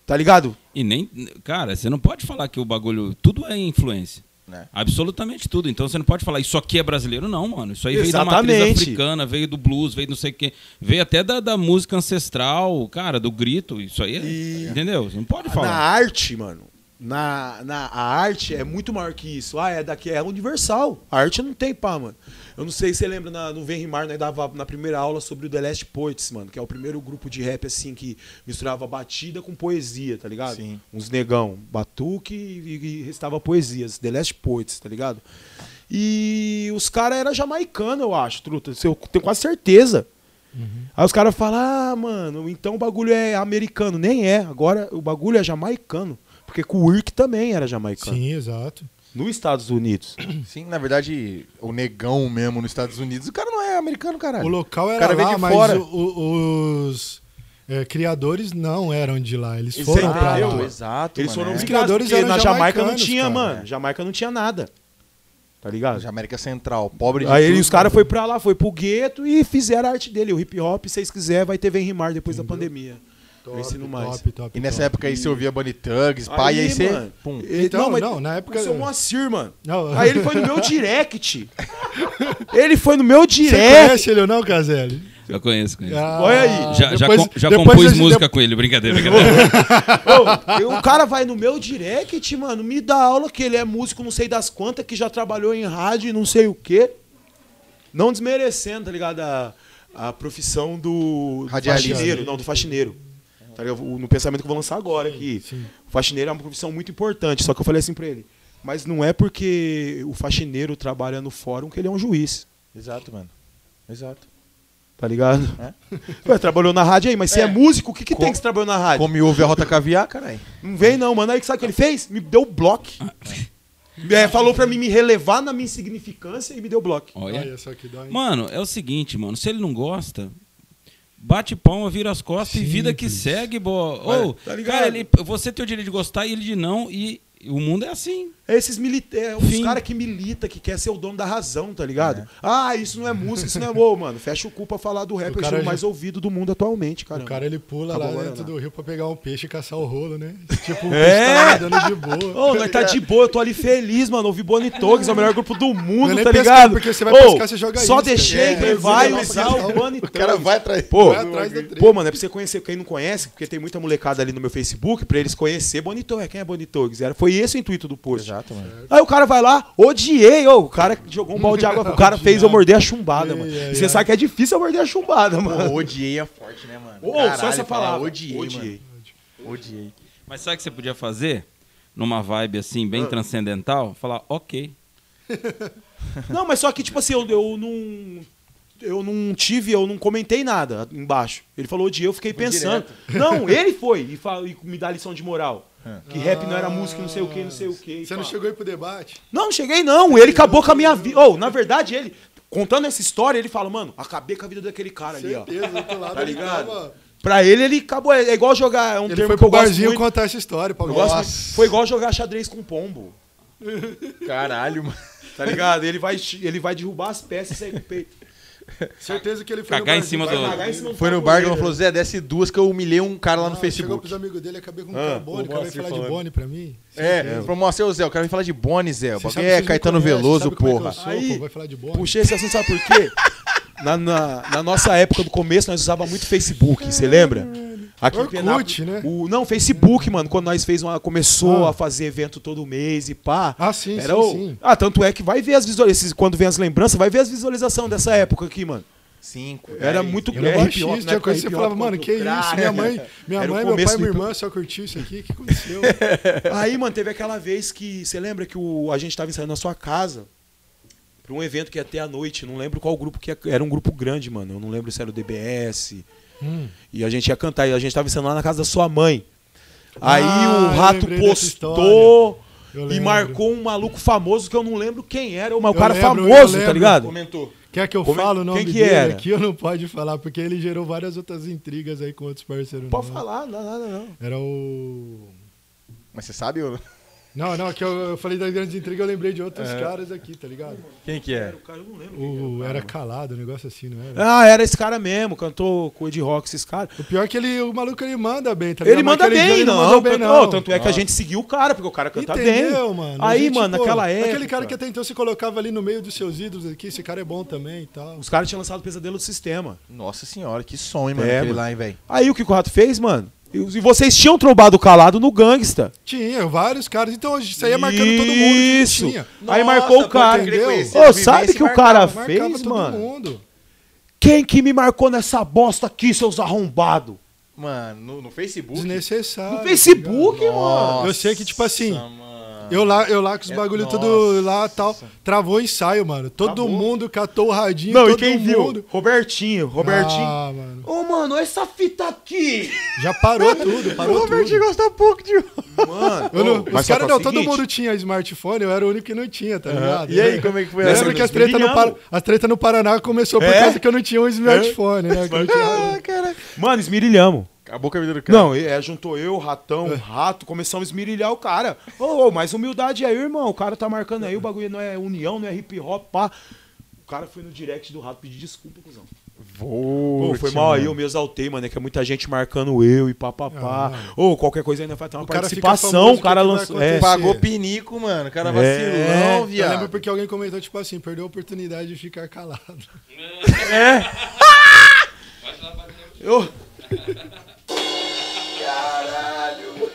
Speaker 3: Tá ligado?
Speaker 6: E nem. Cara, você não pode falar que o bagulho. Tudo é influência.
Speaker 4: Né?
Speaker 2: É.
Speaker 6: Absolutamente tudo. Então você não pode falar isso aqui é brasileiro, não, mano. Isso aí veio da matriz
Speaker 3: Exatamente.
Speaker 6: africana, veio do blues, veio do não sei o quê. Veio até da, da música ancestral, cara, do grito. Isso aí é.
Speaker 3: E-
Speaker 6: Entendeu? Você não pode
Speaker 3: Na
Speaker 4: Ah,
Speaker 6: falar.
Speaker 3: arte, mano. Na, na a arte é muito maior que isso. Ah, é daqui, é universal. A arte não tem pá, mano. Eu não sei se você lembra na, no Vem Rimar, nós dava na primeira aula sobre o The Last Poets, mano, que é o primeiro grupo de rap assim que misturava batida com poesia, tá ligado?
Speaker 2: Sim.
Speaker 3: Uns negão, batuque e, e restava poesias. The Last Poets, tá ligado? E os caras eram jamaicanos, eu acho, truta. Eu tenho quase certeza. Aí os caras falam, ah, mano, então o bagulho é americano. Nem é, agora o bagulho é jamaicano. Porque Kuirk também era jamaicano.
Speaker 4: Sim, exato.
Speaker 3: Nos Estados Unidos.
Speaker 2: Sim, na verdade, o negão mesmo nos Estados Unidos, o cara não é americano, caralho.
Speaker 4: O local
Speaker 2: O
Speaker 4: era
Speaker 2: cara veio
Speaker 4: lá,
Speaker 2: de
Speaker 4: mas
Speaker 2: fora.
Speaker 4: o- o- os é, criadores não eram de lá. Eles
Speaker 3: Isso
Speaker 4: foram
Speaker 3: aí,
Speaker 4: pra
Speaker 3: entendeu?
Speaker 4: lá.
Speaker 2: Exato,
Speaker 3: Eles foram
Speaker 2: mano,
Speaker 3: os
Speaker 2: é.
Speaker 3: criadores
Speaker 4: criadores
Speaker 3: porque
Speaker 4: eram
Speaker 3: na Jamaica não
Speaker 4: jamaicanos,
Speaker 3: tinha,
Speaker 4: cara,
Speaker 3: mano. É. Jamaica não tinha nada. Tá ligado?
Speaker 2: De América Central, pobre de
Speaker 3: Aí
Speaker 2: tudo.
Speaker 3: os caras foi pra lá, foi pro gueto e fizeram a arte dele. O hip hop, se vocês quiserem, vai ter Vem Rimar depois da pandemia. Eu é ensino mais.
Speaker 4: Top, top,
Speaker 2: E nessa
Speaker 4: top.
Speaker 2: época aí você ouvia Bunny Thugs, pai, e aí você...
Speaker 3: mano.
Speaker 2: Pum.
Speaker 3: Ele-
Speaker 4: Então,
Speaker 3: mas
Speaker 4: não, na época-
Speaker 3: Eu sou Moacir, mano.
Speaker 4: Não.
Speaker 3: Aí ele foi no meu direct. ele foi no meu
Speaker 4: Você
Speaker 3: direct.
Speaker 4: conhece ele ou não, Caselli?
Speaker 6: Eu conheço, conheço.
Speaker 3: Olha aí.
Speaker 6: Já, já,
Speaker 4: ah, depois-
Speaker 6: com- já
Speaker 4: depois a
Speaker 6: compus
Speaker 4: gente-
Speaker 6: música com ele, brincadeira, brincadeira.
Speaker 3: E o cara vai no meu direct, mano, me dá aula que ele é músico não sei das quantas, que já trabalhou em rádio e não sei o quê. Não desmerecendo, tá ligado? A, a profissão do, do
Speaker 2: Radialista.
Speaker 3: faxineiro. Não, do faxineiro. Tá ligado? O- No pensamento que eu vou lançar agora aqui. O faxineiro é uma profissão muito importante, só que eu falei assim pra ele. Mas não é porque o faxineiro trabalha no fórum que ele é um juiz.
Speaker 2: Exato, mano. Exato.
Speaker 3: Tá ligado? Ué, trabalhou na rádio aí, mas se é,
Speaker 2: É.
Speaker 3: músico, o que, que
Speaker 2: Como-
Speaker 3: tem que você trabalhou na rádio?
Speaker 2: Come ouve a Rota Caviar, caralho.
Speaker 3: Não vem não, mano. Aí sabe o que ele fez? Me deu bloco. É, falou pra mim me relevar na minha insignificância e me deu bloco.
Speaker 6: Olha.
Speaker 4: Olha só que dó, hein?
Speaker 6: Mano, é o seguinte, mano. Se ele não gosta, bate palma, vira as costas e vida que segue, bo. Ou,
Speaker 3: tá ligado?
Speaker 6: cara, ele- você tem o direito de gostar e ele de não. E o mundo é assim.
Speaker 3: É esses militares, os
Speaker 6: Fim.
Speaker 3: caras que milita, que quer ser o dono da razão, tá ligado? Ah, isso não é música, isso não é bom, mano. Fecha o cu pra falar do rap, é o
Speaker 4: O cara
Speaker 3: estilo
Speaker 4: já-
Speaker 3: mais ouvido do mundo atualmente, cara.
Speaker 4: O cara é- ele pula
Speaker 3: Acabou
Speaker 4: lá
Speaker 3: o
Speaker 4: dentro
Speaker 3: Guaraná.
Speaker 4: do rio pra pegar um peixe e caçar o rolo, né? Tipo, o
Speaker 3: É.
Speaker 4: peixe tá nadando de boa.
Speaker 3: Ô, nós tá de boa, eu tô ali feliz, mano. Ouvi Bonitogs, é o melhor grupo do
Speaker 4: Não é
Speaker 3: mundo,
Speaker 4: nem
Speaker 3: tá
Speaker 4: pescar,
Speaker 3: ligado?
Speaker 4: porque você vai
Speaker 3: Ô,
Speaker 4: pescar, você joga
Speaker 3: Só
Speaker 4: isca.
Speaker 3: deixei,
Speaker 4: É,
Speaker 3: quem
Speaker 4: mergulha
Speaker 3: vai
Speaker 4: na
Speaker 3: usar
Speaker 4: sala.
Speaker 3: o Bonitogs.
Speaker 2: atrás.
Speaker 3: Pô,
Speaker 4: Vai atrás da treta.
Speaker 3: Pô, mano, é pra você conhecer. Quem não conhece, porque tem muita molecada ali no meu Facebook, pra eles conhecer Bonitogs. Quem é Bonitogs? Era, foi esse o intuito do post.
Speaker 2: Exato, mano.
Speaker 3: Aí o cara vai lá, odiei, ô, o cara jogou um balde de água, o cara fez eu morder a chumbada, mano.
Speaker 4: Ei,
Speaker 3: E
Speaker 4: ei,
Speaker 3: você
Speaker 4: ei.
Speaker 3: sabe que é difícil eu morder a chumbada, mano.
Speaker 2: Pô, odiei é forte, né, mano?
Speaker 3: Ô, só
Speaker 2: Caralho,
Speaker 3: essa
Speaker 2: falar
Speaker 3: palavra.
Speaker 2: Odiei, odiei. Mano. Odiei.
Speaker 6: Mas sabe o que você podia fazer? Numa vibe assim,
Speaker 4: Ah.
Speaker 6: bem transcendental? Falar, ok.
Speaker 3: Não, mas só que, tipo assim, eu, eu não. Eu não tive, eu não comentei nada embaixo. Ele falou odiei, eu fiquei pensando. Não, ele foi e, fala- e me dá lição de moral. Que rap não era música, não sei o que, não sei o que.
Speaker 4: Você não chegou aí pro debate?
Speaker 3: Não, não cheguei não. Ele acabou com a minha vida. Ou, na verdade, ele, contando essa história, ele fala, mano, acabei com a vida daquele cara ali, ó.
Speaker 4: Certeza, do outro lado
Speaker 3: Tá
Speaker 4: ele
Speaker 3: ligado?
Speaker 4: tava-
Speaker 3: Pra ele, ele acabou. É igual jogar. É um
Speaker 4: então, Ele
Speaker 3: termo
Speaker 4: foi
Speaker 3: que
Speaker 4: pro
Speaker 3: eu gosto
Speaker 4: barzinho
Speaker 3: muito.
Speaker 4: contar essa história pra
Speaker 3: Eu gosto
Speaker 4: alguém.
Speaker 3: muito. Foi igual jogar xadrez com pombo.
Speaker 2: Caralho, mano.
Speaker 3: Tá ligado? Ele vai, ele vai derrubar as peças e sair com o peito.
Speaker 4: Certeza que ele foi no
Speaker 6: Cagar em
Speaker 4: barzinho,
Speaker 6: cima
Speaker 4: vai
Speaker 6: do-
Speaker 4: cagar
Speaker 3: Cagar em
Speaker 4: em cima
Speaker 3: cima do
Speaker 2: Foi no
Speaker 3: tabuleiro.
Speaker 2: bar que ela falou, Zé, desce duas que eu humilhei um cara lá no
Speaker 4: Ah, Chegou
Speaker 2: Facebook.
Speaker 4: pros amigos dele, acabei com um
Speaker 3: Ah,
Speaker 4: carbone,
Speaker 3: o
Speaker 4: o cara veio
Speaker 3: Moacir
Speaker 4: falar
Speaker 3: falando.
Speaker 4: de Boni pra mim.
Speaker 2: É, falou, mostra o Zé, o cara veio falar de Boni, Zé. O
Speaker 4: Você
Speaker 2: bagulho
Speaker 4: sabe
Speaker 2: é
Speaker 4: que vocês me
Speaker 2: Caetano
Speaker 4: conhecem,
Speaker 2: Veloso,
Speaker 4: sabe como é que eu
Speaker 2: porra.
Speaker 4: sou,
Speaker 3: Aí-
Speaker 4: pô, vai falar de Boni.
Speaker 3: Puxei esse assunto, sabe por quê? Na, na, na nossa época do começo, nós usava muito Facebook, você lembra? Aqui
Speaker 4: Orkut, né?
Speaker 3: O, não, Facebook, mano, quando nós fez uma. Começou
Speaker 4: Ah.
Speaker 3: a fazer evento todo mês e pá.
Speaker 4: Ah, sim,
Speaker 3: Era
Speaker 4: sim,
Speaker 3: o-
Speaker 4: sim.
Speaker 3: Ah, tanto é que vai ver as visualizações. Quando vem as lembranças, vai ver as visualizações dessa época aqui, mano.
Speaker 2: Cinco. é.
Speaker 3: Era
Speaker 2: dez.
Speaker 3: muito
Speaker 4: É, Eu era
Speaker 3: hip-hop,
Speaker 4: baixista,
Speaker 3: né?
Speaker 4: tinha coisa que
Speaker 3: Hip-hop
Speaker 4: você falava, mano,
Speaker 3: contra
Speaker 4: que
Speaker 3: o
Speaker 4: isso?
Speaker 3: crack.
Speaker 4: Minha mãe, minha
Speaker 3: Era o
Speaker 4: mãe, meu
Speaker 3: começo
Speaker 4: pai e
Speaker 3: do
Speaker 4: minha
Speaker 3: hip-
Speaker 4: irmã só curtiu isso aqui, o que aconteceu?
Speaker 3: Aí, mano, teve aquela vez que. Você lembra que o, a gente tava ensaiando na sua casa pra um evento que ia ter à noite. Não lembro qual grupo que ia, era um grupo grande, mano. Eu não lembro se era o DBS.
Speaker 4: Hum.
Speaker 3: E a gente ia cantar. E a gente tava ensaiando lá na casa da sua mãe. Aí
Speaker 4: Ah,
Speaker 3: o
Speaker 4: eu
Speaker 3: rato
Speaker 4: lembrei dessa
Speaker 3: postou
Speaker 4: Eu
Speaker 3: e
Speaker 4: lembro.
Speaker 3: marcou um maluco famoso que eu não lembro quem era. Um cara
Speaker 4: lembro, eu
Speaker 3: famoso, tá
Speaker 4: lembro.
Speaker 3: ligado?
Speaker 2: Comentou.
Speaker 4: Quer que eu
Speaker 3: Como é-
Speaker 4: fale o nome
Speaker 3: quem que
Speaker 4: dele
Speaker 3: era?
Speaker 4: aqui? Eu não pode falar, porque ele gerou várias outras intrigas aí com outros parceiros.
Speaker 3: Pode
Speaker 4: nossos.
Speaker 3: falar, não, não, não. não.
Speaker 4: Era o...
Speaker 2: Mas você sabe ou não?
Speaker 4: Não, não, que eu, eu falei da grande intriga, eu lembrei de
Speaker 3: É.
Speaker 4: outros caras aqui, tá ligado?
Speaker 2: Quem que é?
Speaker 4: O era calado, um negócio assim, não era?
Speaker 3: Ah, era esse cara mesmo, cantou com o Ed Rock, esses caras.
Speaker 4: O pior é que ele, o maluco ele manda bem, tá ligado?
Speaker 3: Ele
Speaker 4: Mas
Speaker 3: manda
Speaker 4: aquele dia
Speaker 3: bem,
Speaker 4: ele
Speaker 3: não.
Speaker 4: mandou bem,
Speaker 3: tanto,
Speaker 4: não.
Speaker 3: oh, tanto é que a gente seguiu o cara, porque o cara canta
Speaker 4: Entendeu,
Speaker 3: bem.
Speaker 4: mano?
Speaker 3: Aí,
Speaker 4: Gente,
Speaker 3: mano,
Speaker 4: pô,
Speaker 3: naquela época.
Speaker 4: Aquele cara que até então se colocava ali no meio dos seus ídolos aqui, esse cara é bom também e tal.
Speaker 3: Os caras tinham lançado o Pesadelo do Sistema.
Speaker 2: Nossa senhora, que som, hein, mano,
Speaker 3: É,
Speaker 2: aquele
Speaker 3: mano.
Speaker 2: lá, hein, velho.
Speaker 3: Aí o que que o Rato fez, mano? E os- e vocês tinham trombado o calado no Gangsta.
Speaker 4: Tinha vários caras, então hoje isso aí é marcando todo mundo.
Speaker 3: Isso.
Speaker 4: Tinha.
Speaker 3: Aí
Speaker 2: Nossa,
Speaker 3: marcou o
Speaker 2: pode
Speaker 3: cara.
Speaker 2: crer, conheci
Speaker 3: Ô,
Speaker 2: a
Speaker 3: sabe
Speaker 2: vivência
Speaker 3: que o
Speaker 2: e
Speaker 3: cara
Speaker 4: Marcava
Speaker 3: fez,
Speaker 4: todo
Speaker 3: mano?
Speaker 4: mundo.
Speaker 3: Quem que me marcou nessa bosta aqui, seus arrombados?
Speaker 2: Mano, no, no Facebook.
Speaker 4: Desnecessário.
Speaker 3: No
Speaker 4: tá ligado?
Speaker 3: Facebook, mano.
Speaker 2: Nossa,
Speaker 4: Eu sei que, tipo assim,
Speaker 2: mano.
Speaker 4: Eu lá, eu lá com os
Speaker 2: É-
Speaker 4: bagulho
Speaker 2: Nossa.
Speaker 4: tudo lá tal. Travou o ensaio, mano. Todo mundo catou o radinho.
Speaker 3: Não,
Speaker 4: todo
Speaker 3: e quem
Speaker 4: mundo.
Speaker 3: viu? Robertinho, Robertinho.
Speaker 4: Ah, mano.
Speaker 3: Ô, mano, essa fita aqui.
Speaker 4: Já parou tudo, parou tudo.
Speaker 2: gosta um pouco de.
Speaker 3: Mano,
Speaker 4: Eu não-
Speaker 2: Mas
Speaker 4: os
Speaker 2: só
Speaker 4: caras
Speaker 2: que é o
Speaker 4: não, todo
Speaker 2: seguinte-
Speaker 4: mundo tinha smartphone, eu era o único que não tinha, tá ligado?
Speaker 2: E
Speaker 3: né?
Speaker 2: aí, como é que foi
Speaker 4: Eu
Speaker 2: essa?
Speaker 4: lembro que as treta, no Par...
Speaker 3: Brilhamos.
Speaker 4: as treta no Paraná começou por
Speaker 3: É?
Speaker 4: causa que eu não tinha um smartphone, né? Que eu não tinha-
Speaker 3: mano, esmirilhamos.
Speaker 2: Acabou com a vida do cara.
Speaker 3: Não, é, juntou eu,
Speaker 4: É.
Speaker 3: ratão, rato, começamos a esmirilhar o cara. Ô, ô, mais humildade aí, irmão. O cara tá marcando aí, o bagulho não é união, não é hip hop, pá. O cara foi no direct do rato pedir desculpa, cuzão.
Speaker 2: Vou.
Speaker 3: Pô, foi mal aí, eu me exaltei, mano. É que é muita gente marcando eu e papapá. Ou qualquer coisa ainda vai ter uma
Speaker 4: Ah, O cara fica
Speaker 3: participação.
Speaker 4: famoso,
Speaker 3: O cara
Speaker 4: o que que vai
Speaker 3: lançou. É,
Speaker 4: acontecer?
Speaker 2: Pagou pinico, mano. O cara
Speaker 3: É.
Speaker 2: vacilão,
Speaker 4: Eu
Speaker 2: viado.
Speaker 4: lembro porque alguém comentou, tipo assim, perdeu a oportunidade de ficar calado.
Speaker 3: eu,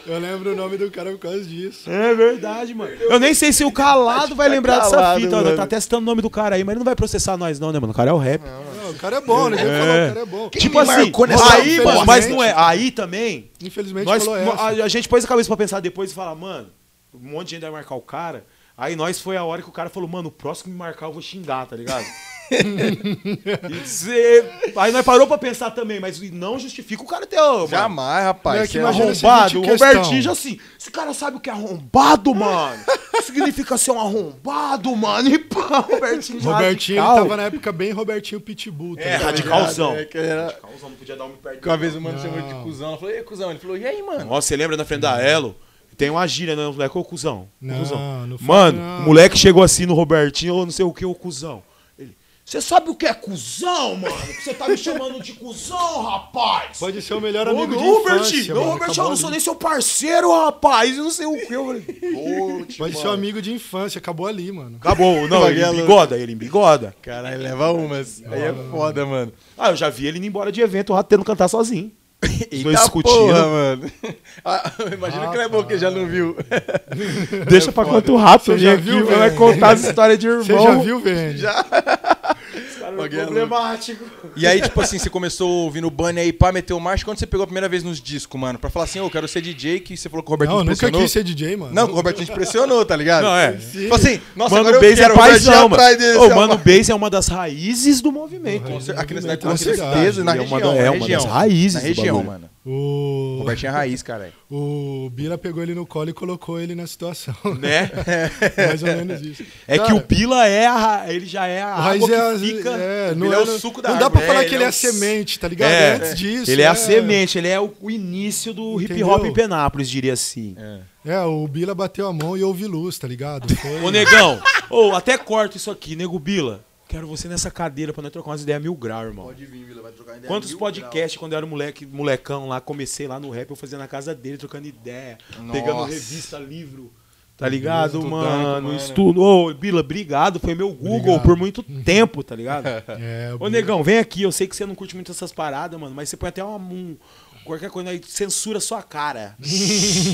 Speaker 4: Eu lembro o nome do cara por causa disso.
Speaker 3: é verdade, mano. Eu nem sei se o calado vai lembrar dessa
Speaker 2: calado,
Speaker 3: fita. ó,
Speaker 2: mano.
Speaker 3: Tá testando o nome do cara aí, mas ele não vai processar nós, não, né, mano? O cara é o rap.
Speaker 4: Não, o cara é bom, ninguém falou, o cara é bom.
Speaker 3: tipo assim,
Speaker 4: nessa
Speaker 3: aí,
Speaker 4: bosta?
Speaker 3: mano, mas não é. Aí também,
Speaker 4: Infelizmente
Speaker 3: nós,
Speaker 4: falou essa.
Speaker 3: a, a gente pôs a cabeça pra pensar depois e falar, mano, um monte de gente vai marcar o cara. Aí nós foi a hora que o cara falou, mano, o próximo que me marcar eu vou xingar, tá ligado? E cê- Aí nós parou pra pensar também, mas não justifica o cara ter. ô, mano,
Speaker 2: Jamais, rapaz.
Speaker 4: Não, é
Speaker 2: Cê
Speaker 4: que
Speaker 2: é
Speaker 4: imagina- a
Speaker 3: arrombado. O
Speaker 4: seguinte questão.
Speaker 3: Robertinho já assim. Esse cara sabe o que é arrombado, mano. O que significa ser um arrombado, mano. E pá, o Robertinho já
Speaker 4: Robertinho, ele
Speaker 3: radical.
Speaker 4: tava na época bem Robertinho Pitbull. Tá
Speaker 3: É,
Speaker 4: ligado?
Speaker 3: radicalzão.
Speaker 2: É que era-
Speaker 3: Calzão, não podia dar um me perto.
Speaker 2: que Uma vez o mano chamou ele de cuzão. Ela falou, e aí, cuzão? Ele falou, e aí, mano?
Speaker 3: Nossa, você lembra na frente da Elo? Tem uma gíria, né? Os moleques, ô cuzão. ô,
Speaker 4: Não,
Speaker 3: cuzão.
Speaker 4: não fala,
Speaker 3: Mano,
Speaker 4: não.
Speaker 3: o moleque chegou assim no Robertinho, ou não sei o que, ô cuzão. Ele, você sabe o que é cuzão, mano? Que Você tá me chamando de cuzão, rapaz.
Speaker 4: Pode ser o melhor
Speaker 3: Ô,
Speaker 4: um amigo de
Speaker 3: Robert,
Speaker 4: infância.
Speaker 3: ô,
Speaker 4: mano,
Speaker 3: Robert, eu
Speaker 4: acabou
Speaker 3: não sou
Speaker 4: ali.
Speaker 3: nem seu parceiro, rapaz. Eu não sei o que. Eu falei,
Speaker 4: Pode ser um amigo de infância, acabou ali, mano.
Speaker 3: Acabou, não, ele
Speaker 2: Magrelo.
Speaker 3: embigoda, ele embigoda.
Speaker 2: Caralho, leva umas. Aí é foda, mano.
Speaker 3: Ah, eu já vi ele indo embora de evento, o rato tendo que cantar sozinho.
Speaker 2: Eita
Speaker 3: dois discutindo.
Speaker 2: porra, mano. Ah, imagina que não é bom que já não viu.
Speaker 3: Deixa pra contar o rato,
Speaker 4: É Você
Speaker 3: ele
Speaker 4: já
Speaker 3: aqui
Speaker 4: viu,
Speaker 3: vai
Speaker 4: velho?
Speaker 3: contar as histórias de irmão. é um
Speaker 4: Você já viu, velho?
Speaker 3: Problemático.
Speaker 2: E aí, tipo assim, você começou ouvindo o Bunny aí, pá, meteu marcha. Quando você pegou a primeira vez nos discos, mano? Pra falar assim, ô, eu quero ser DJ, que você falou que o Robertinho
Speaker 4: Não, eu nunca
Speaker 2: impressionou.
Speaker 4: quis ser DJ, mano.
Speaker 2: Não, que o Robertinho te impressionou, tá ligado?
Speaker 3: Não, é.
Speaker 2: Falou assim, nossa,
Speaker 3: Mano
Speaker 2: agora eu
Speaker 3: Bass
Speaker 2: quero
Speaker 3: é
Speaker 2: o Robertinho
Speaker 3: paizão, mano.
Speaker 2: atrás dele.
Speaker 3: Ô,
Speaker 2: assim, ó.
Speaker 3: Mano Bass é uma das raízes do movimento.
Speaker 2: Com cer- Aqui na cidade,
Speaker 4: Com
Speaker 2: com certeza,
Speaker 4: certeza.
Speaker 2: na
Speaker 3: É uma
Speaker 2: região.
Speaker 3: da- é uma
Speaker 2: na
Speaker 3: das
Speaker 2: região.
Speaker 3: raízes
Speaker 2: Na
Speaker 3: do
Speaker 2: região,
Speaker 3: bagulho.
Speaker 2: mano.
Speaker 4: O...
Speaker 2: Robertinho é raiz, cara.
Speaker 4: o Bila pegou ele no colo e colocou ele na situação.
Speaker 3: Né?
Speaker 4: Mais ou menos isso.
Speaker 3: É que
Speaker 4: Cara,
Speaker 3: o Bila é a. ra- Ele já é a
Speaker 4: o raiz
Speaker 3: água
Speaker 4: é, as-
Speaker 3: que fica.
Speaker 4: é, não
Speaker 2: ele é o
Speaker 4: não-
Speaker 2: suco da
Speaker 4: Não dá
Speaker 2: árvore.
Speaker 4: pra falar
Speaker 2: É, ele
Speaker 4: que ele
Speaker 2: é
Speaker 4: é
Speaker 2: o-
Speaker 4: a semente, tá ligado?
Speaker 3: É,
Speaker 4: Antes disso. né?
Speaker 3: ele é a semente, ele é o, o início do hip hop
Speaker 4: Entendeu?
Speaker 3: em Penápolis, diria assim.
Speaker 4: É, o Bila bateu a mão e houve luz, tá ligado? Foi-
Speaker 3: Ô, negão, ou até corta isso aqui, nego Bila. Quero você nessa cadeira pra nós trocar umas ideias mil grau, irmão.
Speaker 2: Pode vir, Vila, vai trocar ideia.
Speaker 3: É, Quantos podcasts, quando eu era moleque, molecão lá, comecei lá no rap, eu fazia na casa dele, trocando ideia, pegando
Speaker 2: Nossa.
Speaker 3: revista, livro. Tá ligado,
Speaker 2: Estudando,
Speaker 3: mano?
Speaker 2: mano.
Speaker 3: Estudo. Ô, Bila, obrigado. Foi meu Google
Speaker 4: Obrigado.
Speaker 3: por muito tempo, tá ligado?
Speaker 4: É, o
Speaker 3: Ô,
Speaker 4: Bila-
Speaker 3: negão, vem aqui. Eu sei que você não curte muito essas paradas, mano, mas você põe até uma. um- qualquer coisa aí, censura sua cara.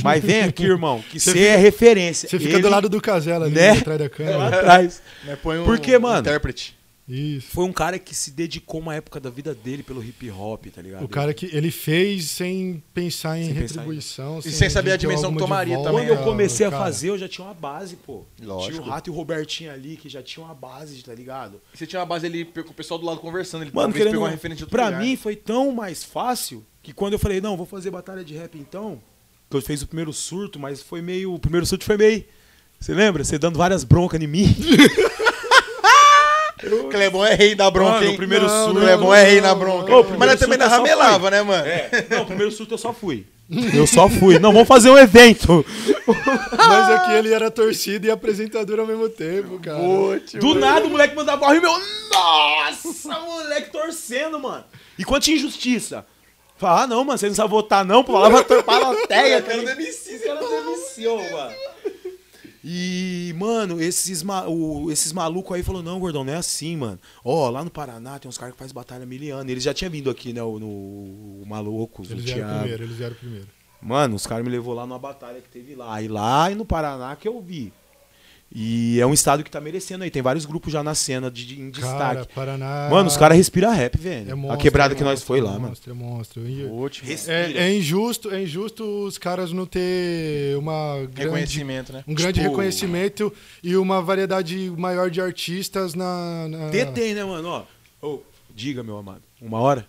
Speaker 3: mas vem aqui, irmão, que você é referência.
Speaker 4: Você fica
Speaker 3: Ele-
Speaker 4: do lado do casela ali,
Speaker 3: Né?
Speaker 4: atrás da
Speaker 3: lá
Speaker 4: câmera.
Speaker 3: atrás.
Speaker 2: Põe um,
Speaker 3: Porque, mano-
Speaker 2: intérprete.
Speaker 4: Isso.
Speaker 3: Foi um cara que se dedicou uma época da vida dele pelo hip hop, tá ligado?
Speaker 4: O cara que ele fez sem pensar em
Speaker 3: Sem pensar em-
Speaker 4: retribuição.
Speaker 2: E sem saber a dimensão que tomaria também,
Speaker 3: Quando
Speaker 2: né?
Speaker 3: eu comecei a
Speaker 4: cara.
Speaker 3: fazer, eu já tinha uma base, pô.
Speaker 2: Lógico.
Speaker 3: Tinha o Rato e o Robertinho ali, que já tinha uma base, tá ligado?
Speaker 2: E Você tinha uma base ali pe- com o pessoal do lado conversando. Ele
Speaker 3: Mano,
Speaker 2: talvez
Speaker 3: querendo,
Speaker 2: pegou uma referência de outro
Speaker 3: pra
Speaker 2: lugar.
Speaker 3: mim foi tão mais fácil que quando eu falei, não, vou fazer batalha de rap então, que eu fiz o primeiro surto, mas foi meio. O primeiro surto foi meio. Você lembra? Você dando várias broncas em mim.
Speaker 2: Clebão é rei da bronca,
Speaker 5: Mano,
Speaker 2: hein?
Speaker 5: o primeiro
Speaker 2: Não,
Speaker 5: surto-
Speaker 2: Clebão é rei na bronca.
Speaker 3: Ô, o
Speaker 2: Mas
Speaker 3: primeiro
Speaker 2: nós também
Speaker 3: surto eu
Speaker 2: não
Speaker 3: só fui.
Speaker 2: ramelava, né, mano?
Speaker 3: É, não, o primeiro surto eu só fui. Eu só fui. Não, vamos fazer um evento.
Speaker 4: Mas é que ele era torcida e apresentador ao mesmo tempo, cara.
Speaker 3: Do nada o moleque mandava barra e meu. Nossa, moleque torcendo, mano. E quanta injustiça. Fala, ah, não, mano, você não sabe votar, não, pô. Lá vai tampar a
Speaker 4: É,
Speaker 3: plateia. Cara do MC, cara do MC, ô, mano. E, mano, esses, ma o- esses malucos aí falou não, gordão, não é assim, mano. Ó, lá no Paraná tem uns caras que fazem batalha miliana. Eles já tinham vindo aqui, né, o, no, o maluco, o
Speaker 4: Eles vieram
Speaker 3: Thiago.
Speaker 4: primeiro, eles vieram primeiro.
Speaker 3: Mano, os caras me levou lá numa batalha que teve lá. E lá e no Paraná que eu vi. E é um estado que tá merecendo aí. Tem vários grupos já na cena de, de- em
Speaker 4: Cara,
Speaker 3: destaque.
Speaker 4: Paraná.
Speaker 3: Mano, os caras respiram rap, velho.
Speaker 4: É
Speaker 3: a
Speaker 4: monstro,
Speaker 3: quebrada
Speaker 4: é
Speaker 3: que nós
Speaker 4: monstro,
Speaker 3: foi
Speaker 4: é
Speaker 3: lá, mano.
Speaker 4: monstro, é monstro. É-
Speaker 2: Ótimo.
Speaker 4: É, é injusto, é injusto os caras não ter uma grande,
Speaker 2: Reconhecimento, né?
Speaker 4: um grande
Speaker 3: Tipo-
Speaker 4: reconhecimento e uma variedade maior de artistas na, na
Speaker 3: Detém, né, mano? Ó, Ô, diga, meu amado. Uma hora?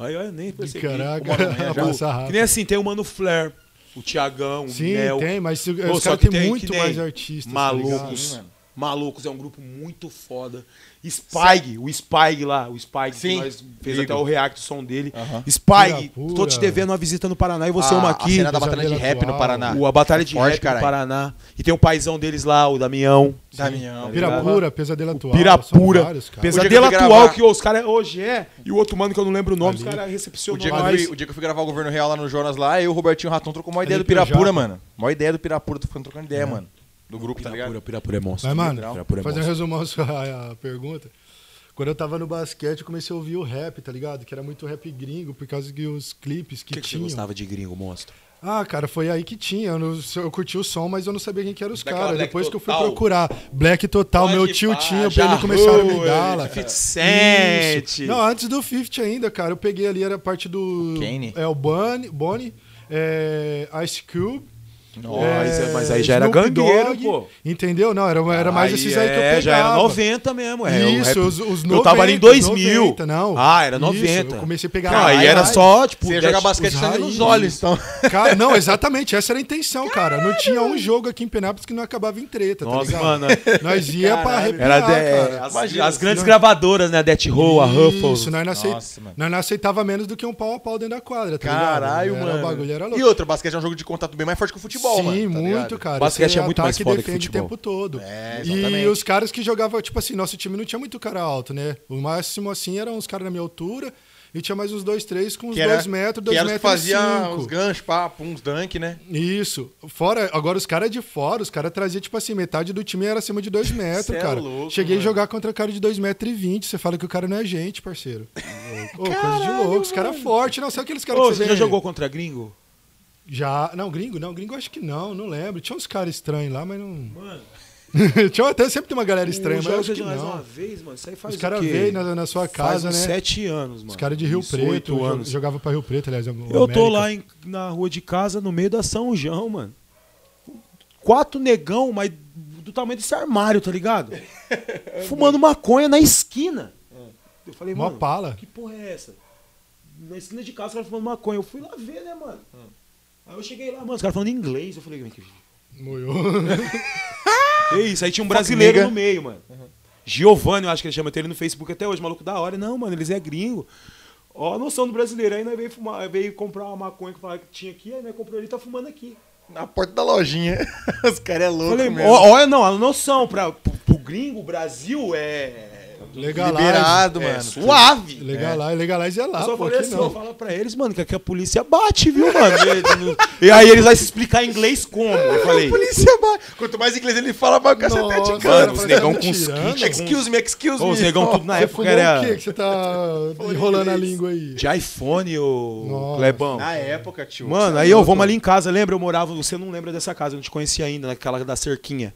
Speaker 3: Aí, olha, nem percebi.
Speaker 4: Caraca,
Speaker 3: Uma hora da manhã já.
Speaker 4: passa
Speaker 3: Que
Speaker 4: rápido.
Speaker 3: nem assim, tem o Mano Flair, o Tiagão, É, o
Speaker 4: Sim,
Speaker 3: Mel.
Speaker 4: tem, mas se-
Speaker 3: Pô,
Speaker 4: os
Speaker 3: só
Speaker 4: caras
Speaker 3: que
Speaker 4: têm
Speaker 3: tem
Speaker 4: muito
Speaker 3: que nem
Speaker 4: mais artistas. tá ligado?
Speaker 3: Malucos.
Speaker 2: Sim, mano.
Speaker 3: Malucos é um grupo muito foda. Spike, o Spike lá, o Spike
Speaker 2: Sim,
Speaker 3: que nós fez
Speaker 2: digo.
Speaker 3: até o react do som dele.
Speaker 2: Aham.
Speaker 3: Spike,
Speaker 4: Pura,
Speaker 3: tô te
Speaker 4: pura.
Speaker 3: devendo uma visita no Paraná e você é uma aqui.
Speaker 2: Ah, A cena da
Speaker 4: da
Speaker 2: batalha de
Speaker 4: Janeiro
Speaker 2: rap no
Speaker 4: atual.
Speaker 2: Paraná.
Speaker 3: O, a batalha de
Speaker 2: Forte,
Speaker 3: rap
Speaker 2: caralho.
Speaker 3: no Paraná. E tem o paizão deles lá, o Damião.
Speaker 2: Damião.
Speaker 4: Pirapura, pesadelo
Speaker 3: O
Speaker 4: atual.
Speaker 3: tá Pirapura.
Speaker 4: são vários, cara.
Speaker 2: O dia
Speaker 3: Pesadelo
Speaker 2: que eu fui
Speaker 3: atual
Speaker 2: gravar-
Speaker 3: que os caras hoje é. E o outro mano que eu não lembro o nome,
Speaker 4: Ali.
Speaker 3: os caras
Speaker 2: O dia,
Speaker 3: recepcionou
Speaker 2: que eu
Speaker 3: nós.
Speaker 2: fui, o dia que eu fui gravar o Governo Real lá no Jonas, lá, eu e o Robertinho Raton trocou uma ideia do
Speaker 4: Felipe Japa.
Speaker 2: Pirapura, mano. Uma ideia do Pirapura, tô ficando trocando ideia, mano. Do grupo, tá ligado?
Speaker 3: Pirapura, Pirapura é monstro.
Speaker 4: Mas, mano, um
Speaker 3: Pirapura é
Speaker 4: fazendo
Speaker 3: monstro.
Speaker 4: resumão a sua a pergunta. Quando eu tava no basquete, eu comecei a ouvir o rap, tá ligado? Que era muito rap gringo, por causa que os clipes
Speaker 3: O
Speaker 4: que,
Speaker 3: que, que você
Speaker 4: tinham.
Speaker 3: gostava de gringo, monstro?
Speaker 4: Ah, cara, foi aí que tinha. Eu, não- eu curti o som, mas eu não sabia quem que eram os
Speaker 2: Daquela
Speaker 4: caras.
Speaker 2: Black
Speaker 4: Depois que eu fui
Speaker 2: Total.
Speaker 4: procurar. Black Total,
Speaker 2: Pode
Speaker 4: meu tio
Speaker 2: pá,
Speaker 4: tinha, pra
Speaker 2: já
Speaker 4: ele começar a me
Speaker 2: foi.
Speaker 4: dar lá.
Speaker 3: 50
Speaker 4: cara.
Speaker 3: Cent.
Speaker 4: Isso. Não, antes do 50 ainda, cara. Eu peguei ali, era parte do.
Speaker 2: Kanye.
Speaker 4: É o Bunny, Bonnie, é, Ice Cube. É,
Speaker 3: Mas, mas aí já era
Speaker 4: Snoop
Speaker 3: gangueiro,
Speaker 4: Dogg,
Speaker 3: pô.
Speaker 4: Entendeu? Não, era, era mais
Speaker 3: Aí
Speaker 4: esses aí que eu
Speaker 3: é,
Speaker 4: pegava.
Speaker 3: Já era 90 mesmo. É, o
Speaker 4: Isso,
Speaker 3: rap-
Speaker 4: os, os 90.
Speaker 3: Eu tava ali em 2000.
Speaker 4: 90, não.
Speaker 3: Ah, era
Speaker 4: Isso,
Speaker 3: 90.
Speaker 4: eu comecei a pegar...
Speaker 3: Não, aí
Speaker 4: Caralho,
Speaker 3: era só, tipo...
Speaker 2: Você ia
Speaker 3: Death-
Speaker 2: jogar basquete
Speaker 4: os tá
Speaker 2: sangue
Speaker 4: raízes.
Speaker 2: nos olhos, então.
Speaker 4: Cara, não, exatamente, essa era a intenção, cara. Não tinha um jogo aqui em Penápolis que não acabava em treta,
Speaker 3: Nossa,
Speaker 4: tá ligado?
Speaker 3: mano.
Speaker 4: Nós ia pra
Speaker 2: Caralho.
Speaker 4: arrepiar,
Speaker 3: Era de-
Speaker 4: cara.
Speaker 3: as,
Speaker 2: Imagina,
Speaker 3: as grandes
Speaker 4: é, não-
Speaker 3: gravadoras, né? Death Row, a Ruffles.
Speaker 4: Isso, nós não, aceit...
Speaker 2: Nossa, mano.
Speaker 4: nós não aceitava menos do que um pau a pau dentro da quadra, tá ligado?
Speaker 2: Caralho,
Speaker 4: Era-
Speaker 2: mano.
Speaker 4: O bagulho era louco.
Speaker 2: E outra, basquete é um jogo de contato bem mais forte que o futebol, mano.
Speaker 4: Sim,
Speaker 2: tá
Speaker 4: muito,
Speaker 2: ligado?
Speaker 4: cara.
Speaker 3: Basquete
Speaker 4: Você
Speaker 3: é muito mais
Speaker 4: ataca e
Speaker 3: foda que
Speaker 4: defende
Speaker 3: futebol.
Speaker 4: o tempo todo.
Speaker 2: É,
Speaker 4: e
Speaker 2: exatamente.
Speaker 4: os caras que jogavam, tipo assim, nosso time não tinha muito cara alto, né? O máximo, assim, eram os caras da minha altura e tinha mais uns dois, três com uns
Speaker 2: Que era-
Speaker 4: dois metros,
Speaker 2: que
Speaker 4: dois
Speaker 2: era os
Speaker 4: metros
Speaker 2: que fazia
Speaker 4: e cinco.
Speaker 2: os ganchos, pá, pum, uns dunk, né?
Speaker 4: Isso. Fora, agora os caras de fora, os caras traziam, tipo assim, metade do time era acima de dois
Speaker 2: Cê
Speaker 4: metros,
Speaker 2: é
Speaker 4: cara.
Speaker 2: louco,
Speaker 4: Cheguei
Speaker 2: mano.
Speaker 4: a jogar contra o cara de dois metros e vinte, você fala que o cara não é gente, parceiro. Ô, coisa de louco, os caras fortes, não, sabe aqueles caras
Speaker 3: Ô,
Speaker 4: que
Speaker 3: você
Speaker 4: você
Speaker 3: já
Speaker 4: vê-
Speaker 3: jogou contra gringo?
Speaker 4: Já. Não, gringo, não. Gringo acho que não, não lembro. Tinha uns caras estranhos lá, mas não. Mano. Tinha até sempre tem uma galera estranha, é mas
Speaker 3: jogo
Speaker 4: acho que
Speaker 3: de nós uma
Speaker 4: não.
Speaker 3: vez, mano. Isso aí faz
Speaker 4: Os
Speaker 3: o
Speaker 4: caras
Speaker 3: quê?
Speaker 4: veio na, na sua
Speaker 3: Faz
Speaker 4: casa,
Speaker 3: uns
Speaker 4: né?
Speaker 3: sete anos, mano.
Speaker 4: Os caras de Rio
Speaker 3: Isso,
Speaker 4: Preto,
Speaker 3: oito
Speaker 4: jo-
Speaker 3: anos.
Speaker 4: jogava pra Rio Preto, aliás. é um
Speaker 3: Eu tô lá em- na rua de casa, no meio da São João, mano. Quatro negão, mas do tamanho desse armário, tá ligado? Fumando maconha na esquina. Eu falei,
Speaker 4: Mó
Speaker 3: mano,
Speaker 4: pala.
Speaker 3: que porra é essa? Na esquina de casa, os caras fumando maconha. Eu fui lá ver, né, mano? Aí eu cheguei lá, mano, os caras falando inglês. Eu falei, que
Speaker 4: Moiou.
Speaker 3: que isso? Aí tinha um brasileiro
Speaker 2: nigga.
Speaker 3: no meio, mano. Giovanni, eu acho que ele chama, tem ele no Facebook até hoje, maluco da hora. Não, mano, eles é gringo. Ó a noção do brasileiro. Aí nós veio, fumar, veio comprar uma maconha que falava que tinha aqui, aí nós comprou ele tá fumando aqui.
Speaker 2: Na porta da lojinha. os caras é louco,
Speaker 3: Falei,
Speaker 2: mesmo.
Speaker 3: ó- olha, não, a noção pra, pro, pro gringo, o Brasil é.
Speaker 4: Legalize. É,
Speaker 2: Liberado, mano.
Speaker 3: Suave.
Speaker 4: Legalize, legalize
Speaker 2: Ah,
Speaker 4: é lá,
Speaker 3: Eu só
Speaker 4: pô,
Speaker 3: falei
Speaker 4: aqui
Speaker 3: assim, ó,
Speaker 4: não.
Speaker 3: fala pra eles, mano, que aqui a polícia bate, viu, mano? E, eles não- e aí eles vão se explicar em inglês como? Eu falei.
Speaker 2: Polícia, mano. É Quanto mais inglês ele fala, mais o cacete é
Speaker 4: Nossa,
Speaker 2: de
Speaker 4: cara,
Speaker 2: cano.
Speaker 4: parece
Speaker 2: Os
Speaker 4: que
Speaker 2: negão
Speaker 4: tá
Speaker 2: com os
Speaker 4: tirando.
Speaker 3: é
Speaker 2: kits. Excuse me, excuse
Speaker 3: Ô,
Speaker 2: me.
Speaker 3: os negão tudo na
Speaker 4: Você
Speaker 3: época
Speaker 4: fumou
Speaker 3: era.
Speaker 4: o que que você tá enrolando a língua aí?
Speaker 3: De iPhone, ô
Speaker 4: Nossa.
Speaker 3: Clebão.
Speaker 2: Na época, tio.
Speaker 3: Mano, aí eu vamos ali em casa, lembra? Eu morava, você não lembra dessa casa, eu não te conhecia ainda, naquela da cerquinha.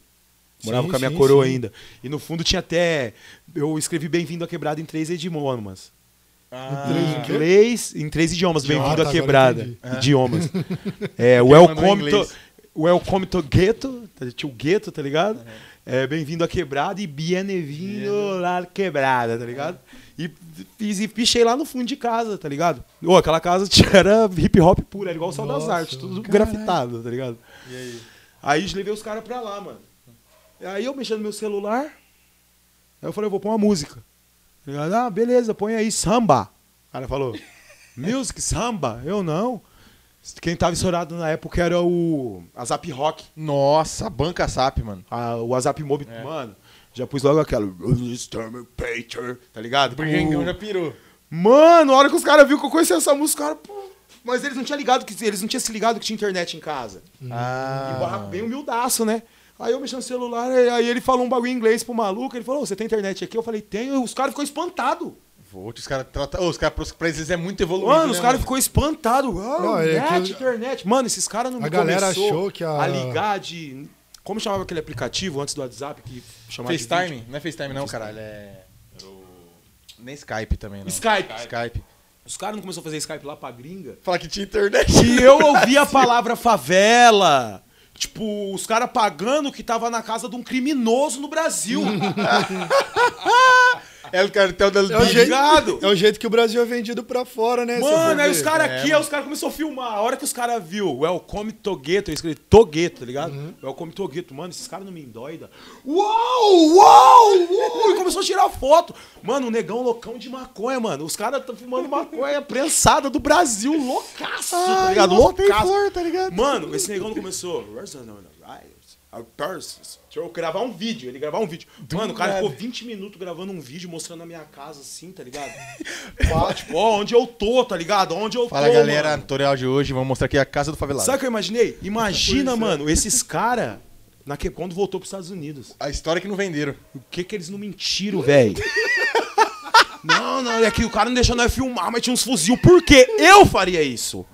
Speaker 3: Morava
Speaker 4: Sim,
Speaker 3: com a minha
Speaker 4: sim,
Speaker 3: coroa
Speaker 4: sim.
Speaker 3: ainda. E no fundo tinha até. Eu escrevi Bem-vindo à Quebrada em três idiomas.
Speaker 2: Ah.
Speaker 4: Três o quê?
Speaker 3: Inglês, em três idiomas,
Speaker 4: Ah,
Speaker 3: Bem-vindo à
Speaker 4: tá, agora
Speaker 3: Quebrada.
Speaker 4: entendi.
Speaker 3: Idiomas. É,
Speaker 2: mandou em
Speaker 3: welcome to,
Speaker 2: inglês.
Speaker 3: welcome to Ghetto, tá- tinha o Ghetto, tá ligado? É, Bem-vindo à Quebrada e Bienevindo lá Quebrada, tá ligado? E fiz e pichei lá no fundo de casa, tá ligado? Ô, aquela casa tinha- era hip hop puro, era igual o Sol das
Speaker 4: Nossa,
Speaker 3: Artes, tudo grafitado, tá ligado? E aí? Aí eu levei os caras pra lá, mano. Aí eu mexendo no meu celular, Aí eu falei, eu vou pôr uma música. Tá ligado? Ah, beleza, põe aí samba. O cara falou, music, samba? Eu não. Quem tava estourado na época era o Azap Rock.
Speaker 2: Nossa, banca SAP, mano.
Speaker 3: A- o Azap Mob, mano. Já pus logo aquela. Storm Painter, tá ligado?
Speaker 2: Bringão então já pirou.
Speaker 3: Mano, a hora que os caras viram que eu conhecia essa música, os caras. pô, Mas eles não tinham ligado, que eles não tinham se ligado que tinha internet em casa. E o barraco bem humildaço, né? Aí eu mexi no celular, aí aí ele falou um bagulho em inglês pro maluco, ele falou, "Ô, você tem internet aqui? Eu falei, tenho, e os caras ficou espantado.
Speaker 2: Vou, os caras tratam. Ô, os caras, pra eles é muito evoluído.
Speaker 3: Mano, os
Speaker 2: né,
Speaker 3: caras ficou espantado. Ah,
Speaker 4: Não, é
Speaker 3: internet,
Speaker 4: que-
Speaker 3: internet. Mano, esses caras não
Speaker 4: A galera
Speaker 3: começou
Speaker 4: achou que a-
Speaker 3: ligar de... Como chamava aquele aplicativo antes do WhatsApp que chamava de vídeo?
Speaker 2: FaceTime? Não é FaceTime, não, caralho. É. Nem Skype também, não.
Speaker 3: Skype.
Speaker 2: Skype.
Speaker 3: Os caras não começaram a fazer Skype lá pra gringa?
Speaker 2: Falar que tinha internet.
Speaker 3: que eu ouvi a palavra favela. Tipo, os caras pagando que tava na casa de um criminoso no Brasil.
Speaker 2: É o cartel das
Speaker 4: É o,
Speaker 3: Tá
Speaker 4: jeito,
Speaker 3: ligado?
Speaker 4: é o jeito que o Brasil é vendido pra fora, né? se for
Speaker 3: Mano, aí
Speaker 4: ver.
Speaker 3: os caras aqui, aí os caras começaram a filmar. A hora que os caras viu, Welcome Togueto, eu escrevi Togueto, tá ligado?
Speaker 4: Uhum.
Speaker 3: Welcome Togueto. Mano, esses caras não me endoida. Uou, uou, uou! E começou a tirar foto. Mano, o negão loucão de maconha, mano. Os caras tão fumando maconha prensada do Brasil. Loucaço, tá ligado? Loucaço.
Speaker 4: tá ligado?
Speaker 3: Mano, esse negão não começou. Where's the number? Riots, our persons. Deixa eu gravar um vídeo, ele gravar um vídeo. Mano, o cara ficou 20 minutos gravando um vídeo mostrando a minha casa assim, tá ligado? Pá, tipo, ó, onde eu tô, tá ligado? Onde eu
Speaker 2: Fala
Speaker 3: tô.
Speaker 2: galera,
Speaker 3: mano.
Speaker 2: tutorial de hoje, vamos mostrar aqui a casa do favelado.
Speaker 3: Sabe o que eu imaginei? Imagina, mano, esses caras. Na que, quando voltou pros Estados Unidos.
Speaker 2: A história é que não venderam.
Speaker 3: O que que eles não mentiram, velho? Não, não, é que o cara não deixou nós filmar, mas tinha uns fuzil. Por quê? Eu faria isso.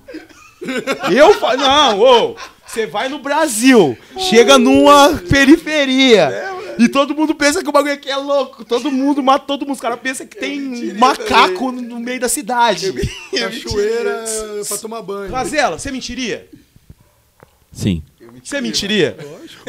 Speaker 3: Eu faria. Não, ô. Você vai no Brasil, chega numa periferia.
Speaker 2: É,
Speaker 3: E todo mundo pensa que o bagulho aqui é louco. Todo mundo mata todo mundo. Os caras pensam
Speaker 2: É
Speaker 3: que tem um macaco no no meio da cidade.
Speaker 4: Cachoeira é pra tomar banho.
Speaker 3: Fazela, você mentiria?
Speaker 6: Sim.
Speaker 3: Você mentiria?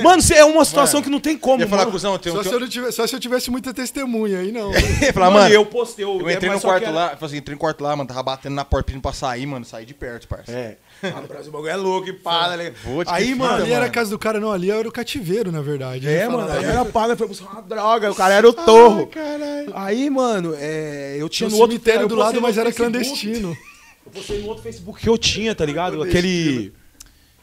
Speaker 3: Mano, você é uma situação que não tem como.
Speaker 2: Ia falar,
Speaker 3: mano.
Speaker 2: cuzão, tem um.
Speaker 4: Só se, eu não tivesse, só se eu tivesse muita testemunha aí, não. Você
Speaker 2: Ia falar, mano,
Speaker 3: eu postei. Eu,
Speaker 2: eu entrei
Speaker 3: mas
Speaker 2: no
Speaker 3: só
Speaker 2: quarto
Speaker 3: quero-
Speaker 2: lá, falei assim, entrei no quarto lá, mano, tava batendo na porta pedindo pra sair, mano, saí de perto, parça.
Speaker 3: É. Ah, no Brasil o bagulho é louco e pá, né?
Speaker 2: Vou te
Speaker 3: Aí,
Speaker 2: que
Speaker 3: mano.
Speaker 4: ali era a casa do cara, não. Ali era o cativeiro, na verdade.
Speaker 3: É,
Speaker 4: Ele fala,
Speaker 3: mano,
Speaker 4: "Ah,
Speaker 3: aí era pá, né? Foi buscar uma droga, o cara era o torro. aí, mano, é, eu tinha
Speaker 4: Tinha um
Speaker 3: no outro
Speaker 4: cemitério
Speaker 3: eu
Speaker 4: do
Speaker 3: postei
Speaker 4: lado,
Speaker 3: no
Speaker 4: mas era
Speaker 3: Facebook,
Speaker 4: clandestino.
Speaker 3: Eu postei no outro Facebook que eu tinha, tá ligado? Aquele.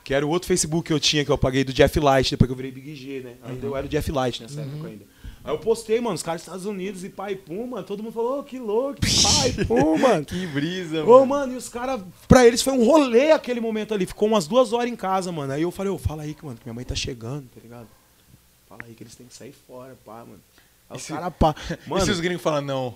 Speaker 3: Que era o outro Facebook que eu tinha, que eu paguei do Jeff Light, depois que eu virei Big G, né? Ainda eu era o Jeff Light nessa época ainda. Aí eu postei, mano, os caras dos Estados Unidos e pai pum, mano. Todo mundo falou, ô, que louco, pai pum, mano.
Speaker 2: Que brisa,
Speaker 3: Ô, mano, e os caras, pra eles foi um rolê aquele momento ali. Ficou umas duas horas em casa, mano. Aí eu falei, ô, fala aí que, mano, que minha mãe tá chegando, tá ligado? Fala aí que eles têm que sair fora, pá, mano. Aí os caras, pá.
Speaker 2: E se os
Speaker 3: Mano,
Speaker 2: gringos falam, não,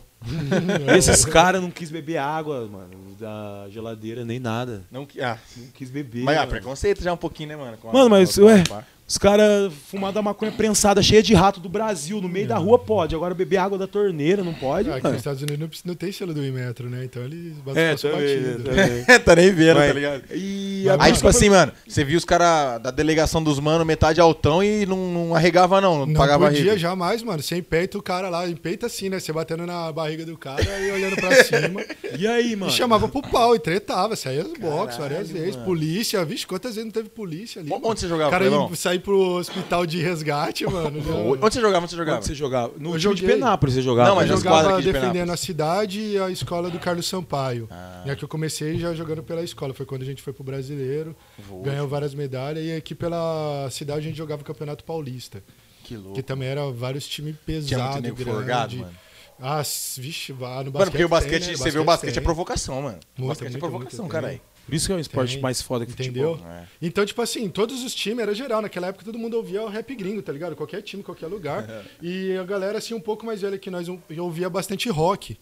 Speaker 4: É.
Speaker 3: esses caras não quis beber água, mano, da geladeira, nem nada.
Speaker 2: não que. Ah,
Speaker 3: Não quis beber.
Speaker 2: mas ah,
Speaker 3: mano.
Speaker 2: preconceito já um pouquinho, né, mano? com a-
Speaker 3: Mano, mas,
Speaker 2: com a-
Speaker 3: ué,
Speaker 2: com a-
Speaker 3: os caras fumada maconha prensada, cheia de rato do Brasil, no meio da rua pode. Agora beber água da torneira, não pode,
Speaker 4: É. Ah, aqui nos
Speaker 3: mano.
Speaker 4: Estados Unidos não, precisa- não tem selo do Imetro, né? Então eles
Speaker 3: É,
Speaker 4: basicamente
Speaker 3: também,
Speaker 4: batido.
Speaker 3: também.
Speaker 2: É, tá nem vendo, tá ligado?
Speaker 3: E
Speaker 2: Aí, tipo assim, mano, você viu os caras da delegação dos mano, metade altão e não, não arregava, não. Não,
Speaker 4: Não
Speaker 2: pagava
Speaker 4: podia
Speaker 2: rico.
Speaker 4: jamais, mano. Você empeita o cara lá, empeita assim, né? Você batendo na barriga do cara e olhando pra cima.
Speaker 3: E aí, mano?
Speaker 4: E chamava pro pau e tretava, saía dos boxes várias vezes. Polícia, vixe, quantas vezes não teve polícia ali?
Speaker 2: Onde
Speaker 4: mano?
Speaker 2: você jogava,
Speaker 4: O cara
Speaker 2: Clebão?
Speaker 4: ia sair pro hospital de resgate, mano.
Speaker 2: Onde você jogava? Onde você jogava?
Speaker 3: Onde você jogava? No
Speaker 4: Eu
Speaker 3: time de
Speaker 4: joguei.
Speaker 3: Penápolis você jogava. né?
Speaker 2: Não,
Speaker 4: Eu
Speaker 2: mas nas quadras
Speaker 4: jogava
Speaker 2: aqui de
Speaker 4: defendendo
Speaker 2: Penápolis. Ah.
Speaker 4: a cidade e a escola do Carlos Sampaio. É que eu comecei já jogando pela escola. Foi quando a gente foi pro brasileiro, ganhou várias medalhas. E aqui pela cidade a gente jogava o Campeonato Paulista.
Speaker 2: Que louco.
Speaker 4: Que também era vários times
Speaker 2: Tinha muito
Speaker 4: pesados,
Speaker 2: nego forgado,
Speaker 4: grande.
Speaker 2: mano.
Speaker 4: Ah, s- vixe, vá no basquete.
Speaker 2: Mano, porque o basquete,
Speaker 4: tem, né?
Speaker 2: você vê o basquete
Speaker 4: tem.
Speaker 2: é provocação, mano. O
Speaker 4: Muito,
Speaker 2: basquete é
Speaker 4: muito,
Speaker 2: provocação,
Speaker 4: muito,
Speaker 2: caralho.
Speaker 3: Por isso que é um esporte
Speaker 4: Tem.
Speaker 3: mais foda que
Speaker 4: Entendeu?
Speaker 3: futebol.
Speaker 2: é.
Speaker 4: Então, tipo assim, todos os times era geral. Naquela época todo mundo ouvia o rap gringo, tá ligado? Qualquer time, qualquer lugar. E a galera, assim, um pouco mais velha que nós um- ouvia bastante rock.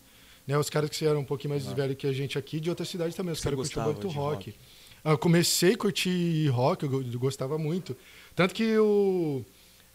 Speaker 4: Né? Os caras que eram um pouquinho mais velhos que a gente aqui, de outra cidade também. Os caras curtiam
Speaker 3: gostava
Speaker 4: muito
Speaker 3: de
Speaker 4: rock. Ah, Eu comecei a curtir rock, eu go- eu gostava muito. Tanto que o.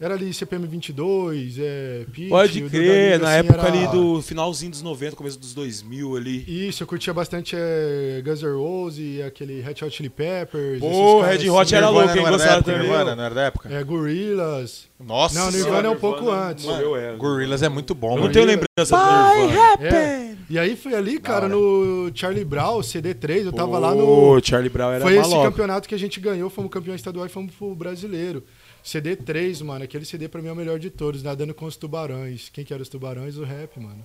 Speaker 4: Era ali CPM 22, é, Pitch, o
Speaker 3: Pode
Speaker 4: Duda
Speaker 3: crer,
Speaker 4: Liga,
Speaker 3: na
Speaker 4: assim,
Speaker 3: época
Speaker 4: era-
Speaker 3: ali do finalzinho dos 90, começo dos 2000 ali.
Speaker 4: Isso, eu curtia bastante é, Guns N' Roses, aquele Red Hot Chili Peppers.
Speaker 3: Pô,
Speaker 4: esses caras assim.
Speaker 3: Red Hot era
Speaker 2: Nirvana
Speaker 3: louco, hein?
Speaker 2: não era da
Speaker 3: Gostava
Speaker 2: época,
Speaker 3: também.
Speaker 2: Nirvana,
Speaker 3: ó.
Speaker 2: não era da época?
Speaker 4: É, Gorillaz.
Speaker 2: Nossa
Speaker 4: Não,
Speaker 2: senhora.
Speaker 4: Nirvana é um pouco antes.
Speaker 3: Morreu, é.
Speaker 2: Gorillaz é muito bom,
Speaker 3: Eu
Speaker 2: mano.
Speaker 3: não tenho lembrança do Nirvana.
Speaker 4: É. E aí foi ali, cara, no Charlie Brown, CD3, eu tava lá
Speaker 3: Pô,
Speaker 4: no.
Speaker 3: Charlie Brown era
Speaker 4: Foi esse
Speaker 3: maloca.
Speaker 4: campeonato que a gente ganhou, fomos campeão estadual e fomos pro brasileiro. CD 3, mano, aquele CD pra mim é o melhor de todos, Nadando com os Tubarões. Quem que era os Tubarões? O rap, mano.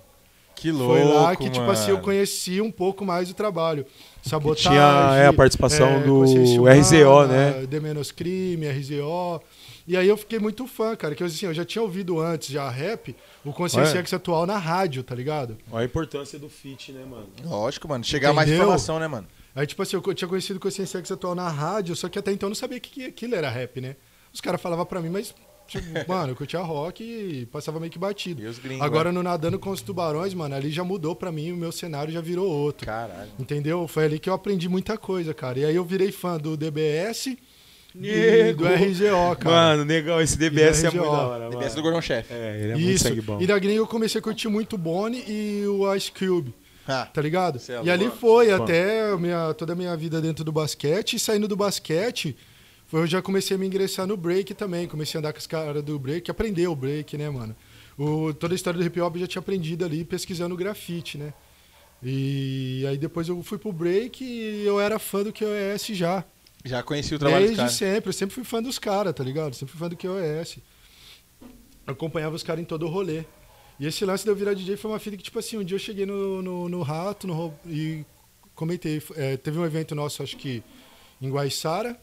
Speaker 2: Que louco,
Speaker 4: Foi lá que, tipo
Speaker 2: mano.
Speaker 4: assim, eu conheci um pouco mais o trabalho. Sabotagem.
Speaker 3: tinha, é, a participação do
Speaker 4: Consciência Humana,
Speaker 3: RZO, né?
Speaker 4: The Menos Crime, RZO. E aí eu fiquei muito fã, cara, que eu, assim, eu já tinha ouvido antes, já rap, o Consciência
Speaker 3: Olha.
Speaker 4: X atual na rádio, tá ligado?
Speaker 3: Olha a importância do fit, né, mano?
Speaker 2: Lógico, mano. Chegar mais
Speaker 4: Entendeu?
Speaker 2: informação, né, mano?
Speaker 4: Aí, tipo assim, eu co- tinha conhecido o Consciência X atual na rádio, só que até então eu não sabia que, que aquilo era rap, né? Os caras falavam pra mim, mas, tipo, mano, eu curtia rock e passava meio que batido.
Speaker 2: E os gringos.
Speaker 4: Agora
Speaker 3: né?
Speaker 4: no Nadando com os Tubarões, mano, ali já mudou pra mim, o meu cenário já virou outro.
Speaker 2: Caralho.
Speaker 4: Entendeu? Foi ali que eu aprendi muita coisa, cara. E aí eu virei fã do DBS e
Speaker 3: Nego.
Speaker 4: do RGO, cara.
Speaker 3: Mano, negão, esse DBS é
Speaker 4: RGO.
Speaker 3: muito da hora, mano.
Speaker 2: DBS do Gordão Chefe.
Speaker 3: É, ele é muito
Speaker 4: Isso.
Speaker 3: sangue bom.
Speaker 4: E da gringa eu comecei a curtir muito o Bonnie e o Ice Cube.
Speaker 2: Ah,
Speaker 4: Tá ligado?
Speaker 2: Cê é
Speaker 4: e ali
Speaker 2: louco.
Speaker 4: foi até a minha, toda a minha vida dentro do basquete. E saindo do basquete, foi- eu já comecei a me ingressar no break também. Comecei a andar com os caras do break, aprender o break, né, mano? O, toda a história do hip hop eu já tinha aprendido ali pesquisando grafite, né? E aí depois eu fui pro break e eu era fã do QS já.
Speaker 2: já conheci o trabalho do
Speaker 4: Desde
Speaker 2: cara.
Speaker 4: sempre, eu sempre fui fã dos caras, tá ligado? Sempre fui fã do QoS. Eu acompanhava os caras em todo o rolê. E esse lance de eu virar DJ foi uma fita que, tipo assim, um dia eu cheguei no, no, no rato no Ro- e comentei. é, teve um evento nosso, acho que em Guaiçara.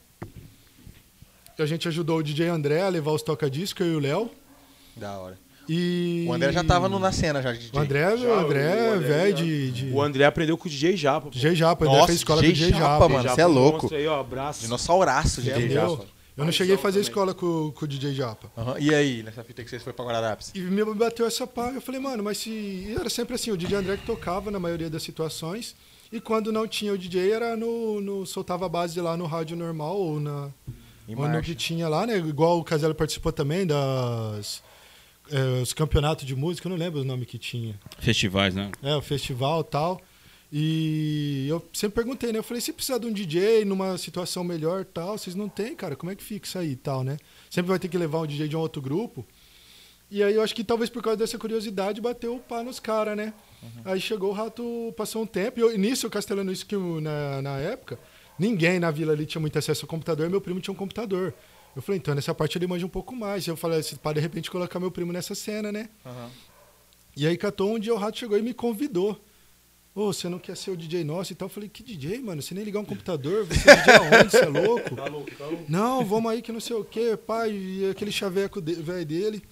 Speaker 4: A gente ajudou o DJ André a levar os toca-disco, eu e o Léo.
Speaker 2: Da hora.
Speaker 4: E...
Speaker 2: O André já tava no, na cena já de
Speaker 4: O
Speaker 2: DJ.
Speaker 4: André,
Speaker 3: Já,
Speaker 4: o André,
Speaker 3: o André
Speaker 4: velho,
Speaker 3: já.
Speaker 4: de, de
Speaker 3: O André aprendeu com o DJ Japa. pô.
Speaker 4: DJ Japa. O André
Speaker 2: Nossa,
Speaker 4: fez escola
Speaker 2: DJ
Speaker 4: do DJ Japa.
Speaker 2: Japa, mano,
Speaker 3: DJ
Speaker 2: cê é louco.
Speaker 3: mostra Aí, ó, abraço.
Speaker 2: Dinossauraço é um de DJ.
Speaker 4: entendeu?
Speaker 2: Japa.
Speaker 4: Eu não cheguei a fazer
Speaker 3: também.
Speaker 4: escola com, com o DJ Japa.
Speaker 2: Aham. E aí, nessa fita que vocês foram pra Guararapes?
Speaker 4: E me bateu essa pá. Eu falei, mano, mas se. e Era sempre assim, o DJ André que tocava na maioria das situações. E quando não tinha o DJ, era no. no- soltava a base lá no rádio normal ou na.
Speaker 2: Em
Speaker 4: Ou no
Speaker 2: marcha.
Speaker 4: que tinha lá, né? Igual o Casella participou também das. eh, os campeonatos de música, eu não lembro o nome que tinha.
Speaker 6: Festivais, né?
Speaker 4: É, o festival e tal. E eu sempre perguntei, né? Eu falei, se precisar de um DJ numa situação melhor e tal, vocês não tem, cara, como é que fica isso aí e tal, né? Sempre vai ter que levar um DJ de um outro grupo. E aí eu acho que talvez por causa dessa curiosidade bateu o pá nos caras, né? Aí chegou o rato, passou um tempo, e eu, nisso, o Castelano isso que eu- na, na época, ninguém na vila ali tinha muito acesso ao computador, e meu primo tinha um computador. Eu falei, então nessa parte ele manja um pouco mais. Eu falei, assim, pá, de repente colocar meu primo nessa cena, né? E aí, catou, um dia o rato chegou e me convidou. Ô, você não quer ser o DJ nosso e tal? Eu falei, que DJ, mano? Você nem ligar um computador? Você é DJ aonde? Você é louco? Não, vamos aí que não sei o quê, pai. E aquele chaveco de, velho dele.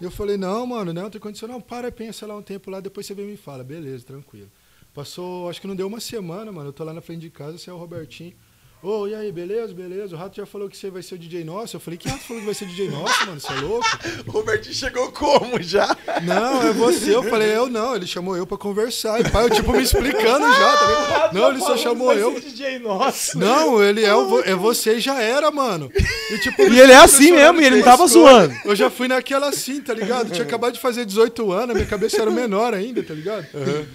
Speaker 4: E eu falei, não, mano, não, tem condição. Não, para, pensa lá um tempo lá, depois você vem e me fala. Beleza, tranquilo. Passou, acho que não deu uma semana, mano. Eu tô lá na frente de casa, você é o Robertinho. Ô, e aí, beleza, beleza? O Rato já falou que você vai ser o DJ nosso. Eu falei, que Rato falou que vai ser DJ nosso, mano? Você é louco?
Speaker 2: O Robertinho chegou como já?
Speaker 4: Não, é você. Eu falei, eu não. Ele chamou eu pra conversar. E pai, eu, tipo, me explicando já, tá ligado? Não, ele só chamou eu.
Speaker 3: DJ nosso.
Speaker 4: Não,
Speaker 2: né?
Speaker 4: ele é, o vo- é você e já era, mano. E, tipo,
Speaker 3: E ele é assim mesmo, e ele não tava zoando.
Speaker 4: eu já fui naquela assim, tá ligado? Eu tinha acabado de fazer 18 anos, a minha cabeça era menor ainda, tá ligado?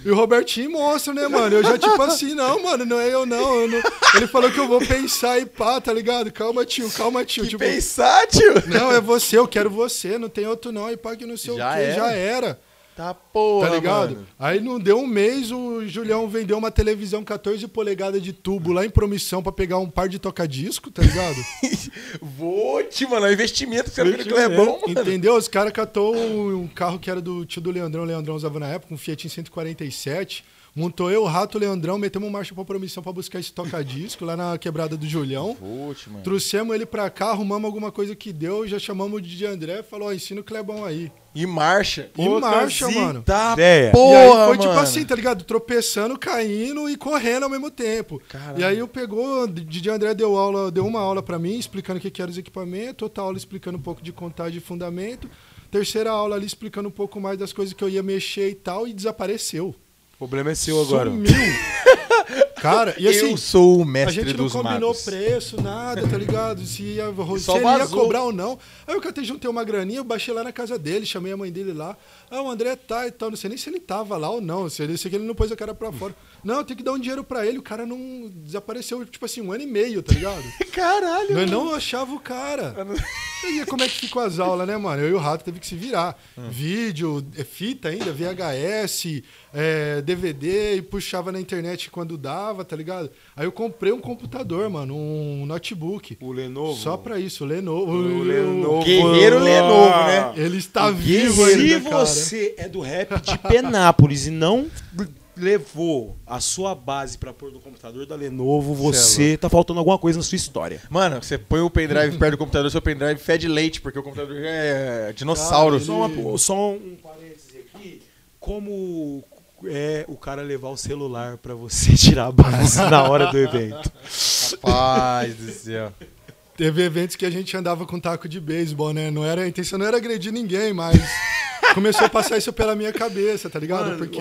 Speaker 4: E o Robertinho mostra, né, mano? Eu já, tipo assim, não, mano, não é eu não. eu não- Ele falou que eu vou pensar e pá, tá ligado? Calma, tio, calma, tio. tipo,
Speaker 2: Pensar, tio.
Speaker 4: não, é você, eu quero você, não tem outro não. E pá, que não sei
Speaker 2: Já
Speaker 4: o quê,
Speaker 2: era.
Speaker 4: já era.
Speaker 2: Tá porra,
Speaker 4: Tá ligado?
Speaker 2: mano.
Speaker 4: Aí não deu um mês, o Julião vendeu uma televisão 14 polegadas de tubo lá em promissão pra pegar um par de toca-disco, tá ligado?
Speaker 2: Vou te, mano. É um investimento que você viu que é bom, mano.
Speaker 4: Entendeu? Os caras catou um um carro que era do tio do Leandrão, o Leandrão usava na época, um Fiat 147. Montou eu, o Rato, o Leandrão, metemos um marcha pra promissão pra buscar esse toca-disco lá na quebrada do Julião.
Speaker 2: Vou te, mano.
Speaker 4: Trouxemos ele pra cá, arrumamos alguma coisa que deu, já chamamos o DJ André, falou, ó, ensina o Clebão aí.
Speaker 2: E marcha.
Speaker 4: E marcha, mano.
Speaker 2: Tá
Speaker 3: Ideia.
Speaker 4: E aí
Speaker 2: porra,
Speaker 4: foi
Speaker 2: mano.
Speaker 4: tipo assim, tá ligado? Tropeçando, caindo e correndo ao mesmo tempo. E aí eu pegou, o DJ André deu aula, deu uma aula pra mim, explicando o que, que eram os equipamentos, outra aula explicando um pouco de contagem e fundamento, terceira aula ali explicando um pouco mais das coisas que eu ia mexer e tal, e desapareceu.
Speaker 3: O problema é seu agora.
Speaker 4: Sumiu. Cara, e assim,
Speaker 2: eu sou o
Speaker 4: a
Speaker 2: mestre
Speaker 4: gente não
Speaker 2: dos
Speaker 4: combinou
Speaker 2: magos.
Speaker 4: preço, nada, tá ligado? Se, ia, se
Speaker 2: só
Speaker 4: ele ia
Speaker 2: vazou.
Speaker 4: cobrar ou não. Aí eu catei, juntei uma graninha, eu baixei lá na casa dele, chamei a mãe dele lá. Ah, o André tá e tal, não sei nem se ele tava lá ou não, se ele, sei que ele não pôs a cara pra fora. Não, tem que dar um dinheiro pra ele, o cara não
Speaker 5: é
Speaker 4: desapareceu, tipo assim, um ano e meio, tá ligado?
Speaker 2: Caralho.
Speaker 4: Eu não achava o cara. E como é que ficou as aulas, né, mano? Eu e o Rato teve que se virar.
Speaker 5: Hum.
Speaker 4: Vídeo, eh, fita ainda, VHS, eh, DVD, e puxava na internet quando dava, tá ligado? Aí eu comprei um computador, mano, um notebook.
Speaker 5: O Lenovo.
Speaker 4: Só pra isso, o Lenovo.
Speaker 5: O Lenovo.
Speaker 2: Guerreiro Lenovo, né?
Speaker 4: Ele está vivo
Speaker 3: Se
Speaker 4: ainda, cara.
Speaker 3: você é do rap de Penápolis e não levou a sua base pra pôr no computador da Lenovo, você tá faltando alguma coisa na sua história.
Speaker 2: Mano, você põe o pendrive perto do computador, seu pendrive fede leite, porque o computador já é dinossauro.
Speaker 3: Só, uma- só um parênteses aqui. Como é o cara levar o celular pra você tirar a base na hora do evento?
Speaker 2: Paz do céu.
Speaker 4: Teve eventos que a gente andava com taco de beisebol, né? Não era, a intenção não era agredir ninguém, mas começou a passar isso pela minha cabeça, tá ligado? Porque.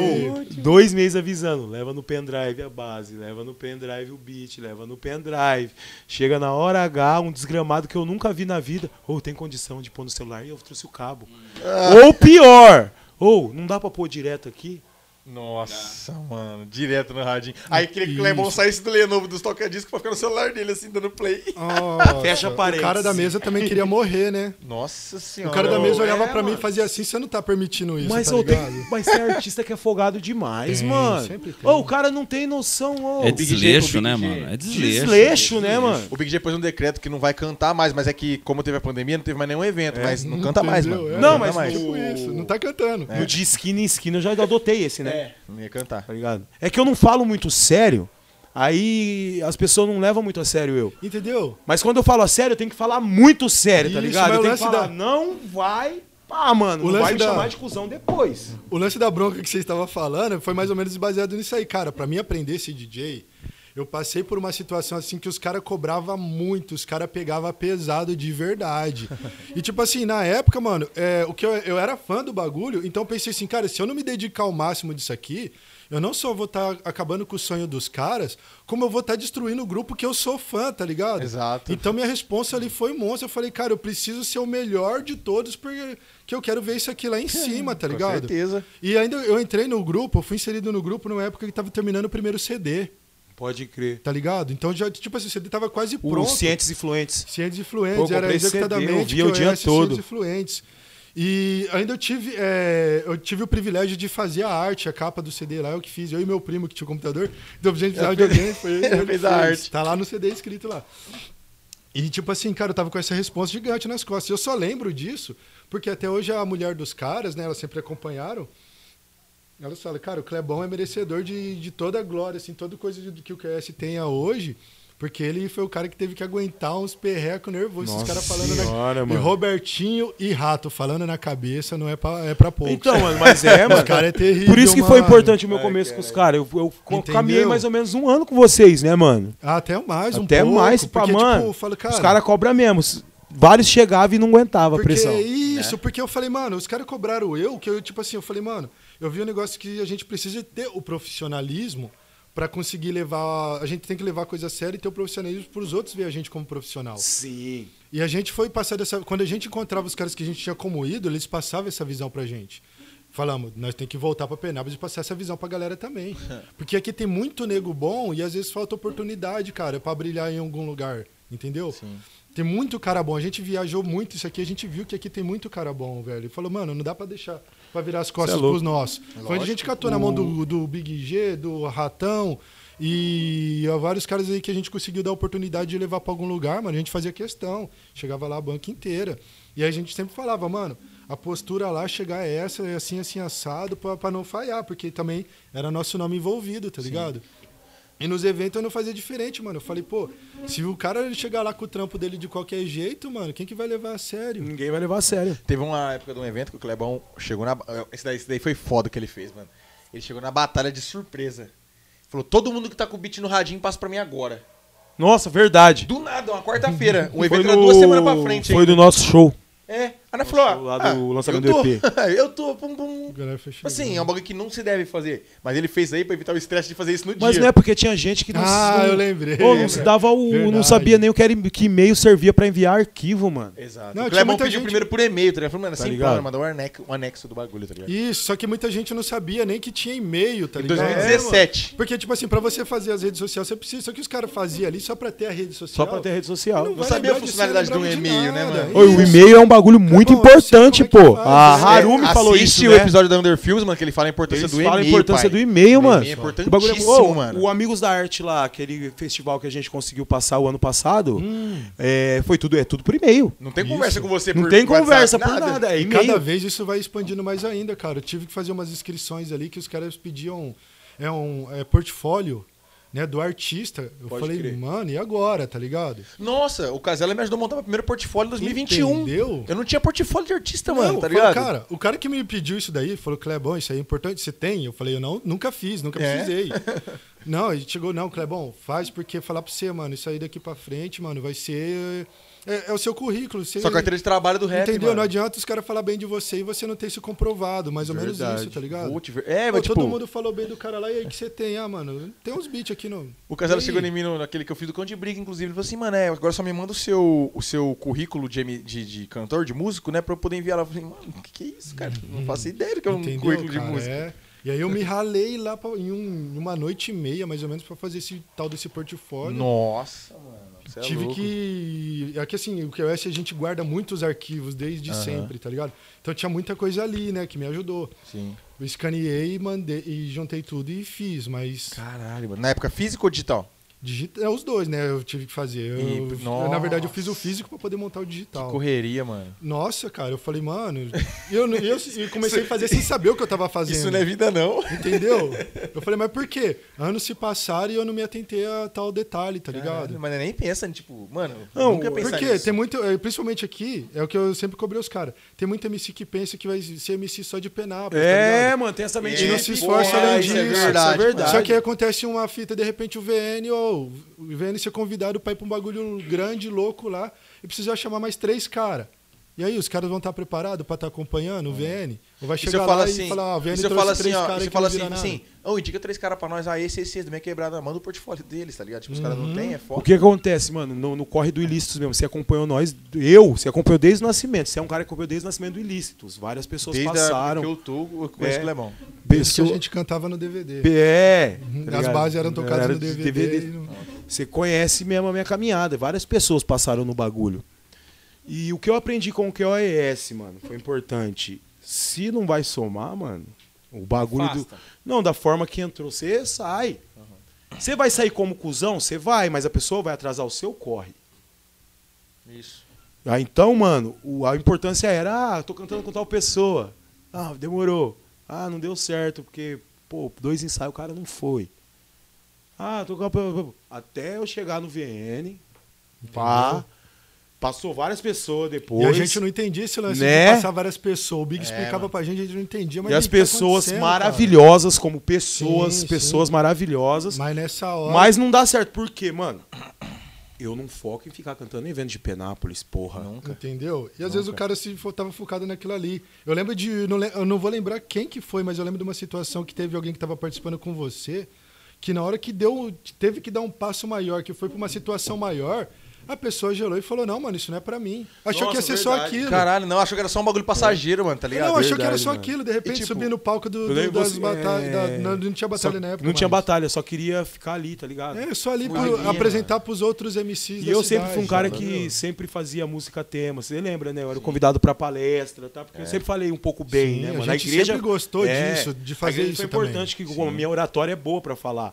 Speaker 3: Dois meses avisando, leva no pendrive a base, leva no pendrive o beat, leva no pendrive. Chega na hora H, um desgramado que eu nunca vi na vida. Ou tem condição de pôr no celular e eu trouxe o cabo.
Speaker 4: Ah.
Speaker 3: Ou pior, ou não dá pra pôr direto aqui?
Speaker 2: Nossa, mano, direto no radinho. Aí queria que o Lemon saísse do Lenovo dos toca-discos pra ficar no celular dele, assim, dando play.
Speaker 4: Nossa,
Speaker 3: Fecha
Speaker 4: O cara é
Speaker 3: parênteses.
Speaker 4: da mesa também queria morrer, né?
Speaker 2: Nossa senhora.
Speaker 4: O cara da mesa
Speaker 2: É,
Speaker 4: olhava pra mim e
Speaker 2: mano.
Speaker 4: fazia assim, você não tá permitindo isso,
Speaker 3: Mas,
Speaker 4: tá
Speaker 3: ô, tem,
Speaker 4: ligado?
Speaker 3: mas tem artista que é folgado demais,
Speaker 4: Tem,
Speaker 3: mano.
Speaker 4: sempre tem.
Speaker 3: Ô, o cara não tem noção, ô.
Speaker 6: É
Speaker 2: Big G,
Speaker 6: desleixo,
Speaker 2: o Big
Speaker 6: né,
Speaker 2: G.
Speaker 6: mano? É desleixo.
Speaker 3: Desleixo, né, mano?
Speaker 2: O Big G pôs um decreto que não vai cantar mais, mas é que, como teve a pandemia, não teve mais nenhum evento, mas não canta mais,
Speaker 4: Entendeu?
Speaker 2: mano.
Speaker 4: É,
Speaker 3: Não,
Speaker 2: canta
Speaker 3: mas É.
Speaker 2: mais.
Speaker 4: Tipo isso, não tá cantando.
Speaker 6: É.
Speaker 3: No de skin em skin eu já adotei esse, né?
Speaker 2: É, não ia cantar.
Speaker 3: Tá ligado? É que eu não falo muito sério, aí as pessoas não levam muito a sério eu.
Speaker 4: Entendeu?
Speaker 3: Mas quando eu falo a sério, eu tenho que falar muito sério, tá
Speaker 4: Isso,
Speaker 3: ligado?
Speaker 4: mas
Speaker 3: Eu
Speaker 4: o
Speaker 3: tenho que
Speaker 4: lance
Speaker 3: falar,
Speaker 4: da-
Speaker 3: não vai. Ah, mano,
Speaker 4: O
Speaker 3: não
Speaker 4: lance
Speaker 3: vai me
Speaker 4: da-
Speaker 3: chamar de cuzão depois.
Speaker 4: O lance da bronca que você estava falando foi mais ou menos baseado nisso aí, cara. Pra mim aprender a ser DJ, eu passei por uma situação assim que os caras cobravam muito, os caras pegavam pesado de verdade. E tipo assim, na época, mano, é, o que eu, eu era fã do bagulho, então eu pensei assim, cara, se eu não me dedicar ao máximo disso aqui, eu não só vou estar acabando com o sonho dos caras, como eu vou estar destruindo o grupo que eu sou fã, tá ligado?
Speaker 2: Exato.
Speaker 4: Então minha resposta ali foi monstro. Eu falei, cara, eu preciso ser o melhor de todos porque que eu quero ver isso aqui lá em cima, tá
Speaker 2: com
Speaker 4: ligado?
Speaker 2: certeza.
Speaker 4: E ainda eu entrei no grupo, eu fui inserido no grupo numa época que tava terminando o primeiro CD,
Speaker 3: Pode crer.
Speaker 4: tá ligado? Então já, tipo assim, o CD tava quase pronto.
Speaker 3: Os cientes e fluentes.
Speaker 4: Cientes
Speaker 3: Pô, eu
Speaker 4: influentes,
Speaker 3: comprei
Speaker 4: era
Speaker 3: CD,
Speaker 4: executadamente
Speaker 3: eu via
Speaker 4: que
Speaker 3: o dia
Speaker 4: ia assistir
Speaker 3: todo.
Speaker 4: os influentes. E ainda eu tive, é, eu tive o privilégio de fazer a arte, a capa do CD lá, eu que fiz, eu e meu primo que tinha o computador, deu pra gente precisar de alguém, foi ele. ele
Speaker 2: fez a arte.
Speaker 4: Tá lá no CD escrito lá. E tipo assim, cara, eu tava com essa resposta gigante nas costas. Eu só lembro disso, porque até hoje a mulher dos caras, né, elas sempre acompanharam. Elas falam, cara, o Clebão é merecedor de, de toda a glória, assim, toda coisa de- que o QS tenha hoje, porque ele foi o cara que teve que aguentar uns perrecos nervosos. Esses caras falando
Speaker 3: senhora,
Speaker 4: na... E
Speaker 3: mano.
Speaker 4: Robertinho e Rato falando na cabeça não é pra, é pra poucos.
Speaker 3: Então, mano, mas é, mano.
Speaker 4: Os cara é terrível,
Speaker 3: Por isso que foi
Speaker 4: mano.
Speaker 3: importante o meu começo com os caras. Eu, eu co-
Speaker 4: Entendeu?
Speaker 3: caminhei mais ou menos um ano com vocês, né, mano?
Speaker 4: Até mais, um
Speaker 3: Até
Speaker 4: pouco.
Speaker 3: mais, pra
Speaker 4: porque,
Speaker 3: mano.
Speaker 4: Tipo, eu falo, cara,
Speaker 3: os caras cobram mesmo. S- Vários chegavam e não aguentavam a
Speaker 4: Porque é
Speaker 3: pressão.
Speaker 4: isso, porque eu falei, mano, os caras cobraram eu, que eu, tipo assim, eu falei, mano, eu vi um negócio que a gente precisa ter o profissionalismo pra conseguir levar. A gente tem que levar a coisa a sério e ter o profissionalismo pros outros ver a gente como profissional.
Speaker 3: Sim.
Speaker 4: E a gente foi passar dessa. Quando a gente encontrava os caras que a gente tinha como ídolo, eles passavam essa visão pra gente. Falamos, nós tem que voltar pra Penápolis e passar essa visão pra galera também. Porque aqui tem muito nego bom e às vezes falta oportunidade, cara, pra brilhar em algum lugar. Entendeu? Tem muito cara bom. A gente viajou muito isso aqui, a gente viu que aqui tem muito cara bom, velho. E falou, mano, não dá pra deixar pra virar as costas
Speaker 3: Cê é louco.
Speaker 4: pros nossos. Quando a gente catou na mão do, do Big G, do Ratão, e há vários caras aí que a gente conseguiu dar a oportunidade de levar pra algum lugar, mano. A gente fazia questão. Chegava lá a banca inteira. E aí a gente sempre falava, mano, a postura lá, chegar é essa, é assim, assim, assado, pra, pra não falhar, porque também era nosso nome envolvido, tá ligado? E nos eventos eu não fazia diferente, mano. Eu falei, pô, se o cara chegar lá com o trampo dele de qualquer jeito, mano, quem que vai levar a sério?
Speaker 3: Ninguém vai levar a sério.
Speaker 2: Teve uma época de um evento que o Clebão chegou na. Esse daí, esse daí foi foda que ele fez, mano. Ele chegou na batalha de surpresa. Falou: todo mundo que tá com o beat no radinho passa pra mim agora.
Speaker 3: Nossa, verdade.
Speaker 2: Do nada, uma quarta-feira. Um evento
Speaker 3: Foi
Speaker 2: era
Speaker 3: no-
Speaker 2: duas semanas pra frente.
Speaker 3: Foi
Speaker 2: ainda.
Speaker 3: do nosso show.
Speaker 2: É. Aí nós falou, ó,
Speaker 3: o lado- o lançamento
Speaker 2: eu
Speaker 3: do
Speaker 2: tô,
Speaker 3: EP.
Speaker 2: eu tô, pum, pum.
Speaker 4: O galera fechou.
Speaker 2: Assim, é um bagulho que não se deve fazer. Mas ele fez aí pra evitar o estresse de fazer isso no
Speaker 3: Mas
Speaker 2: dia.
Speaker 3: não é porque tinha gente que não,
Speaker 4: Ah,
Speaker 3: não-
Speaker 4: eu lembrei.
Speaker 3: Ou não se dava o. Não
Speaker 4: Verdade.
Speaker 3: sabia nem o que, era, e- que e-mail servia pra enviar arquivo, mano.
Speaker 2: Exato.
Speaker 4: Não,
Speaker 2: o
Speaker 4: tinha
Speaker 2: Clebão
Speaker 4: muita
Speaker 2: pediu
Speaker 4: gente-
Speaker 2: primeiro por e-mail, tá ligado? Falou, mano, assim,
Speaker 3: ligado?
Speaker 2: mano, mandou um anexo, um anexo do bagulho, tá ligado?
Speaker 4: Isso, só que muita gente não sabia nem que tinha e-mail, tá
Speaker 2: Em
Speaker 4: ligado?
Speaker 2: 2017.
Speaker 4: Porque, tipo assim, pra você fazer as redes sociais, você precisa. Só que os caras faziam ali só pra ter a rede
Speaker 3: Só
Speaker 4: social.
Speaker 3: pra ter rede social.
Speaker 4: Não
Speaker 2: Não
Speaker 4: vai
Speaker 2: sabia a
Speaker 4: lembrar disso,
Speaker 2: funcionalidade de um
Speaker 4: não lembrava de
Speaker 2: e-mail, né,
Speaker 4: nada.
Speaker 2: mano?
Speaker 3: Oi, o e-mail é um bagulho muito
Speaker 4: Acabou, Tá eu sei
Speaker 3: importante,
Speaker 4: como é que
Speaker 3: pô.
Speaker 4: faz,
Speaker 3: A
Speaker 4: né?
Speaker 3: Harumi
Speaker 2: É,
Speaker 3: falou
Speaker 2: assiste
Speaker 3: isso,
Speaker 2: o
Speaker 3: né?
Speaker 2: episódio da Underfilms, mano, que ele fala a importância
Speaker 3: Eles
Speaker 2: do e-mail.
Speaker 3: falam a importância
Speaker 2: pai.
Speaker 3: do e-mail, mano.
Speaker 2: é
Speaker 3: O bagulho é
Speaker 2: importantíssimo,
Speaker 3: Ô,
Speaker 2: mano.
Speaker 3: O Amigos da Arte lá, aquele festival que a gente conseguiu passar o ano passado,
Speaker 4: Hum.
Speaker 3: é, foi tudo, é tudo por e-mail.
Speaker 2: Não tem conversa com você
Speaker 3: Não
Speaker 2: por
Speaker 3: tem
Speaker 2: WhatsApp,
Speaker 3: conversa por nada, é
Speaker 4: E cada
Speaker 3: e-mail.
Speaker 4: vez isso vai expandindo mais ainda, cara. Eu tive que fazer umas inscrições ali que os caras pediam é um é, portfólio né, do artista. Eu
Speaker 3: Pode
Speaker 4: falei,
Speaker 3: crer.
Speaker 4: mano, e agora, tá ligado?
Speaker 2: Nossa, o Casella me ajudou a montar meu primeiro portfólio em 2021.
Speaker 4: Entendeu?
Speaker 2: Eu não tinha portfólio de artista,
Speaker 4: Não,
Speaker 2: mano, tá
Speaker 4: eu falei,
Speaker 2: ligado?
Speaker 4: cara, o cara que me pediu isso daí falou, Clebão, isso aí é importante, você tem? Eu falei, eu não, nunca fiz, nunca
Speaker 2: É?
Speaker 4: precisei. não, ele chegou, não, Clebão, faz porque falar pra você, mano, isso aí daqui pra frente, mano, vai ser. É, é o seu currículo. Você...
Speaker 2: Sua carteira de trabalho é do rap,
Speaker 4: Entendeu? Não
Speaker 2: mano.
Speaker 4: adianta os caras falar bem de você e você não ter isso comprovado, mais ou menos isso, tá ligado?
Speaker 2: Vou te ver- É,
Speaker 4: Pô,
Speaker 2: mas
Speaker 4: Todo
Speaker 2: tipo,
Speaker 4: mundo falou bem do cara lá, e aí o que você tem? Ah, mano, tem uns beats aqui no.
Speaker 2: o Casella
Speaker 4: E aí?
Speaker 2: chegou em mim no- naquele que eu fiz do Cão de Briga, inclusive. Ele falou assim, mano, é, agora só me manda o seu, o seu currículo de, M- de, de cantor, de músico, né, pra eu poder enviar lá. Eu falei, mano, o que, que é isso, cara?
Speaker 3: Uhum.
Speaker 2: Não faço ideia do que é um
Speaker 4: Entendeu,
Speaker 2: currículo
Speaker 4: cara?
Speaker 2: de música.
Speaker 4: É. E aí eu me ralei lá pra- em um- uma noite e meia, mais ou menos, pra fazer esse tal desse portfólio.
Speaker 2: Nossa, mano. você é
Speaker 4: Tive
Speaker 2: louco.
Speaker 4: que. É que assim, o QS a gente guarda muitos arquivos desde sempre, tá ligado? Então tinha muita coisa ali, né, que me ajudou.
Speaker 2: Sim.
Speaker 4: Eu escaneei, mandei e juntei tudo e fiz, mas
Speaker 2: Caralho, mano. Na época física ou digital?
Speaker 4: digita... é os dois, né? Eu tive que fazer. Eu-
Speaker 2: E-
Speaker 4: eu-
Speaker 2: nossa.
Speaker 4: na verdade, eu fiz o físico pra poder montar o digital.
Speaker 2: Correria, mano.
Speaker 4: Nossa, cara, eu falei, mano. Eu, eu, eu comecei a fazer sem saber o que eu tava fazendo.
Speaker 2: Isso não é vida, não.
Speaker 4: Tá Entendeu? Eu falei, mas por quê? Anos se passaram e eu não me atentei a tal detalhe, tá ligado?
Speaker 2: Caralho, Mas nem pensa, tipo, mano,
Speaker 3: Não,
Speaker 2: nunca pensar
Speaker 4: Porque
Speaker 2: nisso.
Speaker 4: tem muito, eh, principalmente aqui, é o que eu sempre cobrei os caras. Tem muito MC que pensa que vai ser MC só de penápolis,
Speaker 3: É,
Speaker 4: tá
Speaker 3: mano, tem essa mente.
Speaker 2: É,
Speaker 4: ligado? E não se esforça
Speaker 2: porra,
Speaker 4: além
Speaker 2: isso
Speaker 4: disso.
Speaker 2: é verdade,
Speaker 4: Isso é
Speaker 2: mano.
Speaker 4: Só que aí acontece uma fita, de repente o VN, ou o VN ser convidado pra ir pra um bagulho grande, louco lá, e precisar chamar mais três caras. E aí, os caras vão estar preparados pra estar acompanhando o VN? Ou vai
Speaker 2: É. E se eu
Speaker 4: chegar
Speaker 2: falo
Speaker 4: lá
Speaker 2: assim,
Speaker 4: e falar, ah, o VN
Speaker 2: e se eu
Speaker 4: trouxe
Speaker 2: falo assim,
Speaker 4: três
Speaker 2: ó,
Speaker 4: caras
Speaker 2: e se
Speaker 4: que
Speaker 2: eu falo
Speaker 4: não
Speaker 2: assim,
Speaker 4: vira nada.
Speaker 2: assim, ô, indica três caras pra nós, ah, esse, esse, esse, do meio quebrada, manda o portfólio deles, tá ligado? Tipo,
Speaker 4: Uhum.
Speaker 2: os caras não têm, é
Speaker 3: O
Speaker 2: foda.
Speaker 3: que acontece, mano, no, no corre do ilícitos mesmo? Você acompanhou nós, eu, você acompanhou desde o nascimento. Você é um cara que acompanhou desde o nascimento do ilícitos. Várias pessoas
Speaker 2: Desde
Speaker 3: passaram.
Speaker 2: que eu tô, eu
Speaker 3: É.
Speaker 2: conheço o Clemão.
Speaker 4: Desde que a
Speaker 3: Pessoa-
Speaker 4: gente cantava no DVD.
Speaker 3: É. tá
Speaker 4: Uhum. As
Speaker 3: ligado?
Speaker 4: bases eram tocadas
Speaker 3: Era
Speaker 4: no
Speaker 3: de
Speaker 4: DVD. e não-
Speaker 3: Você conhece mesmo a minha caminhada. Várias pessoas passaram no bagulho. E o que eu aprendi com o QoS, mano, foi importante. Se não vai somar, mano, o bagulho
Speaker 6: Afasta.
Speaker 3: do. Não, da forma que entrou, você sai. Você vai sair como cuzão? Você vai, mas a pessoa vai atrasar o seu corre.
Speaker 2: Isso.
Speaker 3: Ah, então, mano, o- a importância era, ah, tô cantando com tal pessoa. Ah, demorou. Ah, não deu certo, porque, pô, dois ensaios o cara não foi. Ah, tô com a... Até eu chegar no VN, pá. Passou várias pessoas depois.
Speaker 4: E a gente não entendia esse lance
Speaker 3: Né? É,
Speaker 4: de passar várias pessoas. O Big explicava pra gente, a gente não entendia. Mas
Speaker 3: E as
Speaker 4: gente, tá
Speaker 3: pessoas
Speaker 4: acontecendo,
Speaker 3: maravilhosas, como pessoas,
Speaker 4: Sim, sim.
Speaker 3: pessoas maravilhosas.
Speaker 4: cara. Mas nessa hora...
Speaker 3: Mas não dá certo, por quê, mano? Eu não foco em ficar cantando em evento de Penápolis, porra.
Speaker 4: Entendeu? E às vezes o cara se fo- tava focado naquilo ali. Eu lembro de. Não, le- eu não vou lembrar quem que foi, mas eu lembro de uma situação que teve alguém que tava participando com você, que na hora que deu. teve que dar um passo maior, que foi pra uma situação maior, a pessoa gelou e falou: não, mano, isso não é pra mim. Achou que ia ser só aquilo.
Speaker 2: Caralho, não, achou que era só um bagulho passageiro, mano, tá ligado?
Speaker 4: não, achou que era
Speaker 3: verdade,
Speaker 4: só
Speaker 3: mano.
Speaker 4: aquilo, de repente
Speaker 2: tipo,
Speaker 4: subir no palco do,
Speaker 3: Eu lembro
Speaker 4: do- das
Speaker 3: você-
Speaker 4: batalhas. da-
Speaker 3: é,
Speaker 4: não, não tinha batalha
Speaker 3: só-
Speaker 4: na época.
Speaker 3: Não tinha
Speaker 4: mais.
Speaker 3: batalha, só queria ficar ali, tá ligado?
Speaker 4: É, só ali pra
Speaker 2: Formiguinha,
Speaker 4: apresentar pros outros MCs
Speaker 3: E
Speaker 4: da
Speaker 3: eu sempre
Speaker 4: cidade, né?
Speaker 3: fui um cara
Speaker 4: sabe?
Speaker 3: que sempre fazia música tema. Você lembra, né? Eu era convidado pra palestra, tá? Porque eu sempre falei um pouco bem,
Speaker 4: Sim,
Speaker 3: né,
Speaker 4: a
Speaker 3: mano?
Speaker 4: gente sempre gostou disso, de
Speaker 3: a
Speaker 4: fazer
Speaker 3: igreja
Speaker 4: isso
Speaker 3: Foi importante
Speaker 4: também.
Speaker 3: que a minha oratória é boa pra falar.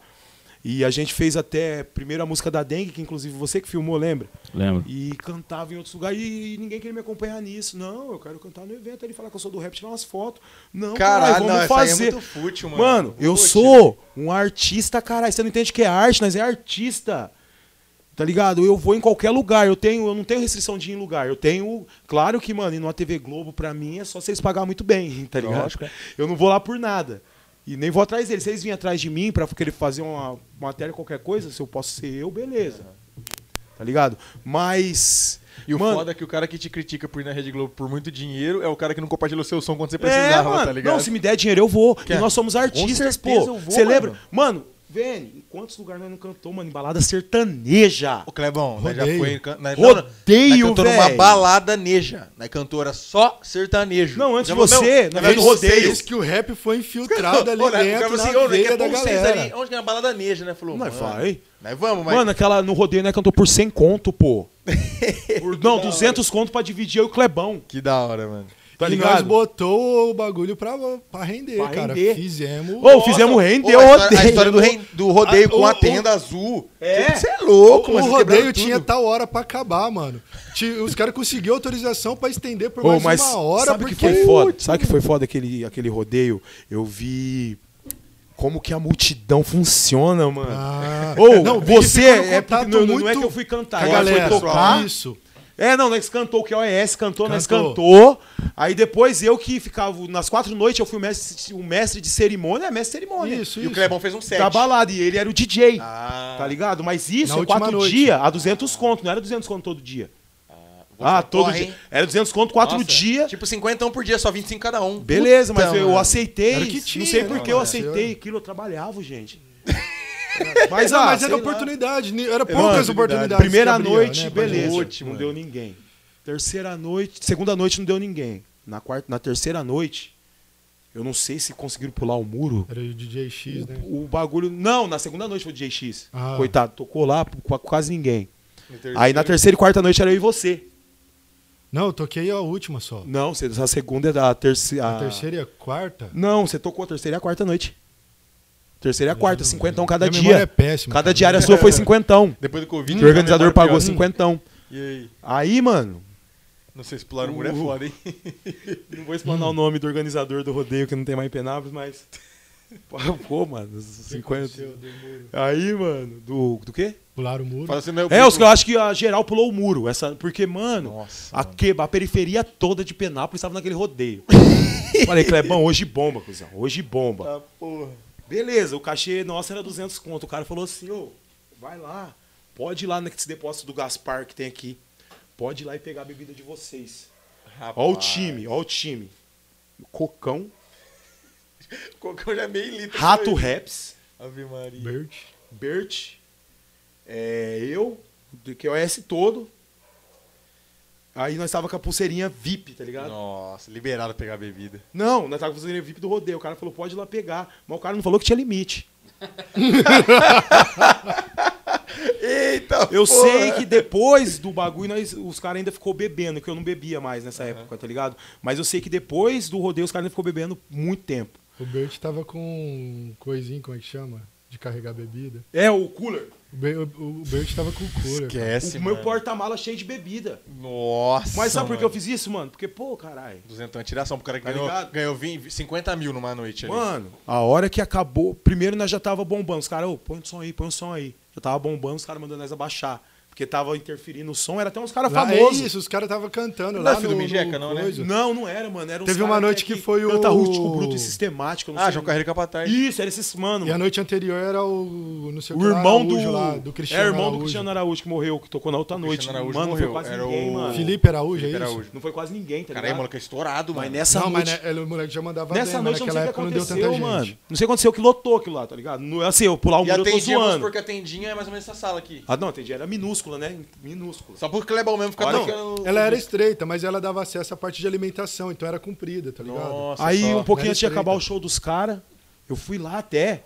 Speaker 3: E a gente fez até primeiro a música da Dengue, que inclusive você que filmou, lembra?
Speaker 6: Lembro.
Speaker 3: E cantava em outros lugares e, e ninguém queria me acompanhar nisso. Não, eu quero cantar no evento. Ele fala que eu sou do rap, tirar umas fotos. Não,
Speaker 2: Caralho,
Speaker 3: caralho, vamos
Speaker 2: não, essa aí é
Speaker 3: fazer.
Speaker 2: muito fútil, mano.
Speaker 3: mano. eu
Speaker 2: Fútil.
Speaker 3: sou um artista, caralho. Você não entende o que é arte, mas é artista. Tá ligado? Eu vou em qualquer lugar. Eu tenho, eu não tenho restrição de ir em lugar. Eu tenho, claro que, mano, ir numa TV Globo pra mim é só vocês pagar muito bem, tá ligado?
Speaker 2: Lógico, é.
Speaker 3: Eu não vou lá por nada. E nem vou atrás deles. Vocês vêm atrás de mim pra querer fazer uma matéria, qualquer coisa, se eu posso ser eu, beleza. Tá ligado? Mas
Speaker 2: E o
Speaker 3: Mano-
Speaker 2: foda é que o cara que te critica por ir na Rede Globo por muito dinheiro é o cara que não compartilha o seu som quando você
Speaker 4: É,
Speaker 2: precisava, tá
Speaker 3: é,
Speaker 2: ligado?
Speaker 3: Não, se me der dinheiro, eu vou.
Speaker 2: Quer?
Speaker 3: E nós somos artistas, pô.
Speaker 2: certeza eu vou,
Speaker 3: Você
Speaker 2: mano.
Speaker 3: lembra? Mano, Vene, em quantos lugares nós não cantou, mano? Em balada sertaneja.
Speaker 2: Ô, Clebão, nós já
Speaker 4: Rodeio.
Speaker 2: foi... em can- nós-
Speaker 3: Rodeio,
Speaker 2: nós cantou numa
Speaker 3: velho.
Speaker 2: balada neja. Na cantora só sertanejo.
Speaker 3: Não, antes
Speaker 2: Já
Speaker 3: de você,
Speaker 2: não, é
Speaker 3: nós fizemos rodeio.
Speaker 4: Diz que o rap foi infiltrado ali
Speaker 2: Ô, né,
Speaker 4: dentro
Speaker 2: ficava
Speaker 4: na
Speaker 2: assim, ô, né, que é
Speaker 4: veia da
Speaker 2: bom vocês ali.
Speaker 3: Tá
Speaker 4: galera.
Speaker 2: Onde que é a balada neja, né? Falou,
Speaker 3: Nós
Speaker 2: mano,
Speaker 3: vai.
Speaker 2: Nós vamos, mas...
Speaker 3: Mano, aquela no rodeio, né? Cantou por 100 conto, pô. Por- não, 200 conto pra dividir eu e o Clebão.
Speaker 2: Que da hora, mano.
Speaker 3: Tá
Speaker 4: e nós
Speaker 3: ligado?
Speaker 4: botou o bagulho pra, pra render,
Speaker 3: Pra
Speaker 4: cara.
Speaker 3: render.
Speaker 4: Fizemos.
Speaker 3: Ô, fizemos render,
Speaker 2: Ô, a
Speaker 3: eu
Speaker 2: história- A
Speaker 3: odeio.
Speaker 2: história do, rei- do rodeio
Speaker 4: Ah,
Speaker 2: com
Speaker 4: o-
Speaker 2: a
Speaker 4: o-
Speaker 2: tenda azul.
Speaker 3: É.
Speaker 2: Você é louco,
Speaker 4: o
Speaker 2: mano. vocês
Speaker 4: rodeio
Speaker 2: quebraram tudo.
Speaker 4: tinha tal hora pra acabar, mano. Ti- Os caras conseguiram autorização pra estender por
Speaker 3: Ô,
Speaker 4: mais
Speaker 3: mas
Speaker 4: uma hora.
Speaker 3: sabe o
Speaker 4: porque...
Speaker 3: que
Speaker 2: é
Speaker 3: foi foda? Sabe o que foi foda aquele, aquele rodeio? Eu vi como que a multidão funciona, mano.
Speaker 4: Ah.
Speaker 3: Ou
Speaker 4: Não, o Vini
Speaker 3: você
Speaker 4: ficou no
Speaker 3: é porque-
Speaker 4: contato
Speaker 3: não, não
Speaker 4: muito
Speaker 3: é que eu fui cantar,
Speaker 4: com a
Speaker 3: eu fui
Speaker 4: galera.
Speaker 3: tocar.
Speaker 4: Isso.
Speaker 3: É, não, nós cantou o que é OS, cantou, nós
Speaker 4: Cantou.
Speaker 3: cantou. Aí depois eu que ficava nas quatro noites, eu fui o mestre, o mestre de cerimônia, é mestre de cerimônia.
Speaker 4: Isso,
Speaker 2: E o
Speaker 4: isso.
Speaker 2: Clebão fez um set.
Speaker 3: Da balada, e ele era o DJ.
Speaker 2: Ah.
Speaker 3: Tá ligado? Mas
Speaker 4: Na
Speaker 3: isso é
Speaker 4: última
Speaker 3: quatro
Speaker 4: noite.
Speaker 3: dias, a 200 conto, não era 200 conto todo dia. Ah,
Speaker 2: Nossa,
Speaker 3: todo
Speaker 2: corre,
Speaker 3: dia.
Speaker 2: hein?
Speaker 3: Era 200 conto, quatro
Speaker 2: Nossa,
Speaker 3: dias.
Speaker 2: Tipo 50 um por dia, só 25 cada um.
Speaker 3: Beleza, mas
Speaker 2: Puta,
Speaker 3: eu
Speaker 2: mano.
Speaker 3: aceitei.
Speaker 4: Era o que tinha,
Speaker 3: não sei
Speaker 4: né,
Speaker 3: por que eu
Speaker 4: mano?
Speaker 3: aceitei aquilo, eu trabalhava, gente. mas,
Speaker 4: Não,
Speaker 3: ah,
Speaker 4: mas
Speaker 3: sei
Speaker 4: era
Speaker 3: lá.
Speaker 4: oportunidade, ni- era
Speaker 3: É, Mano,
Speaker 4: poucas oportunidades.
Speaker 3: Primeira
Speaker 4: que abriam,
Speaker 3: noite,
Speaker 4: né, pra
Speaker 3: beleza.
Speaker 4: gente.
Speaker 2: noite,
Speaker 3: não
Speaker 2: mano.
Speaker 3: deu ninguém. Terceira noite, segunda noite não deu ninguém. Na quarta, na terceira noite, eu não sei se conseguiram pular o muro.
Speaker 4: Era o DJ X, né?
Speaker 3: O bagulho, não, na segunda noite foi o DJX.
Speaker 4: Ah.
Speaker 3: Coitado, tocou lá com quase ninguém. Aí na terceira e quarta noite era eu e você.
Speaker 4: Não, eu toquei a última só.
Speaker 3: Não, você, a segunda é da terceira.
Speaker 4: A terceira e a quarta.
Speaker 3: Não, você tocou a terceira e a quarta noite. Terceira e a quarta,
Speaker 4: Não,
Speaker 3: cinquentão
Speaker 4: minha
Speaker 3: cada
Speaker 4: memória
Speaker 3: dia.
Speaker 4: é péssima,
Speaker 3: cada
Speaker 4: cara.
Speaker 3: diária sua foi cinquentão.
Speaker 2: Depois do Covid.
Speaker 3: O organizador pagou assim.
Speaker 2: cinquenta.
Speaker 3: cinquentão.
Speaker 2: E aí?
Speaker 3: Aí, mano,
Speaker 2: Não sei explorar o muro é
Speaker 3: Uh.
Speaker 2: foda, hein?
Speaker 3: não vou explanar o nome do organizador do rodeio que não tem mais em Penápolis, mas. Pô, mano, 50. Aí, mano, do, do quê?
Speaker 4: Pularam o muro.
Speaker 2: Fala assim, meu-
Speaker 3: É, os, eu acho que a geral pulou o muro. Essa, porque, mano,
Speaker 2: Nossa,
Speaker 3: a, que- a periferia toda de Penápolis estava naquele rodeio. Falei, Clebão, hoje bomba, cuzão. Hoje bomba.
Speaker 2: Ah, porra.
Speaker 3: Beleza, o cachê nosso era 200 conto. O cara falou assim, ô, vai lá, pode ir lá nesse depósito do Gaspar que tem aqui. Pode ir lá e pegar a bebida de vocês. Ó o
Speaker 2: Rapaz.
Speaker 3: time, ó o time. Cocão,
Speaker 2: Cocão já é meio litro.
Speaker 3: Rato Raps,
Speaker 2: Ave Maria.
Speaker 4: Bert.
Speaker 3: Bert, é, eu, do que é o S todo. Aí nós tava com a pulseirinha VIP, tá ligado?
Speaker 2: Nossa, liberado pegar a bebida.
Speaker 3: Não, nós tava fazendo a VIP do rodeio. O cara falou, pode ir lá pegar. Mas o cara não falou que tinha limite.
Speaker 2: Eita,
Speaker 3: Eu sei que depois do bagulho, nós, os caras ainda ficou bebendo, que eu não bebia mais nessa época, tá ligado? Mas eu sei que depois do rodeio, os caras ainda ficou bebendo muito tempo.
Speaker 4: O Bert tava com um coisinho, como é que chama? De carregar bebida.
Speaker 3: É, o cooler.
Speaker 4: O, Be o- o Bert tava com o cura. cara.
Speaker 2: Esquece,
Speaker 3: o meu porta-mala cheio de bebida.
Speaker 2: Nossa.
Speaker 3: Mas sabe por que eu
Speaker 2: mano.
Speaker 3: fiz isso, mano? Porque, pô, caralho.
Speaker 2: 200 tiração pro cara que
Speaker 3: Tá
Speaker 2: ganhou,
Speaker 3: ligado?
Speaker 2: ganhou 20, 50 mil numa noite ali.
Speaker 3: Mano, a hora que acabou, primeiro nós já tava bombando. Os caras, ô, põe o som aí, põe o som aí. Já tava bombando, os caras mandando nós abaixar. Porque tava interferindo o som, era até uns caras
Speaker 4: Lá, é
Speaker 3: famosos.
Speaker 4: isso, os caras tava cantando
Speaker 2: Não
Speaker 4: lá
Speaker 2: é filho
Speaker 4: no,
Speaker 2: do Mijeca,
Speaker 4: no
Speaker 2: não, né?
Speaker 4: coisa.
Speaker 3: Não, não era, mano. Era uns
Speaker 4: Teve uma
Speaker 3: cara
Speaker 4: noite que foi o-
Speaker 3: Canta rústico, bruto e sistemático. eu Não
Speaker 2: ah,
Speaker 3: sei
Speaker 2: João Carreiro Capataz.
Speaker 3: Isso, era esses mano.
Speaker 4: E a
Speaker 3: mano.
Speaker 4: noite anterior era o. Não sei
Speaker 3: O
Speaker 4: que lá,
Speaker 3: irmão
Speaker 4: Araújo
Speaker 3: do.
Speaker 4: lá, do Cristiano.
Speaker 3: é, irmão
Speaker 4: Araújo.
Speaker 3: do Cristiano Araújo que morreu, que tocou na outra noite.
Speaker 2: Cristiano Araújo
Speaker 3: mano,
Speaker 2: morreu,
Speaker 3: não foi quase
Speaker 2: era
Speaker 3: ninguém,
Speaker 2: o-
Speaker 3: mano.
Speaker 4: Felipe Araújo, é
Speaker 2: Felipe
Speaker 4: isso?
Speaker 2: Araújo.
Speaker 3: Não foi quase ninguém, tá
Speaker 2: Caralho,
Speaker 3: ligado?
Speaker 2: maluco, é estourado,
Speaker 3: Mas
Speaker 2: mano.
Speaker 3: nessa
Speaker 4: Não, mas
Speaker 3: noite.
Speaker 4: né, ele- o moleque já mandava
Speaker 3: Nessa
Speaker 4: bem,
Speaker 3: noite eu não sei o
Speaker 4: naquela
Speaker 3: que
Speaker 4: época não deu tanta
Speaker 3: aconteceu,
Speaker 4: gente.
Speaker 3: mano. Não sei o que aconteceu que lotou aquilo lá, tá ligado? Não, assim, eu pular o
Speaker 2: E
Speaker 3: muro,
Speaker 2: a
Speaker 3: eu tô
Speaker 2: tendinha, vamos
Speaker 3: zoando.
Speaker 2: supor que a tendinha é mais ou menos essa sala aqui.
Speaker 3: Ah, não, entendi. Era minúscula, né? Minúscula.
Speaker 2: Só por Clebão mesmo ficar
Speaker 3: Olha,
Speaker 2: tocando-
Speaker 4: Ela era estreita, mas ela dava acesso à parte de alimentação, então era comprida, tá ligado?
Speaker 2: Nossa,
Speaker 3: Aí,
Speaker 2: só.
Speaker 3: um pouquinho
Speaker 4: Era
Speaker 3: antes de acabar
Speaker 4: estreita.
Speaker 3: o show dos caras, eu fui lá até.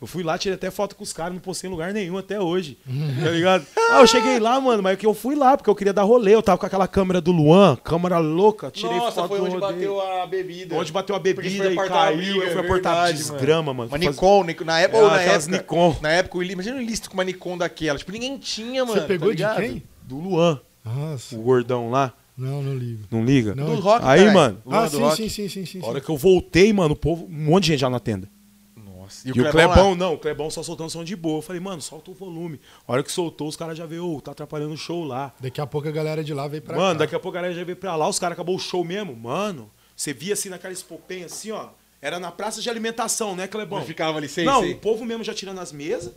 Speaker 3: Eu fui lá, tirei até foto com os caras, não postei em lugar nenhum até hoje. tá ligado? Ah, eu cheguei lá, mano, mas que eu fui lá, porque eu queria dar rolê. Eu tava com aquela câmera do Luan, câmera louca, tirei
Speaker 2: Nossa,
Speaker 3: foto
Speaker 2: foi
Speaker 3: do
Speaker 2: onde
Speaker 3: rodeio.
Speaker 2: bateu a bebida.
Speaker 3: Onde bateu a
Speaker 2: Porque
Speaker 3: bebida
Speaker 2: foi
Speaker 3: e
Speaker 2: apartar a
Speaker 3: caiu,
Speaker 2: briga,
Speaker 3: eu
Speaker 2: é
Speaker 3: fui aportar
Speaker 2: verdade,
Speaker 3: desgrama, mano.
Speaker 2: Uma
Speaker 3: Faz- Ah,
Speaker 2: Nikon, Nico- na época, ou na
Speaker 3: aquelas
Speaker 2: época,
Speaker 3: Nikon.
Speaker 2: na época, o ili- imagina um ilícito com uma Nikon daquela, tipo, ninguém tinha, mano,
Speaker 4: Você
Speaker 2: tá
Speaker 4: pegou de
Speaker 2: ligado?
Speaker 4: quem?
Speaker 3: Do Luan,
Speaker 4: Nossa.
Speaker 3: o gordão lá,
Speaker 4: Não, não ligo.
Speaker 3: não liga?
Speaker 4: Não.
Speaker 2: Do rock,
Speaker 3: Aí,
Speaker 2: caralho.
Speaker 3: mano.
Speaker 2: Luan
Speaker 4: ah,
Speaker 2: do
Speaker 4: sim,
Speaker 2: rock.
Speaker 4: sim, sim, sim, sim,
Speaker 3: A hora
Speaker 4: sim.
Speaker 3: que eu voltei, mano, o povo, um monte de gente já na tenda.
Speaker 2: Nossa,
Speaker 3: E,
Speaker 2: e,
Speaker 3: o Clebão,
Speaker 2: lá?
Speaker 3: não, o Clebão só soltando som de boa. Eu falei, mano, solta o volume. A hora que soltou, os caras já veio, ô, tá atrapalhando o show lá.
Speaker 4: Daqui a pouco a galera de lá veio pra
Speaker 3: mano,
Speaker 4: cá.
Speaker 3: daqui a pouco a galera já veio pra lá, os caras acabou o show mesmo. Mano, você via assim naquela espopenha, assim, ó. Era na praça de alimentação, né, Clebão?
Speaker 2: Onde ficava ali, sei,
Speaker 3: Não,
Speaker 2: sei.
Speaker 3: o povo mesmo já tirando as mesas.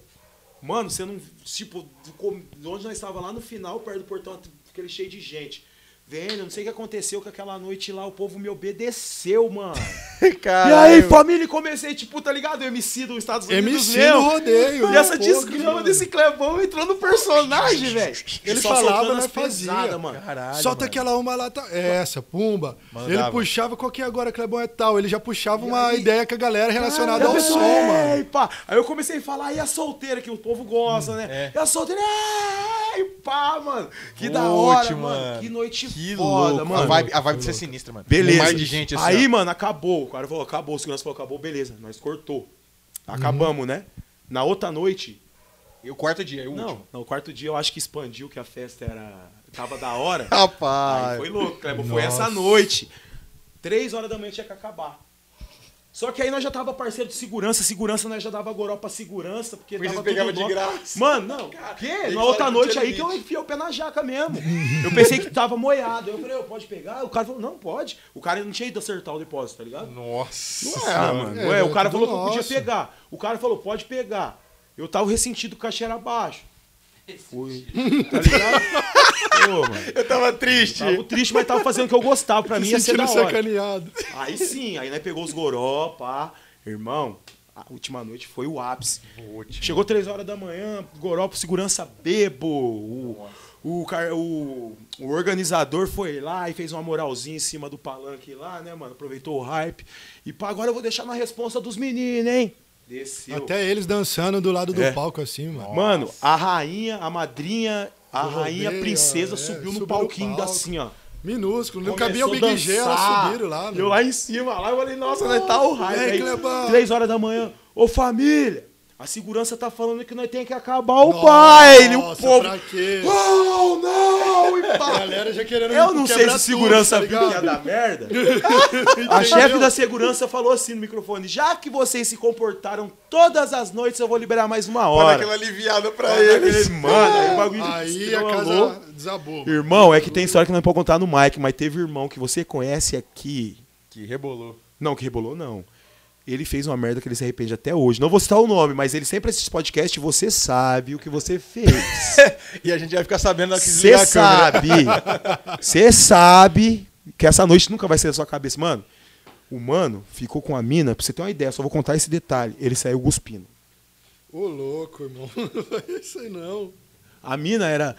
Speaker 3: Mano, você não. Tipo, do com- de onde nós estava lá no final, perto do portão, aquele cheio de gente. Velho, não sei o que aconteceu com aquela noite lá, o povo me obedeceu, mano. e aí, família, comecei, tipo, tá ligado? MC dos Estados Unidos.
Speaker 4: MC
Speaker 3: mesmo.
Speaker 4: no rodeio.
Speaker 3: E essa
Speaker 4: pô,
Speaker 3: desgrama
Speaker 4: que-
Speaker 3: desse Clebão entrou no personagem, velho.
Speaker 4: Ele
Speaker 3: só
Speaker 4: falava,
Speaker 3: soltando
Speaker 4: nós
Speaker 3: as pesadas,
Speaker 4: fazia.
Speaker 3: mano.
Speaker 2: Caralho,
Speaker 4: Solta
Speaker 2: mano.
Speaker 4: aquela uma lata. Essa, pumba.
Speaker 2: Mandava.
Speaker 4: Ele puxava qual que é agora, Clebão é tal. Ele já puxava uma ideia com a galera relacionada
Speaker 3: Eu
Speaker 4: ao
Speaker 3: pensei,
Speaker 4: som, mano.
Speaker 3: "Ei, pá." Aí eu comecei a falar, e a solteira, que o povo gosta,
Speaker 2: Hum,
Speaker 3: né? E a solteira, ei, pá, mano. Que da hora,
Speaker 2: é. Putz,
Speaker 3: mano.
Speaker 2: mano.
Speaker 3: Que noite
Speaker 2: Que
Speaker 3: foda,
Speaker 2: louco.
Speaker 3: mano.
Speaker 2: A vibe, a vibe de ser sinistra, mano.
Speaker 3: Beleza.
Speaker 2: Um mar de gente assim.
Speaker 3: Aí,
Speaker 2: ó.
Speaker 3: mano, acabou. O cara falou, acabou. O segurança falou, acabou. Beleza, nós cortou.
Speaker 4: Uhum.
Speaker 3: Acabamos, né? Na outra noite...
Speaker 2: E o quarto dia, é o último.
Speaker 3: Não, no quarto dia eu acho que expandiu, que a festa era... Tava da hora. Aí
Speaker 2: Rapaz.
Speaker 3: foi louco, Clebo. Foi essa noite. Três horas da manhã tinha que acabar. Só que aí nós já tava parceiro de segurança, segurança nós já dava goró pra segurança, porque
Speaker 2: Porque
Speaker 3: tava
Speaker 2: vocês pegavam
Speaker 3: tudo
Speaker 2: de
Speaker 3: louco.
Speaker 2: graça.
Speaker 3: Mano, não.
Speaker 2: tem
Speaker 3: que?
Speaker 2: que
Speaker 3: Na outra
Speaker 2: falar que
Speaker 3: noite
Speaker 2: tinha
Speaker 3: aí que eu
Speaker 2: limite.
Speaker 3: enfiei o pé na jaca mesmo. Eu pensei que tava moiado. Eu falei, eu pode pegar? O cara falou, não, pode. O cara não tinha ido acertar o depósito, tá ligado?
Speaker 2: Nossa.
Speaker 3: Não é, mano.
Speaker 4: é,
Speaker 3: Ué, o
Speaker 4: é
Speaker 3: cara
Speaker 4: tudo
Speaker 3: falou que eu podia
Speaker 4: nosso.
Speaker 3: pegar. O cara falou, pode pegar. Eu tava ressentido com a cheira abaixo. Fui. Tá ligado? Ô, mano.
Speaker 2: Eu tava triste.
Speaker 3: Tava triste, mas tava fazendo o que eu gostava. Pra mim ia ser da
Speaker 4: Sentindo
Speaker 3: hora.
Speaker 4: sacaneado.
Speaker 3: Aí sim, aí nós pegou os goró, pá. Irmão, a última noite foi o ápice. Chegou três horas da manhã, goró pro segurança bebo. O, o, car- o, o organizador foi lá e fez uma moralzinha em cima do palanque lá, né, mano? Aproveitou o hype. E pá, agora eu vou deixar na responsa dos meninos, hein? Desceu.
Speaker 4: Até eles dançando do lado do
Speaker 3: É.
Speaker 4: palco assim, mano.
Speaker 3: Mano, a rainha, a madrinha, a
Speaker 4: Do
Speaker 3: rainha
Speaker 4: rodeio,
Speaker 3: princesa
Speaker 4: é,
Speaker 3: subiu
Speaker 4: subiu
Speaker 3: no
Speaker 4: no
Speaker 3: palquinho
Speaker 4: palco.
Speaker 3: assim, ó.
Speaker 4: Minúsculo. Não
Speaker 3: Começou
Speaker 4: cabia o
Speaker 3: a
Speaker 4: Big G, elas
Speaker 3: dançar.
Speaker 4: subiram lá,
Speaker 3: Eu
Speaker 4: mano.
Speaker 3: lá em cima, lá eu falei, nossa, nós tá o raio.
Speaker 4: Vem,
Speaker 3: Aí,
Speaker 4: Clebão.
Speaker 3: Três horas da manhã. Ô família, a segurança tá falando que nós tem que acabar o
Speaker 4: Nossa,
Speaker 3: baile. O povo.
Speaker 4: pra quê?
Speaker 3: Não, não! E
Speaker 4: A
Speaker 3: pá.
Speaker 4: galera já querendo
Speaker 3: Eu não sei
Speaker 4: quebrar
Speaker 3: se o
Speaker 4: tudo,
Speaker 3: segurança
Speaker 4: tá
Speaker 3: viu que ia
Speaker 4: ligado?
Speaker 3: dar merda. a chefe da segurança falou assim no microfone: já que vocês se comportaram todas as noites, eu vou liberar mais uma
Speaker 2: Pra dar
Speaker 3: hora.
Speaker 2: aquela aliviada pra
Speaker 3: Eles,
Speaker 2: eles.
Speaker 3: mano, aí o bagulho
Speaker 4: Aí a
Speaker 3: estralou.
Speaker 4: casa desabou. mano.
Speaker 3: Irmão, é que tem história que não é pra contar no Mike, mas teve irmão que você conhece aqui.
Speaker 2: Que rebolou.
Speaker 3: Não, que rebolou, não. Ele fez uma merda que ele se arrepende até hoje. Não vou citar o nome, mas ele sempre assiste podcast e você sabe o que você fez.
Speaker 2: E a gente vai ficar sabendo na hora que desligar
Speaker 3: Você
Speaker 2: a câmera.
Speaker 3: sabe. Você sabe que essa noite nunca vai sair da sua cabeça. Mano, o mano ficou com a mina, pra você ter uma ideia, só vou contar esse detalhe. Ele saiu cuspindo.
Speaker 4: Ô, louco, irmão. Não vai isso aí, não.
Speaker 3: A mina era.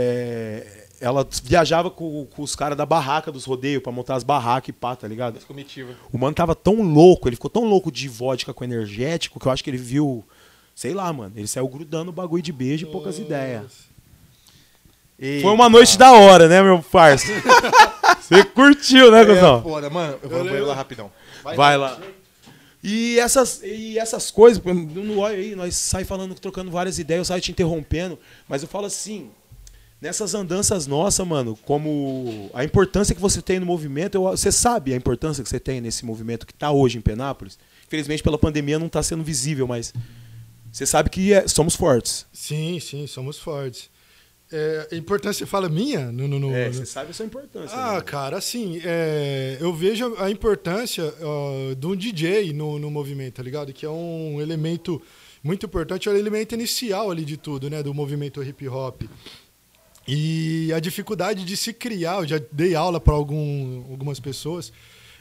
Speaker 3: é, ela viajava com, com os caras da barraca dos rodeios pra montar as barracas e pá, tá ligado?
Speaker 2: Comitiva.
Speaker 3: O mano tava tão louco, ele ficou tão louco de vodka com energético que eu acho que ele viu. Sei lá, mano. Ele saiu grudando o bagulho de beijo e poucas ideias.
Speaker 2: Ei,
Speaker 3: Foi uma noite da hora, né, meu parça? Você curtiu, né,
Speaker 2: é,
Speaker 3: Cusão?
Speaker 2: foda, mano. Eu vou no banheiro lá rapidão.
Speaker 3: Vai lá. E essas, e essas coisas, pô, no olho aí, nós sai falando, trocando várias ideias, eu saio te interrompendo, mas eu falo assim, nessas andanças nossas, mano, como a importância que você tem no movimento, eu- você sabe a importância que você tem nesse movimento que está hoje em Penápolis? Infelizmente, pela pandemia, não está sendo visível, mas você sabe que é- somos fortes.
Speaker 4: Sim, sim, somos fortes. É, a importância, fala minha? No, no, no-
Speaker 3: É,
Speaker 4: no-
Speaker 3: você sabe a sua importância.
Speaker 4: Ah,
Speaker 3: né?
Speaker 4: cara, assim, é, eu vejo a importância ó, de um DJ no, no movimento, tá ligado? Que é um elemento muito importante, é o elemento inicial ali de tudo, né? Do movimento hip hop. E a dificuldade de se criar, eu já dei aula para algum- algumas pessoas,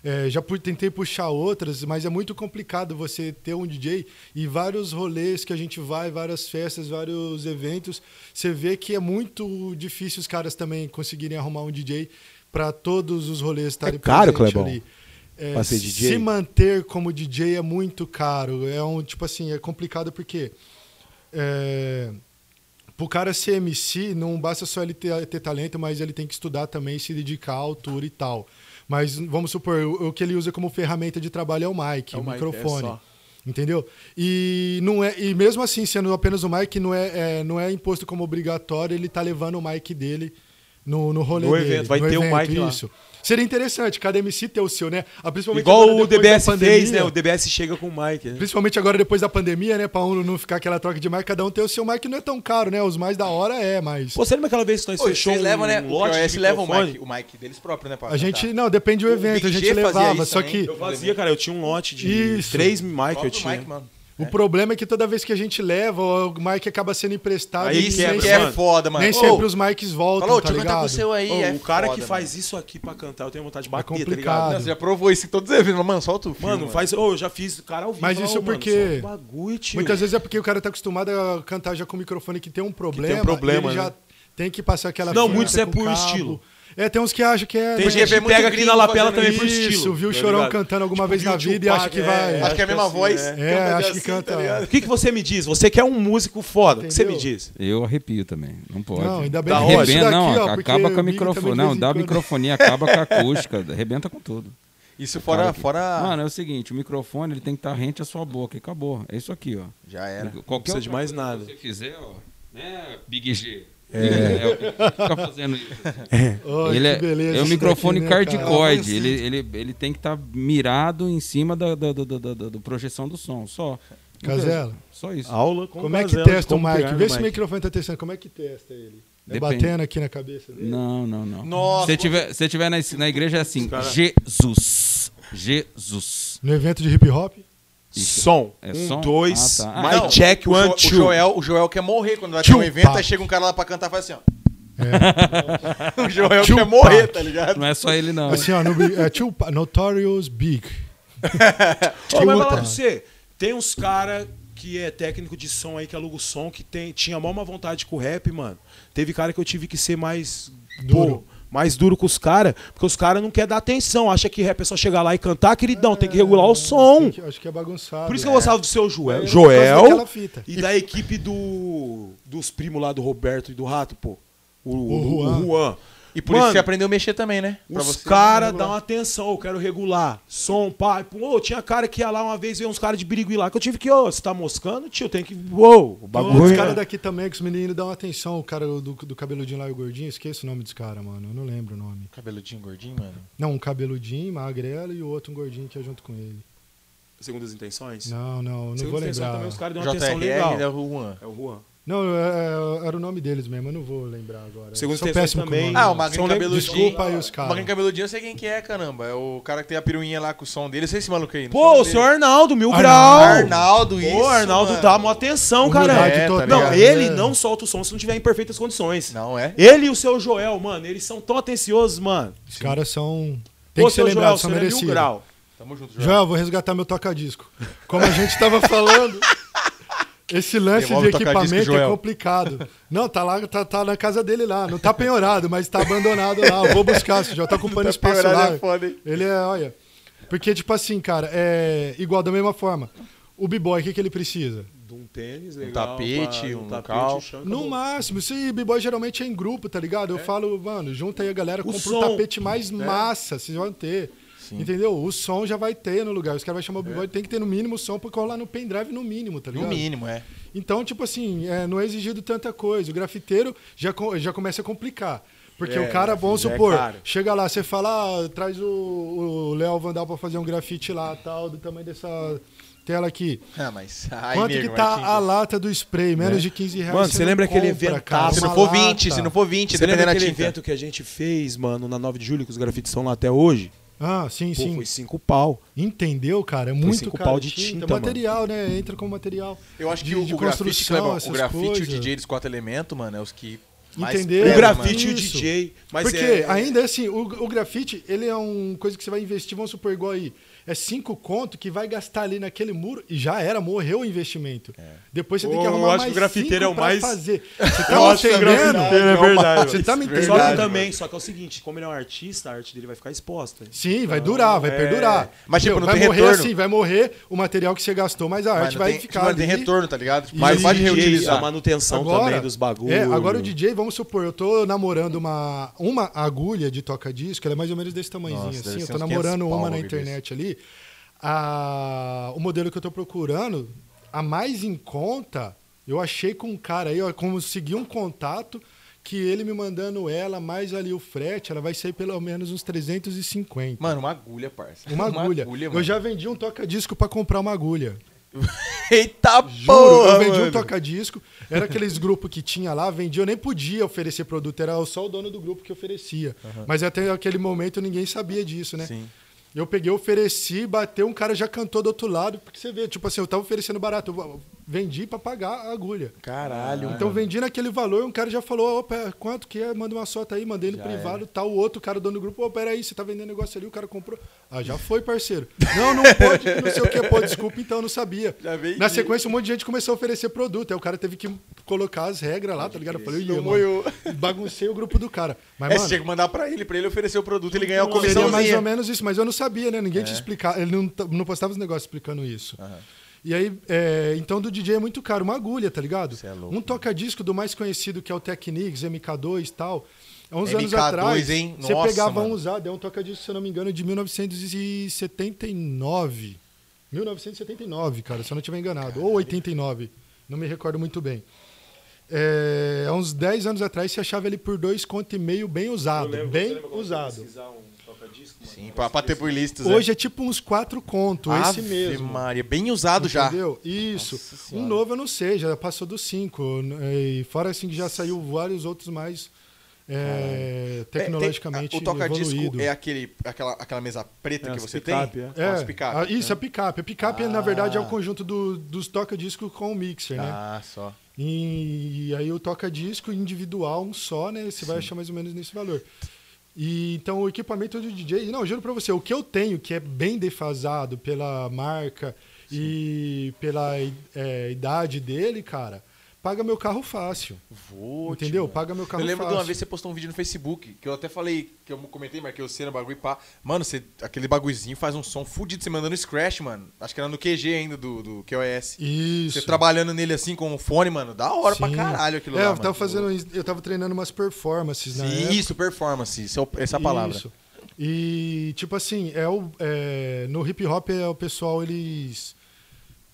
Speaker 4: é, já pu- tentei puxar outras, mas é muito complicado você ter um DJ e vários rolês que a gente vai, várias festas, vários eventos, você vê que é muito difícil os caras também conseguirem arrumar um DJ para todos os rolês estarem
Speaker 3: É caro,
Speaker 4: presentes
Speaker 3: Clebão,
Speaker 4: ali. É,
Speaker 3: pra ser DJ?
Speaker 4: Se manter como DJ é muito caro, é um tipo assim, é complicado porque é, pro cara ser MC, não basta só ele ter, ter talento, mas ele tem que estudar também, se dedicar à altura e tal. Mas vamos supor, o, o que ele usa como ferramenta de trabalho é o mic,
Speaker 3: É o
Speaker 4: o,
Speaker 3: mic, é
Speaker 4: microfone.
Speaker 3: só.
Speaker 4: Entendeu? E, não é, e mesmo assim, sendo apenas o mic, não é, é- não é imposto como obrigatório, ele tá levando o mic dele no, no rolê
Speaker 3: No
Speaker 4: dele.
Speaker 3: evento, vai ter o mic lá.
Speaker 4: isso. Seria interessante, cada MC ter o seu, né? Ah, principalmente agora,
Speaker 3: Igual o
Speaker 4: depois
Speaker 3: DBS
Speaker 4: da
Speaker 3: fez,
Speaker 4: pandemia.
Speaker 3: né? O DBS chega com o Mike, né?
Speaker 4: Principalmente agora depois da pandemia, né? Pra um não ficar aquela troca de marca, cada um tem o seu marca, não é tão caro, né? Os mais da hora é, mas.
Speaker 3: Pô, você lembra aquela vez que nós
Speaker 2: Ô,
Speaker 3: fechou
Speaker 2: vocês
Speaker 3: um,
Speaker 2: levam, né?
Speaker 3: um
Speaker 2: o
Speaker 3: lote
Speaker 2: POS
Speaker 3: de
Speaker 2: leva o
Speaker 3: microfone?
Speaker 2: mic, o mic deles próprio, né? pra
Speaker 4: A gente.
Speaker 2: cantar.
Speaker 4: Não, depende do
Speaker 2: O
Speaker 4: evento, a
Speaker 2: Big
Speaker 4: gente
Speaker 2: G fazia
Speaker 4: levava,
Speaker 2: isso
Speaker 4: só
Speaker 2: também.
Speaker 4: que.
Speaker 3: Eu fazia, cara. Eu tinha um lote de
Speaker 4: Isso.
Speaker 3: três mic que eu
Speaker 2: Próprio
Speaker 3: tinha.
Speaker 2: mic, mano.
Speaker 4: O problema é que toda vez que a gente leva, o Mike acaba sendo emprestado.
Speaker 3: Aí
Speaker 4: e
Speaker 3: quebra,
Speaker 4: nem
Speaker 3: mano.
Speaker 2: que
Speaker 4: sempre,
Speaker 2: é foda, mano.
Speaker 4: nem
Speaker 2: Ô,
Speaker 4: sempre os Mikes voltam,
Speaker 2: Falou,
Speaker 4: tá
Speaker 2: deixa eu cantar
Speaker 4: ligado?
Speaker 2: com o seu aí.
Speaker 3: Ô,
Speaker 2: é
Speaker 3: o cara
Speaker 2: foda,
Speaker 3: que faz isso aqui pra cantar, eu tenho vontade de
Speaker 4: É
Speaker 3: bater, tá
Speaker 4: complicado.
Speaker 3: ligado?
Speaker 2: Mano, você já provou isso em todos os eventos. Mano, solta o fio,
Speaker 3: Mano, faz. Ô, eu já fiz cara ao vivo.
Speaker 4: Mas
Speaker 3: lá,
Speaker 4: isso é
Speaker 3: ô, mano,
Speaker 4: porque
Speaker 3: só um bagulho, tio.
Speaker 4: Muitas vezes é porque o cara tá acostumado a cantar já com o microfone que tem um problema.
Speaker 2: problema,
Speaker 4: e ele
Speaker 2: né?
Speaker 4: já tem que passar aquela
Speaker 3: Não,
Speaker 4: fita
Speaker 3: muitos é
Speaker 4: com
Speaker 3: por
Speaker 4: cabo.
Speaker 3: estilo.
Speaker 4: É, tem uns que acham que é.
Speaker 3: Tem
Speaker 4: mas-
Speaker 3: gente
Speaker 2: vê
Speaker 3: que
Speaker 2: muito
Speaker 3: pega aqui
Speaker 2: gringo
Speaker 3: na lapela
Speaker 2: fazendo
Speaker 3: também por
Speaker 4: isso,
Speaker 3: estilo.
Speaker 4: viu o
Speaker 3: tá
Speaker 4: Chorão
Speaker 3: ligado?
Speaker 4: cantando alguma vez
Speaker 3: viu
Speaker 4: na
Speaker 3: o
Speaker 4: vida e acha
Speaker 3: Tupac,
Speaker 4: que vai-
Speaker 2: Acho que Tipo é a mesma voz. um
Speaker 4: É, acho que
Speaker 2: negocinho, tá
Speaker 4: canta-
Speaker 2: ligado?
Speaker 3: O que, que você me diz? Você quer um músico foda? O que você me
Speaker 4: Entendeu?
Speaker 3: diz?
Speaker 6: Eu arrepio também. Não pode. Tá
Speaker 4: Não, ainda bem
Speaker 3: Da
Speaker 4: que
Speaker 3: roda.
Speaker 4: isso
Speaker 6: Arrebenta, não,
Speaker 4: daqui, ó, porque
Speaker 6: acaba com a
Speaker 4: o Big também
Speaker 6: microfonia.
Speaker 4: de
Speaker 6: Não,
Speaker 4: vez em
Speaker 6: dá a
Speaker 4: quando-
Speaker 6: microfonia, acaba com a acústica, arrebenta com tudo.
Speaker 2: Isso
Speaker 6: Cara
Speaker 2: fora.
Speaker 6: aqui.
Speaker 2: fora...
Speaker 6: Mano, é o seguinte, o microfone ele tem que estar rente à sua boca. E acabou. É isso aqui, ó.
Speaker 2: Já era.
Speaker 3: Não precisa de mais nada.
Speaker 6: Se você fizer, ó, né, Big G? É. Fica fazendo isso. assim.
Speaker 4: Ó,
Speaker 6: ele
Speaker 4: que
Speaker 6: é,
Speaker 4: beleza
Speaker 6: é um
Speaker 4: isso
Speaker 6: microfone
Speaker 4: daqui, né, cara?
Speaker 6: cardioide. Ele, ele, ele tem que estar mirado em cima da, da, da, da, da- da- da projeção do som. Só.
Speaker 4: Casella.
Speaker 6: Só isso.
Speaker 2: Ah.
Speaker 3: Aula com
Speaker 4: Como é que
Speaker 3: Gazela,
Speaker 4: testa o
Speaker 3: como
Speaker 4: Mike?
Speaker 3: pegar no
Speaker 4: Vê se o microfone tá testando. Como é que testa ele? É
Speaker 6: Depende.
Speaker 4: batendo aqui na cabeça dele?
Speaker 6: Não, não, não.
Speaker 2: Nossa,
Speaker 6: Se tiver, se tiver na, na igreja é assim, Jesus. Jesus.
Speaker 4: No evento de hip hop?
Speaker 3: Som.
Speaker 6: É
Speaker 3: um,
Speaker 6: som?
Speaker 3: dois,
Speaker 6: Ah, tá. Ah,
Speaker 3: my
Speaker 2: Não,
Speaker 3: check,
Speaker 2: o Jo-
Speaker 3: one,
Speaker 2: o é
Speaker 3: two.
Speaker 2: Joel, o Joel quer morrer quando vai ter
Speaker 4: Tio
Speaker 2: um evento,
Speaker 4: Pac.
Speaker 2: aí chega um cara lá pra cantar e faz assim, ó.
Speaker 4: É.
Speaker 2: O Joel
Speaker 4: Tio
Speaker 2: quer morrer,
Speaker 4: Pac.
Speaker 2: tá ligado?
Speaker 6: Não é só ele, não.
Speaker 4: Assim, ó, no, é, Tupac- Notorious Big.
Speaker 3: Ô, mas falar
Speaker 4: Chuta.
Speaker 3: pra você, tem uns cara que é técnico de som aí, que aluga o som, que tem, tinha mó uma vontade com o rap, mano. Teve cara que eu tive que ser mais
Speaker 4: Duro.
Speaker 3: duro. mais duro com os caras, porque os caras não querem dar atenção. Acha que rap é só chegar lá e cantar, queridão, tem que regular o som.
Speaker 4: Tem que- acho que é bagunçado.
Speaker 3: um. Por isso que eu gostava do seu Joel.
Speaker 4: É, por causa
Speaker 3: Joel
Speaker 4: daquela fita.
Speaker 3: e da equipe do dos primos lá do Roberto e do Rato, pô. O,
Speaker 4: O
Speaker 3: o
Speaker 4: Juan.
Speaker 3: Juan.
Speaker 2: E por
Speaker 3: Mano,
Speaker 2: isso que você é aprendeu a mexer também, né? Pra
Speaker 3: os
Speaker 2: você.
Speaker 3: caras dão atenção, eu quero regular. Som, pá. Pô, tinha cara que ia lá uma vez, veio uns caras de birigui lá, que eu tive que, ô, você tá moscando, tio? Tem que. Uou, o
Speaker 4: Então, os
Speaker 3: bagulho.
Speaker 4: caras daqui também, que os meninos dão atenção. O cara do, do cabeludinho lá e o gordinho, esqueço o nome dos caras, mano. Eu não lembro o nome.
Speaker 2: Cabeludinho, gordinho, mano.
Speaker 4: Não, um cabeludinho, magrelo e o outro um gordinho que é junto com ele.
Speaker 3: Segundo as intenções?
Speaker 4: Não, não, não
Speaker 3: Segundo
Speaker 4: vou
Speaker 3: as intenções
Speaker 4: lembrar.
Speaker 3: também, os caras dão uma atenção
Speaker 2: JRR
Speaker 3: legal.
Speaker 2: da né, Juan.
Speaker 3: É o Juan.
Speaker 4: Não, é- era o nome deles mesmo, eu não vou lembrar agora. um Eu
Speaker 3: Segundo as
Speaker 4: sou
Speaker 3: intenções
Speaker 4: péssimo com
Speaker 3: também.
Speaker 4: nome.
Speaker 2: Ah, o Magrinho
Speaker 3: São le-
Speaker 2: Cabeludinho.
Speaker 4: Desculpa aí os caras.
Speaker 2: O Magrinho Cabeludinho eu sei quem que é, caramba. É o cara que tem a piruinha lá com o som dele. Eu sei esse maluco aí. não sei
Speaker 3: Pô,
Speaker 2: nome
Speaker 3: o senhor
Speaker 2: dele.
Speaker 3: Arnaldo, mil
Speaker 4: Arnaldo.
Speaker 3: grau.
Speaker 2: Arnaldo, isso.
Speaker 3: Pô, Arnaldo
Speaker 2: mano.
Speaker 3: dá uma atenção,
Speaker 4: Humildade
Speaker 3: cara.
Speaker 2: É, tá
Speaker 4: total,
Speaker 3: Não,
Speaker 2: ligado?
Speaker 3: ele
Speaker 4: né?
Speaker 3: não solta o som se não tiver em perfeitas condições.
Speaker 2: Não é?
Speaker 3: Ele e o seu Joel, mano, eles são tão atenciosos, mano.
Speaker 4: Os caras são. Tem
Speaker 3: Ô,
Speaker 4: que ser
Speaker 3: seu
Speaker 4: lembrado,
Speaker 3: Joel,
Speaker 4: são
Speaker 3: você não é mil
Speaker 4: merecidos.
Speaker 3: grau.
Speaker 2: Tamo junto, Joel.
Speaker 4: Joel, vou resgatar meu toca-disco. Como a gente tava falando, esse lance
Speaker 2: Devolve o
Speaker 4: de
Speaker 2: toca-disco,
Speaker 4: equipamento é
Speaker 2: Joel.
Speaker 4: complicado. Não, tá lá, tá, tá na casa dele lá. Não tá penhorado, mas tá abandonado lá. Eu vou buscar, você já tá ocupando
Speaker 2: Tá
Speaker 4: espaço lá.
Speaker 2: penhorado é foda, hein?
Speaker 4: Ele é, olha. Porque, tipo assim, cara, é igual da mesma forma. O b-boy, o que, que ele precisa?
Speaker 3: De um tênis,
Speaker 2: legal, tapete, pá, um um tapete, local. um chão,
Speaker 4: No máximo, se b-boy geralmente é em grupo, tá ligado? Eu falo, mano, junta aí a galera, compra
Speaker 3: som,
Speaker 4: um tapete mais massa, vocês vão ter. Entendeu? O som já vai ter no lugar. Os caras vão chamar o b-boy, tem que ter no mínimo som pra colar no pendrive no mínimo, tá
Speaker 2: No
Speaker 4: ligado?
Speaker 2: mínimo, é.
Speaker 4: Então, tipo assim, é, não é exigido tanta coisa. O grafiteiro já, co- já começa a complicar. Porque o cara, vamos
Speaker 3: já é
Speaker 4: supor,
Speaker 3: caro.
Speaker 4: chega lá, você fala, ah, traz o- o Léo Vandal pra fazer um grafite lá, tal, do tamanho dessa tela aqui.
Speaker 2: Ah, mas. Ai,
Speaker 4: Quanto
Speaker 2: nego,
Speaker 4: que tá
Speaker 2: Martins.
Speaker 4: a lata do spray? Menos de 15 reais.
Speaker 3: Mano,
Speaker 4: Né? você
Speaker 3: você
Speaker 4: não
Speaker 3: lembra aquele
Speaker 4: compra,
Speaker 3: eventaço?
Speaker 4: cara,
Speaker 2: Se
Speaker 4: uma
Speaker 2: não for
Speaker 4: lata.
Speaker 2: 20, se não for 20,
Speaker 3: Você lembra
Speaker 2: dependendo da
Speaker 3: aquele
Speaker 2: tinta.
Speaker 3: evento que a gente fez, mano, na 9 de julho, que os grafites estão lá até hoje?
Speaker 4: Ah, sim,
Speaker 3: Pô,
Speaker 4: sim.
Speaker 3: foi cinco pau.
Speaker 4: Entendeu, cara? É muito
Speaker 3: cinco
Speaker 4: caro.
Speaker 3: pau de tinta, mano.
Speaker 4: material, né? Entra como material.
Speaker 2: Eu acho que
Speaker 4: de,
Speaker 2: o,
Speaker 4: de
Speaker 2: o grafite, que
Speaker 4: construção,
Speaker 2: leva, o
Speaker 4: essas
Speaker 2: grafite e o
Speaker 4: coisas.
Speaker 2: DJ dos quatro elementos, mano, é os que. mais
Speaker 4: Entendeu?
Speaker 3: o
Speaker 2: pregam,
Speaker 4: É,
Speaker 3: grafite
Speaker 4: mano.
Speaker 3: e o DJ. Mas
Speaker 4: Porque
Speaker 3: é-
Speaker 4: ainda assim, o, o grafite, ele é uma coisa que você vai investir, vamos supor, igual aí. É cinco conto que vai gastar ali naquele muro e já era, morreu o investimento.
Speaker 2: É.
Speaker 4: Depois você tem que
Speaker 3: Eu
Speaker 4: arrumar
Speaker 3: acho
Speaker 4: mais
Speaker 3: que o grafiteiro
Speaker 4: cinco
Speaker 3: é o
Speaker 4: pra
Speaker 3: mais-
Speaker 4: fazer. Você
Speaker 2: Eu
Speaker 4: tá
Speaker 2: acho que
Speaker 4: me
Speaker 2: é
Speaker 4: entendendo?
Speaker 2: verdade, é o mais-
Speaker 4: Você tá me entendendo?
Speaker 3: Só que
Speaker 2: Verdade,
Speaker 3: também, só que é o seguinte, como ele é um artista, a arte dele vai ficar exposta. É.
Speaker 4: Sim, vai durar, vai perdurar.
Speaker 2: Mas, tipo,
Speaker 4: Entendeu?
Speaker 2: não
Speaker 4: vai
Speaker 2: tem
Speaker 4: morrer
Speaker 2: retorno.
Speaker 4: assim, vai morrer o material que você gastou, mas ah, a
Speaker 2: Mas
Speaker 4: arte
Speaker 2: não
Speaker 4: vai
Speaker 2: tem,
Speaker 4: ficar
Speaker 2: tipo, não
Speaker 4: ali.
Speaker 2: tem retorno, tá ligado? Tipo,
Speaker 3: Mas
Speaker 2: Mas
Speaker 3: o
Speaker 2: pode
Speaker 3: DJ,
Speaker 2: reutilizar.
Speaker 3: a manutenção também dos bagulhos.
Speaker 4: É, agora o DJ, vamos supor, eu tô namorando uma, uma agulha de toca-disco, ela é mais ou menos desse tamanhozinho,
Speaker 2: Nossa, deve
Speaker 4: assim. Eu
Speaker 2: ser
Speaker 4: tô
Speaker 2: uns
Speaker 4: namorando
Speaker 2: 500
Speaker 4: uma
Speaker 2: pau,
Speaker 4: na
Speaker 2: meu Deus.
Speaker 4: internet ali. A- o modelo que eu tô procurando, a mais em conta, eu achei com um cara aí, ó, consegui um contato que ele me mandando ela, mais ali o frete, ela vai sair pelo menos uns 350.
Speaker 2: Mano, uma agulha, parça.
Speaker 4: Uma agulha.
Speaker 2: mano.
Speaker 4: eu já vendi um toca-disco pra comprar uma agulha.
Speaker 2: Eita
Speaker 4: Juro,
Speaker 2: porra!
Speaker 4: eu vendi um
Speaker 2: mano.
Speaker 4: toca-disco. Era aqueles grupos que tinha lá, vendia, eu nem podia oferecer produto, era só o dono do grupo que oferecia. Mas até aquele momento ninguém sabia disso, né?
Speaker 2: Sim.
Speaker 4: Eu peguei, ofereci, bateu, um cara já cantou do outro lado, porque você vê, tipo assim, eu tava oferecendo barato, eu vendi pra pagar a agulha.
Speaker 2: Caralho.
Speaker 4: Então vendi naquele valor, um cara já falou, opa, quanto que é? Manda uma sota aí, mandei no
Speaker 2: Já
Speaker 4: privado, tal, o outro cara dono do grupo, ô, peraí, você tá vendendo negócio ali, o cara comprou. Ah, já foi, parceiro. Não, não pode, não sei o que, pô, desculpa, então eu não sabia.
Speaker 2: Já vendi.
Speaker 4: Na sequência, um monte de gente começou a oferecer produto, aí o cara teve que colocar as regras lá, tá ligado? Eu falei, "Ih, mano,
Speaker 2: moiou."
Speaker 4: baguncei o grupo do cara.
Speaker 2: É,
Speaker 4: Mas, mano,
Speaker 2: você tinha que mandar pra ele, pra ele oferecer o produto, ele ganhar uma
Speaker 4: Seria mais ou
Speaker 2: comissãozinha.
Speaker 4: menos isso, mas eu não sabia, né?
Speaker 2: É.
Speaker 4: Ninguém te explicava, ele não, t- não postava os negócios explicando isso. E aí, é, então do DJ é muito caro, uma agulha, tá ligado?
Speaker 2: Cê é louco,
Speaker 4: um toca-disco do mais conhecido que é o Technics, MK2 e tal. Há uns anos
Speaker 2: MK2,
Speaker 4: atrás,
Speaker 2: hein?
Speaker 4: você
Speaker 2: Nossa,
Speaker 4: pegava um
Speaker 2: mano.
Speaker 4: usado, é um toca-disco, se eu não me engano, de 1979. 1979, cara, se eu não estiver enganado. Ou 89, não me recordo muito bem. É, há uns 10 anos atrás, você achava ele por dois conto e meio bem usado. bem usado.
Speaker 2: Sim, pra, pra ter por listas.
Speaker 4: Hoje é tipo uns quatro conto,
Speaker 2: é
Speaker 4: esse mesmo.
Speaker 2: Maria, bem usado já.
Speaker 4: Entendeu? Isso.
Speaker 2: Nossa
Speaker 4: um
Speaker 2: Senhora.
Speaker 4: novo eu não sei, já passou dos cinco. E fora assim que já saiu vários outros mais é,
Speaker 2: É, tem-
Speaker 4: tecnologicamente
Speaker 2: a- o toca-disco
Speaker 4: evoluído.
Speaker 2: é aquele, aquela, aquela mesa preta
Speaker 3: É,
Speaker 2: que
Speaker 3: as
Speaker 2: você
Speaker 3: picape,
Speaker 2: tem?
Speaker 3: é.
Speaker 2: Umas
Speaker 4: É,
Speaker 2: picape. né?
Speaker 4: a- isso, é picape. A picape, na
Speaker 2: Ah.
Speaker 4: verdade, é o conjunto do- dos toca-disco com o mixer, né?
Speaker 2: Ah, só.
Speaker 4: E, aí o toca-disco individual, um só, né? Você vai achar mais ou menos nesse valor. E, então o equipamento do DJ, não, juro pra você, o que eu tenho, que é bem defasado pela marca e pela é, idade dele, cara, paga meu carro fácil.
Speaker 2: Vou,
Speaker 4: entendeu?
Speaker 2: tio, mano.
Speaker 4: Paga meu carro
Speaker 2: né? Eu lembro
Speaker 4: fácil.
Speaker 2: de uma vez que você postou um vídeo no Facebook, que eu até falei, que eu comentei, marquei o cena, bagulho e pá. Mano, você, aquele bagulhozinho faz um som fudido, você mandando scratch, mano. Acho que era no QG ainda do, do QoS.
Speaker 4: Isso.
Speaker 2: Você trabalhando nele assim com o fone, mano, da hora pra
Speaker 4: Sim.
Speaker 2: caralho aquilo
Speaker 4: é,
Speaker 2: lá.
Speaker 4: eu
Speaker 2: mano.
Speaker 4: tava fazendo, eu tava treinando umas performances na época.
Speaker 2: Isso, performance. Isso é o- essa é a palavra.
Speaker 4: Isso. E, tipo assim, é o, é, no hip hop é, o pessoal, eles,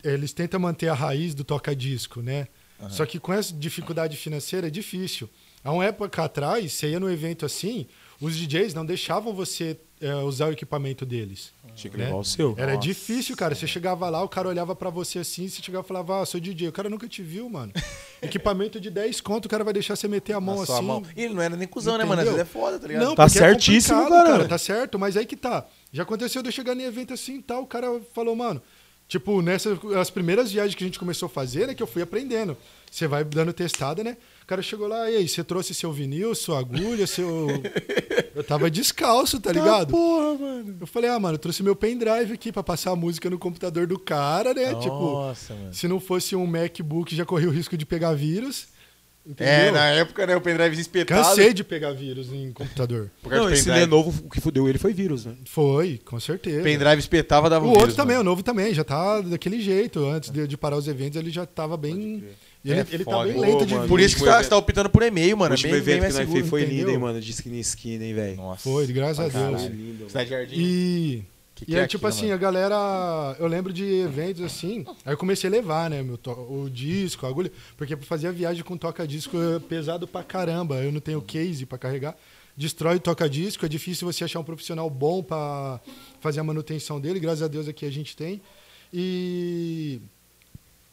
Speaker 4: eles tentam manter a raiz do toca-disco, né? Só que com essa dificuldade financeira é difícil. Há uma época atrás, você ia num evento assim, os DJs não deixavam você é, usar o equipamento deles.
Speaker 3: Tinha que
Speaker 4: né?
Speaker 3: levar o seu. Ah.
Speaker 4: Era difícil, cara. Você chegava lá, o cara olhava pra você assim, você chegava e falava, ah, sou DJ. O cara nunca te viu, mano. Equipamento de 10 conto, o cara vai deixar você meter a mão
Speaker 2: Na sua
Speaker 4: assim.
Speaker 2: mão. E ele não era nem cuzão, né, mano? Às
Speaker 4: Entendeu?
Speaker 2: vezes é foda, tá ligado?
Speaker 4: Não,
Speaker 3: Tá
Speaker 4: porque
Speaker 3: certíssimo,
Speaker 4: é complicado,
Speaker 3: cara.
Speaker 4: Tá certo, mas aí que tá. Já aconteceu de eu chegar em evento assim e tal, o cara falou, mano. Tipo, nessas as primeiras viagens que a gente começou a fazer, né, que eu fui aprendendo. Você vai dando testada, né? O cara chegou lá, e aí, você trouxe seu vinil, sua agulha, seu. Eu tava descalço, tá ligado?
Speaker 3: Ah, Porra, mano.
Speaker 4: Eu falei, ah, mano, eu trouxe meu pendrive aqui pra passar a música no computador do cara, né? Tipo,
Speaker 2: Nossa, mano.
Speaker 4: se não fosse um MacBook, já corria o risco de pegar vírus. Entendeu?
Speaker 2: É, na época, né, o pendrive espetado.
Speaker 4: Cansei de pegar vírus em computador.
Speaker 2: Por causa
Speaker 3: Não,
Speaker 2: de
Speaker 3: esse
Speaker 2: pendrive.
Speaker 3: Lenovo, o que fudeu ele foi vírus, né?
Speaker 4: Foi, com certeza.
Speaker 2: O pendrive espetava dava
Speaker 4: O
Speaker 2: um
Speaker 4: outro
Speaker 2: vírus,
Speaker 4: também,
Speaker 2: mano.
Speaker 4: o novo também, já tá daquele jeito. Antes de, de parar os eventos, ele já tava bem. e Ele,
Speaker 2: É
Speaker 4: ele tá
Speaker 2: foda,
Speaker 4: bem
Speaker 2: hein?
Speaker 4: lento
Speaker 3: Pô,
Speaker 4: de
Speaker 3: mano.
Speaker 4: vir.
Speaker 2: Por isso que
Speaker 3: Último
Speaker 2: você tá,
Speaker 3: evento.
Speaker 2: você tá optando por e-mail,
Speaker 3: O
Speaker 2: mano.
Speaker 3: último
Speaker 2: bem, bem
Speaker 3: evento que
Speaker 2: mais
Speaker 3: nós
Speaker 2: seguro.
Speaker 3: fez foi
Speaker 4: entendeu?
Speaker 3: lindo, hein, mano? De skin em skin, hein, velho?
Speaker 2: Nossa.
Speaker 4: Foi, graças a Deus.
Speaker 3: Caralho, lindo.
Speaker 2: Cidade Jardim.
Speaker 4: E,
Speaker 2: Que
Speaker 4: e
Speaker 2: que
Speaker 4: aí,
Speaker 2: é aquilo,
Speaker 4: tipo assim,
Speaker 2: mano?
Speaker 4: a galera. Eu lembro de eventos assim. Aí eu comecei a levar, né, meu, to- o disco, a agulha. Porque pra fazer a viagem com toca-disco é pesado pra caramba. Eu não tenho case pra carregar. Destrói o toca-disco. É difícil você achar um profissional bom pra fazer a manutenção dele. Graças a Deus aqui a gente tem. E.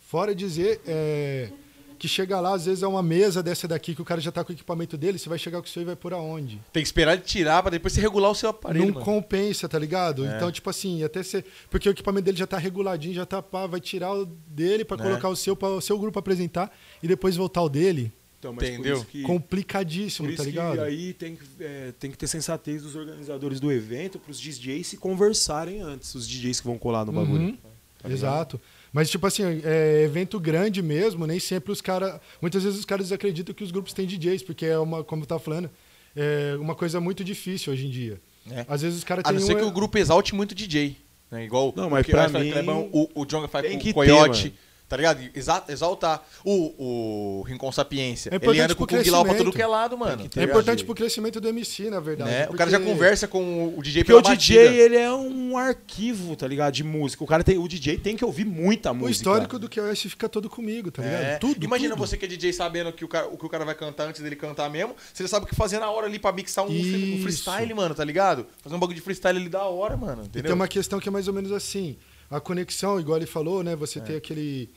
Speaker 4: Fora dizer é, que chega lá, às vezes é uma mesa dessa daqui que o cara já tá com o equipamento dele. Você vai chegar com o seu e vai por aonde?
Speaker 2: Tem que esperar ele tirar pra depois você regular o seu aparelho,
Speaker 4: não
Speaker 2: mano. É.
Speaker 4: compensa, tá ligado? Então, tipo assim, até ser. Porque o equipamento dele já tá reguladinho, já tá pá, vai tirar o dele pra
Speaker 2: Né?
Speaker 4: colocar o seu, para o seu grupo apresentar e depois voltar o dele.
Speaker 3: Então,
Speaker 2: mas por Entendeu? isso
Speaker 4: Complicadíssimo,
Speaker 3: Por isso
Speaker 4: tá ligado?
Speaker 3: que aí tem que, é, tem que ter sensatez dos organizadores do evento para os DJs se conversarem antes, os DJs que vão colar no bagulho.
Speaker 4: Uhum.
Speaker 2: tá
Speaker 4: Exato. Mas, tipo assim, é evento grande mesmo, nem sempre os caras. Muitas vezes os caras acreditam que os grupos têm DJs, porque é uma, como eu tava falando, é uma coisa muito difícil hoje em dia.
Speaker 2: É.
Speaker 4: Às vezes os caras
Speaker 2: A
Speaker 4: têm
Speaker 2: não ser
Speaker 4: um-
Speaker 2: que o grupo exalte muito DJ. Né? Igual
Speaker 3: Não,
Speaker 2: o
Speaker 3: mas
Speaker 2: que-
Speaker 3: pra
Speaker 2: a história que
Speaker 3: mim,
Speaker 2: leva o, o Jonga faz
Speaker 3: tem
Speaker 2: com
Speaker 3: que ter,
Speaker 2: o Coyote.
Speaker 3: mano.
Speaker 2: Tá ligado? Exa- Exaltar. O, o Rincon Sapiência. ele
Speaker 4: É importante
Speaker 2: anda com o
Speaker 4: pro
Speaker 2: Kung Lao pra
Speaker 4: crescimento.
Speaker 2: tudo que é lado, mano.
Speaker 3: que ter.
Speaker 4: É importante
Speaker 3: Verdade.
Speaker 4: pro crescimento do MC, na verdade.
Speaker 2: Né? O cara já
Speaker 4: porque-
Speaker 2: conversa com o DJ
Speaker 3: Porque o
Speaker 2: pela
Speaker 3: DJ,
Speaker 4: tá
Speaker 2: batida.
Speaker 3: ele é um arquivo, tá ligado? De música. O, cara tem, o DJ tem que ouvir muita
Speaker 4: O
Speaker 3: música.
Speaker 4: histórico do QoS fica todo comigo, tá ligado?
Speaker 2: É.
Speaker 4: Tudo.
Speaker 2: Imagina
Speaker 4: tudo.
Speaker 2: você que é DJ sabendo que o, cara, o que o cara vai cantar antes dele cantar mesmo. Você já sabe o que fazer na hora ali pra mixar um, free- um
Speaker 4: Isso.
Speaker 2: freestyle, mano, tá ligado? Fazer um bagulho de freestyle ali da hora, mano.
Speaker 4: E
Speaker 2: Entendeu?
Speaker 4: tem uma questão que é mais ou menos assim. A conexão, igual ele falou, né? Você tem aquele.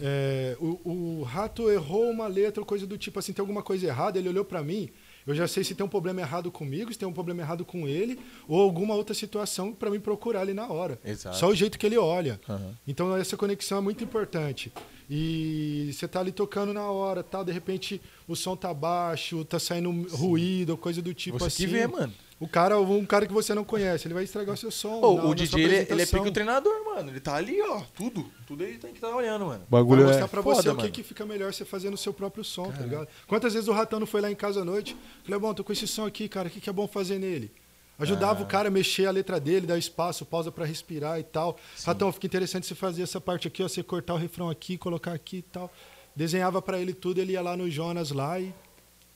Speaker 4: é, o, o rato errou uma letra, coisa do tipo assim, tem alguma coisa errada, ele olhou pra mim. Eu já sei se tem um problema errado comigo, se tem um problema errado com ele, ou alguma outra situação para me procurar ali na hora.
Speaker 2: Exato.
Speaker 4: Só o jeito que ele olha.
Speaker 2: Aham.
Speaker 4: Então essa conexão é muito importante. E você tá ali tocando na hora, tal, de repente o som tá baixo, tá saindo ruído, ou coisa do tipo
Speaker 2: Você
Speaker 4: assim.
Speaker 2: que vê, mano.
Speaker 4: O cara, um cara que você não conhece, ele vai estragar o seu som.
Speaker 2: Ô,
Speaker 4: na-
Speaker 2: o
Speaker 4: na sua
Speaker 2: DJ, ele, ele é
Speaker 4: apresentação.
Speaker 2: pique o treinador, mano. Ele tá ali, ó. Tudo. Tudo ele tem que estar olhando, mano.
Speaker 4: Vai
Speaker 3: bagulho
Speaker 4: mostrar
Speaker 3: é.
Speaker 4: pra
Speaker 2: foda,
Speaker 4: você o que,
Speaker 2: mano.
Speaker 4: que fica melhor você fazer no seu próprio som, tá ligado? Quantas vezes o Ratão não foi lá em casa à noite? Falei, bom, tô com esse som aqui, cara, o que, que é bom fazer nele? Ajudava o cara a mexer a letra dele, dar espaço, pausa pra respirar e tal. Ratão, fica interessante você fazer essa parte aqui, ó, você cortar o refrão aqui, colocar aqui e tal. Desenhava pra ele tudo, ele ia lá no Jonas lá e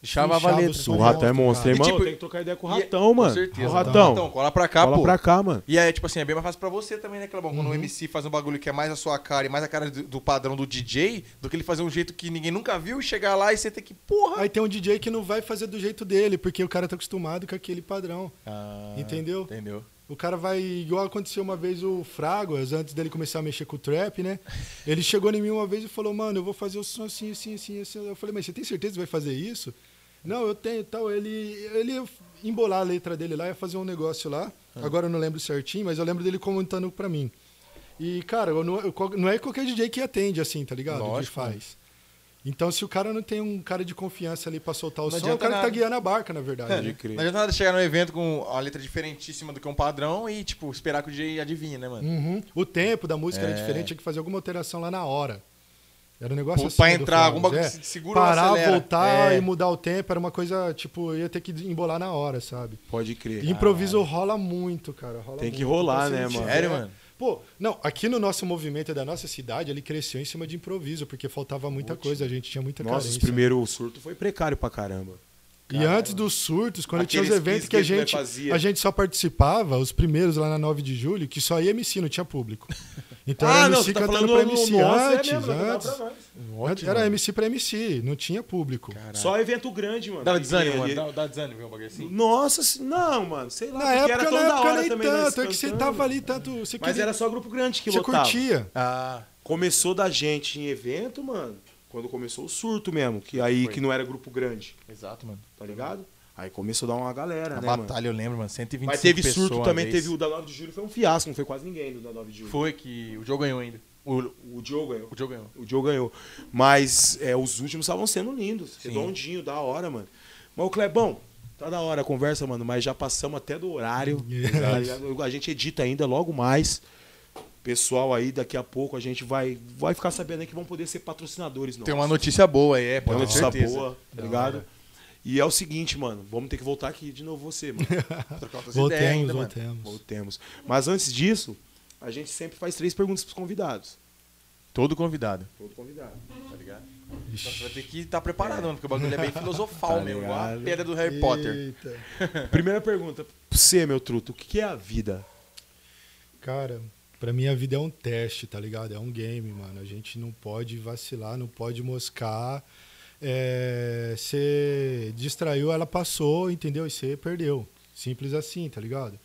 Speaker 2: Chamava a
Speaker 4: inchava
Speaker 2: letra.
Speaker 4: o
Speaker 3: O
Speaker 4: som.
Speaker 3: rato é monstro, hein,
Speaker 2: E,
Speaker 3: mano?
Speaker 2: tipo,
Speaker 3: tem que trocar ideia com o
Speaker 2: e-
Speaker 3: ratão, mano.
Speaker 2: Com certeza.
Speaker 3: o ratão.
Speaker 2: Então, cola pra cá,
Speaker 3: Cola
Speaker 2: pô.
Speaker 3: pra cá, mano.
Speaker 2: E aí, tipo assim, é bem mais fácil pra você também, né, Clebão? Quando o MC faz um bagulho que é mais a sua cara e mais a cara do, do padrão do DJ, do que ele fazer um jeito que ninguém nunca viu e chegar lá e você ter que, porra!
Speaker 4: Aí tem um DJ que não vai fazer do jeito dele, porque o cara tá acostumado com aquele padrão. Entendeu?
Speaker 2: Ah, Entendeu?
Speaker 4: O cara vai, igual aconteceu uma vez o Fraguas, antes dele começar a mexer com o trap, né? Ele chegou em mim uma vez e falou, mano, eu vou fazer o som assim, assim, assim, assim. Eu falei, mas você tem certeza que vai fazer isso? Não, eu tenho e tal. Ele, ele ia embolar a letra dele lá, ia fazer um negócio lá.
Speaker 2: Ah.
Speaker 4: Agora eu não lembro certinho, mas eu lembro dele comentando pra mim. E, cara, eu não, eu qual- não é qualquer DJ que atende assim, tá ligado?
Speaker 2: Lógico. né?
Speaker 4: que faz. Então, se o cara não tem um cara de confiança ali pra soltar o
Speaker 2: Não
Speaker 4: som, é o
Speaker 2: adianta
Speaker 4: cara que
Speaker 2: nada. É,
Speaker 4: tá guiando a barca, na verdade. né?
Speaker 2: Não adianta nada chegar num evento com a letra diferentíssima do que um padrão e, tipo, esperar que o DJ adivinhe, né, mano?
Speaker 4: Uhum. O tempo da música
Speaker 2: É.
Speaker 4: era diferente, tinha que fazer alguma alteração lá na hora. Era um negócio
Speaker 2: Pô,
Speaker 4: assim.
Speaker 2: pra
Speaker 4: do
Speaker 2: entrar,
Speaker 4: Flamengo,
Speaker 2: algum bagulho
Speaker 4: é.
Speaker 2: que se segura ou
Speaker 4: Parar,
Speaker 2: acelera.
Speaker 4: voltar
Speaker 2: É.
Speaker 4: e mudar o tempo, era uma coisa, tipo, ia ter que embolar na hora, sabe?
Speaker 3: Pode crer.
Speaker 4: E improviso rola muito, cara. rola
Speaker 3: Tem que
Speaker 4: muito.
Speaker 3: rolar,
Speaker 4: Então, se
Speaker 3: né,
Speaker 4: não
Speaker 3: mano?
Speaker 4: tiver-
Speaker 2: Sério, mano?
Speaker 4: Pô, não, aqui no nosso movimento da nossa cidade, ele cresceu em cima de improviso, porque faltava muita coisa, a gente tinha muita
Speaker 3: Nossa, os
Speaker 4: carência.
Speaker 3: primeiro surto foi precário pra caramba.
Speaker 4: E antes dos surtos, quando tinha os
Speaker 3: Aqueles
Speaker 4: eventos
Speaker 3: quiz
Speaker 4: que a
Speaker 3: que ele
Speaker 4: gente,
Speaker 3: fazia.
Speaker 4: a gente só participava, os primeiros lá na 9 de julho, que só ia MC, não tinha público. Então
Speaker 3: Ah,
Speaker 4: era MC
Speaker 3: tá
Speaker 4: cantando pra MC
Speaker 3: é
Speaker 4: antes, antes. Antes era MC pra MC, não tinha público.
Speaker 3: Só evento grande, mano.
Speaker 2: Dá um
Speaker 3: E-
Speaker 2: desânimo,
Speaker 3: e-
Speaker 2: mano. Dá, dá desânimo ver um bagulho assim.
Speaker 3: Nossa, se- não, mano. Sei lá,
Speaker 4: Na
Speaker 3: porque
Speaker 4: época,
Speaker 3: era
Speaker 4: na
Speaker 3: tão da
Speaker 4: época
Speaker 3: hora
Speaker 4: nem
Speaker 3: também. nós
Speaker 4: tanto, é que você
Speaker 3: cantando.
Speaker 4: tava ali tanto, você
Speaker 3: Mas
Speaker 4: queria,
Speaker 3: era só grupo grande que
Speaker 4: você
Speaker 3: lotava.
Speaker 4: curtia.
Speaker 2: Ah,
Speaker 3: Começou da gente em evento, mano. Quando começou o surto mesmo, que aí que não era grupo grande,
Speaker 2: exato, mano.
Speaker 3: tá ligado? Aí começou a dar uma galera,
Speaker 2: Na
Speaker 3: né, mano?
Speaker 2: Ah, batalha eu lembro, mano. 125
Speaker 3: Mas teve
Speaker 2: pessoas
Speaker 3: surto
Speaker 2: uma
Speaker 3: também,
Speaker 2: vez.
Speaker 3: teve o da 9 de julho, foi um fiasco, não foi quase ninguém do da 9 de julho.
Speaker 2: Foi que o jogo ganhou ainda. O,
Speaker 3: O Diogo ganhou.
Speaker 2: o jogo ganhou.
Speaker 3: O Diogo ganhou. Mas é, os últimos estavam sendo lindos, redondinho, da hora, mano. Mas o Clebão, tá da hora a conversa, mano, mas já passamos até do horário. a gente edita ainda logo mais. Pessoal aí, daqui a pouco a gente vai, vai ficar sabendo aí que vão poder ser patrocinadores nossos.
Speaker 2: Tem uma notícia boa aí, é,
Speaker 3: Tem
Speaker 2: pode
Speaker 3: uma
Speaker 2: ter
Speaker 3: notícia
Speaker 2: certeza.
Speaker 3: boa, tá ligado? E é o seguinte, mano, vamos ter que voltar aqui de novo você, mano.
Speaker 2: Trocar outras
Speaker 4: Voltemos,
Speaker 2: ideias
Speaker 3: né,
Speaker 2: ainda, mano.
Speaker 4: voltemos.
Speaker 3: Voltemos. Mas antes disso, a gente sempre faz três perguntas pros convidados.
Speaker 2: Todo convidado.
Speaker 3: Todo convidado.
Speaker 2: Tá ligado? Então você vai ter que estar preparado, mano, porque o bagulho é bem filosofal
Speaker 3: Tá
Speaker 2: mesmo, igual a
Speaker 3: ligado?
Speaker 2: pedra do Harry Potter.
Speaker 4: Eita.
Speaker 3: Primeira pergunta, pra você, meu truto, o que é a vida?
Speaker 4: Cara, pra mim a vida é um teste, tá ligado? É um game, mano. A gente não pode vacilar, não pode moscar. É, Você distraiu, ela passou, entendeu? E você perdeu. Simples assim, tá ligado?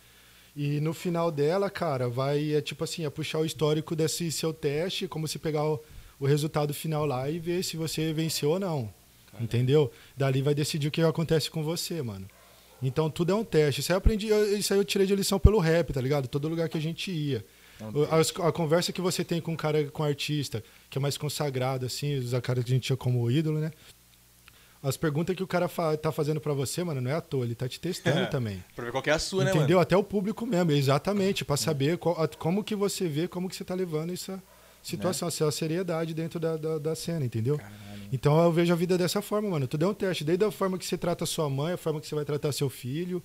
Speaker 4: E no final dela, cara, vai, é tipo assim, é puxar o histórico desse seu teste, como se pegar o, o resultado final lá e ver se você venceu ou não. Entendeu? Dali vai decidir o que acontece com você, mano. Então tudo é um teste. Isso aí eu aprendi, eu- isso aí eu tirei de lição pelo rap, tá ligado? Todo lugar que a gente ia. O- as- A, conversa que você tem com um cara, com um artista, que é mais consagrado, assim, os caras que a gente tinha como ídolo, né? As perguntas que o cara fa- tá fazendo pra você, mano, não é à toa, ele tá te testando também.
Speaker 2: Pra ver qual que é a sua, né,
Speaker 4: Entendeu?
Speaker 2: mano?
Speaker 4: Até o público mesmo, exatamente, pra saber qual- a- como que você vê, como que você tá levando essa
Speaker 2: Né?
Speaker 4: situação, essa seriedade dentro da, da, da cena, entendeu? Então eu vejo a vida dessa forma, mano. Tudo é um teste, desde a forma que você trata sua mãe, a forma que você vai tratar seu filho,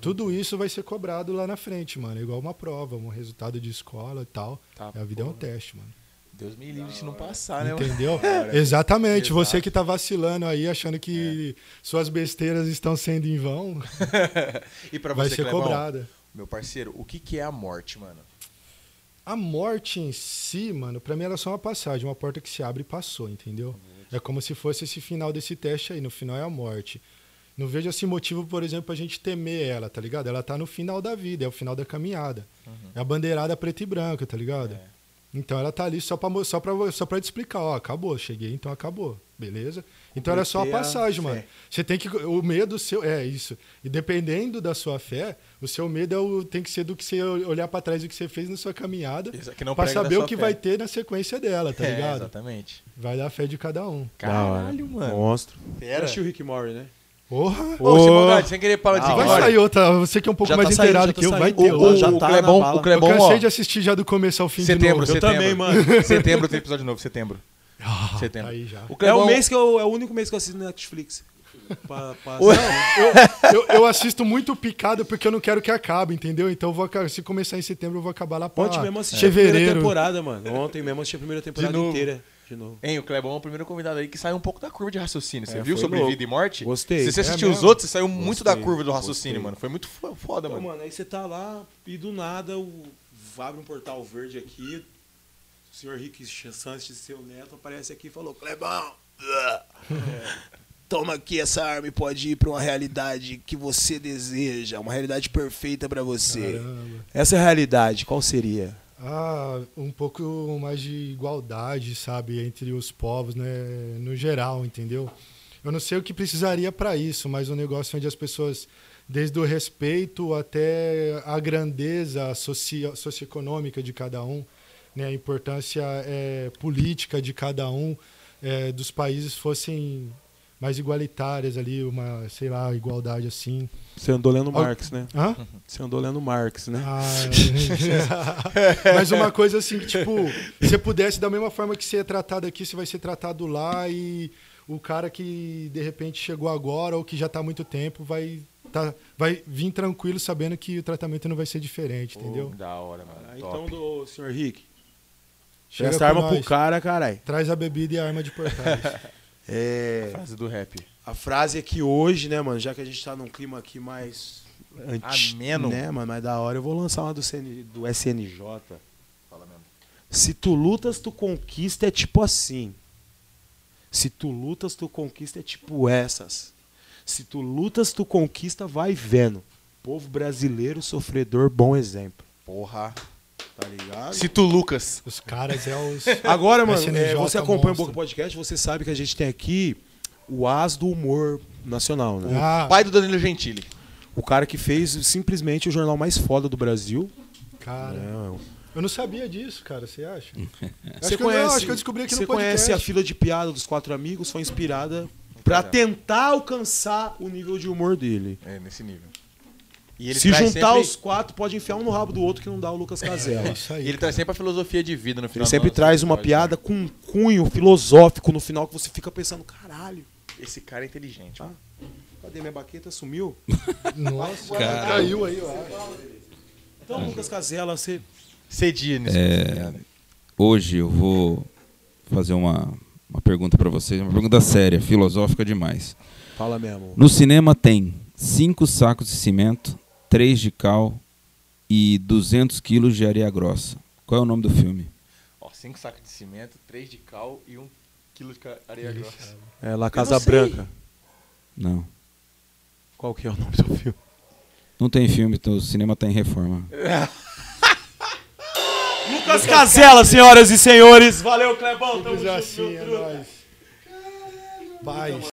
Speaker 4: tudo, isso vai ser cobrado lá na frente, mano. É Igual uma prova, um resultado de escola e tal.
Speaker 2: Tá,
Speaker 4: a vida é um teste, mano.
Speaker 2: Deus me livre se não passar, né, mano?
Speaker 4: Entendeu? Exatamente. Você que tá vacilando aí, achando que
Speaker 2: É.
Speaker 4: suas besteiras estão sendo em vão,
Speaker 2: E pra
Speaker 4: vai
Speaker 2: você,
Speaker 4: ser
Speaker 2: Clebão,
Speaker 4: cobrada.
Speaker 2: meu parceiro, o que que é a morte, mano?
Speaker 4: A morte em si, mano, pra mim ela é só uma passagem, uma porta que se abre e passou, entendeu? É como se fosse esse final desse teste aí, no final é a morte. Não vejo assim motivo, por exemplo, pra gente temer ela, tá
Speaker 2: Uhum.
Speaker 4: ligado? Ela tá no final da vida, é o final da caminhada. É a bandeirada preta e branca, tá ligado? Então ela tá ali só pra, mo- só pra, só pra te explicar, ó, acabou, cheguei, então acabou, beleza? Então era só a
Speaker 2: Comprei a
Speaker 4: passagem, mano.
Speaker 2: fé.
Speaker 4: Você tem que. O medo seu. É isso. E dependendo da sua fé, o seu medo é o, tem que ser do que você olhar pra trás do que você fez na sua caminhada.
Speaker 2: Isso, que não
Speaker 4: pra
Speaker 2: prega na
Speaker 4: saber o
Speaker 2: sua
Speaker 4: que
Speaker 2: fé.
Speaker 4: vai ter na sequência dela, tá
Speaker 2: é,
Speaker 4: ligado?
Speaker 2: Exatamente.
Speaker 4: Vai dar a fé de cada um.
Speaker 2: Caralho, mano.
Speaker 3: Monstro.
Speaker 2: Pera.
Speaker 3: Assistiu o Rick Mori, né?
Speaker 4: Porra!
Speaker 2: Ô, sem maldade, sem querer parar de
Speaker 3: Ah,
Speaker 4: vai
Speaker 3: olha.
Speaker 4: sair outra, você que é um pouco
Speaker 2: Já
Speaker 4: mais
Speaker 2: tá saindo,
Speaker 4: inteirado
Speaker 2: já tá
Speaker 4: que eu, vai
Speaker 2: saindo.
Speaker 4: ter
Speaker 2: O-
Speaker 4: outra.
Speaker 2: o-
Speaker 3: já
Speaker 2: o
Speaker 3: tá
Speaker 2: Clebão-
Speaker 3: na bala.
Speaker 2: o
Speaker 4: Eu
Speaker 2: Clebão,
Speaker 4: cansei
Speaker 2: ó.
Speaker 4: de assistir já do começo ao fim de
Speaker 2: Setembro,
Speaker 4: novo.
Speaker 2: setembro.
Speaker 3: também, mano.
Speaker 2: Setembro tem episódio novo, setembro.
Speaker 4: Ah,
Speaker 2: setembro.
Speaker 4: Aí já.
Speaker 3: É
Speaker 2: Clebão-
Speaker 3: o mês que eu, é o único mês que eu assisto na Netflix. Pra, pra-
Speaker 4: Eu, eu assisto muito picado porque eu não quero que acabe, entendeu? Então eu vou, aca- se começar em setembro, eu vou acabar lá pra
Speaker 3: Ontem mesmo
Speaker 2: assim,
Speaker 3: eu assisti a primeira
Speaker 4: Ah, fevereiro.
Speaker 3: temporada, mano. Ontem mesmo eu assisti a primeira temporada
Speaker 2: novo.
Speaker 3: inteira. De novo.
Speaker 2: Hein, o Clebão é o primeiro convidado aí que saiu um pouco da curva de raciocínio. Você
Speaker 3: É,
Speaker 2: viu
Speaker 3: foi
Speaker 2: sobre
Speaker 3: louco.
Speaker 2: vida e morte?
Speaker 3: Gostei.
Speaker 2: Se você
Speaker 3: É
Speaker 2: assistiu os
Speaker 4: mesmo?
Speaker 2: outros, você saiu muito da
Speaker 3: Gostei,
Speaker 2: curva do raciocínio,
Speaker 3: gostei.
Speaker 2: mano. Foi muito fo- foda,
Speaker 3: Então,
Speaker 2: mano.
Speaker 3: mano, aí você tá lá e do nada o... abre um portal verde aqui. O senhor Rick Sanches, seu neto, aparece aqui e falou: Clebão, ah, toma aqui essa arma e pode ir pra uma realidade que você deseja, uma realidade perfeita pra você.
Speaker 4: Caramba.
Speaker 3: Essa realidade, qual seria?
Speaker 4: Ah, um pouco mais de igualdade, sabe, entre os povos, né, no geral, entendeu? Eu não sei o que precisaria para isso, mas um negócio onde as pessoas, desde o respeito até a grandeza socio- socioeconômica de cada um, né, a importância eh, política de cada um, eh, dos países fossem mais igualitárias ali, uma, sei lá, igualdade assim.
Speaker 3: Você andou lendo
Speaker 4: Al-
Speaker 3: Marx, né?
Speaker 4: Hã?
Speaker 3: Você andou lendo Marx, né?
Speaker 4: Ah, Mas uma coisa assim que, tipo, você pudesse, da mesma forma que você é tratado aqui, você vai ser tratado lá e o cara que de repente chegou agora ou que já tá há muito tempo vai, tá, vai vir tranquilo sabendo que o tratamento não vai ser diferente, entendeu?
Speaker 2: Da hora, mano.
Speaker 3: Ah,
Speaker 2: Top.
Speaker 3: então, do senhor Rick,
Speaker 4: Chega
Speaker 3: presta
Speaker 4: com
Speaker 3: arma
Speaker 4: nós,
Speaker 3: pro cara, caralho.
Speaker 4: Traz a bebida e a arma de portais.
Speaker 3: É.
Speaker 2: Frase do rap.
Speaker 3: A frase é que hoje, né, mano, já que a gente tá num clima aqui mais anti-
Speaker 2: Ameno.
Speaker 3: né, mano, mais da hora, eu vou lançar uma do, CN do SNJ.
Speaker 2: Fala mesmo.
Speaker 3: Se tu lutas, tu conquista é tipo assim. Se tu lutas, tu conquista é tipo essas. Se tu lutas, tu conquista, vai vendo. Povo brasileiro sofredor, bom exemplo.
Speaker 2: Porra.
Speaker 3: Tá ligado?
Speaker 2: Cito Lucas.
Speaker 4: Os caras é os.
Speaker 3: Agora, mano,
Speaker 4: SNJ
Speaker 3: é, você acompanha o
Speaker 4: monstro.
Speaker 3: Boca Podcast, você sabe que a gente tem aqui o as do humor nacional, né?
Speaker 4: Ah,
Speaker 2: Pai do Danilo Gentili.
Speaker 3: O cara que fez simplesmente o jornal mais foda do Brasil.
Speaker 4: cara. Eu não sabia disso, cara, você acha?
Speaker 3: Você
Speaker 4: É. acho, que eu, não, acho que eu descobri aqui
Speaker 3: você
Speaker 4: no podcast.
Speaker 3: conhece a fila de piada dos quatro amigos, foi inspirada pra tentar alcançar o nível de humor dele.
Speaker 2: É, nesse nível. E ele
Speaker 3: Se
Speaker 2: traz
Speaker 3: juntar
Speaker 2: sempre- Tá
Speaker 3: os quatro, pode enfiar um no rabo do outro que não dá o Lucas
Speaker 4: É
Speaker 3: Casella.
Speaker 4: isso aí.
Speaker 2: E ele traz sempre a filosofia de vida no final.
Speaker 3: Ele sempre
Speaker 2: do nosso
Speaker 3: traz uma
Speaker 2: episódio.
Speaker 3: piada com um cunho filosófico no final que você fica pensando, caralho,
Speaker 2: Esse cara
Speaker 3: Ah.
Speaker 2: é inteligente. mano.
Speaker 3: cadê minha baqueta? Sumiu?
Speaker 4: Nossa,
Speaker 6: Cara.
Speaker 4: caiu aí, eu acho.
Speaker 2: É.
Speaker 3: Então, Lucas Casella, você
Speaker 2: Cedia nisso. tá
Speaker 6: É, hoje eu vou fazer uma, uma pergunta pra vocês, uma pergunta séria, filosófica demais.
Speaker 3: fala mesmo.
Speaker 6: No cinema tem cinco sacos de cimento, três de cal e 200 quilos de areia grossa. Qual é o nome do filme?
Speaker 2: Ó, cinco sacos de cimento, três de cal e um quilo de ca- areia grossa.
Speaker 3: É La Casa Branca.
Speaker 6: Não.
Speaker 3: Qual que é o nome do filme?
Speaker 6: Não tem filme, então o cinema tá em reforma.
Speaker 3: Lucas Casella, senhoras e senhores. Valeu, Clebão.
Speaker 4: Simples assim, é nóis. Paz.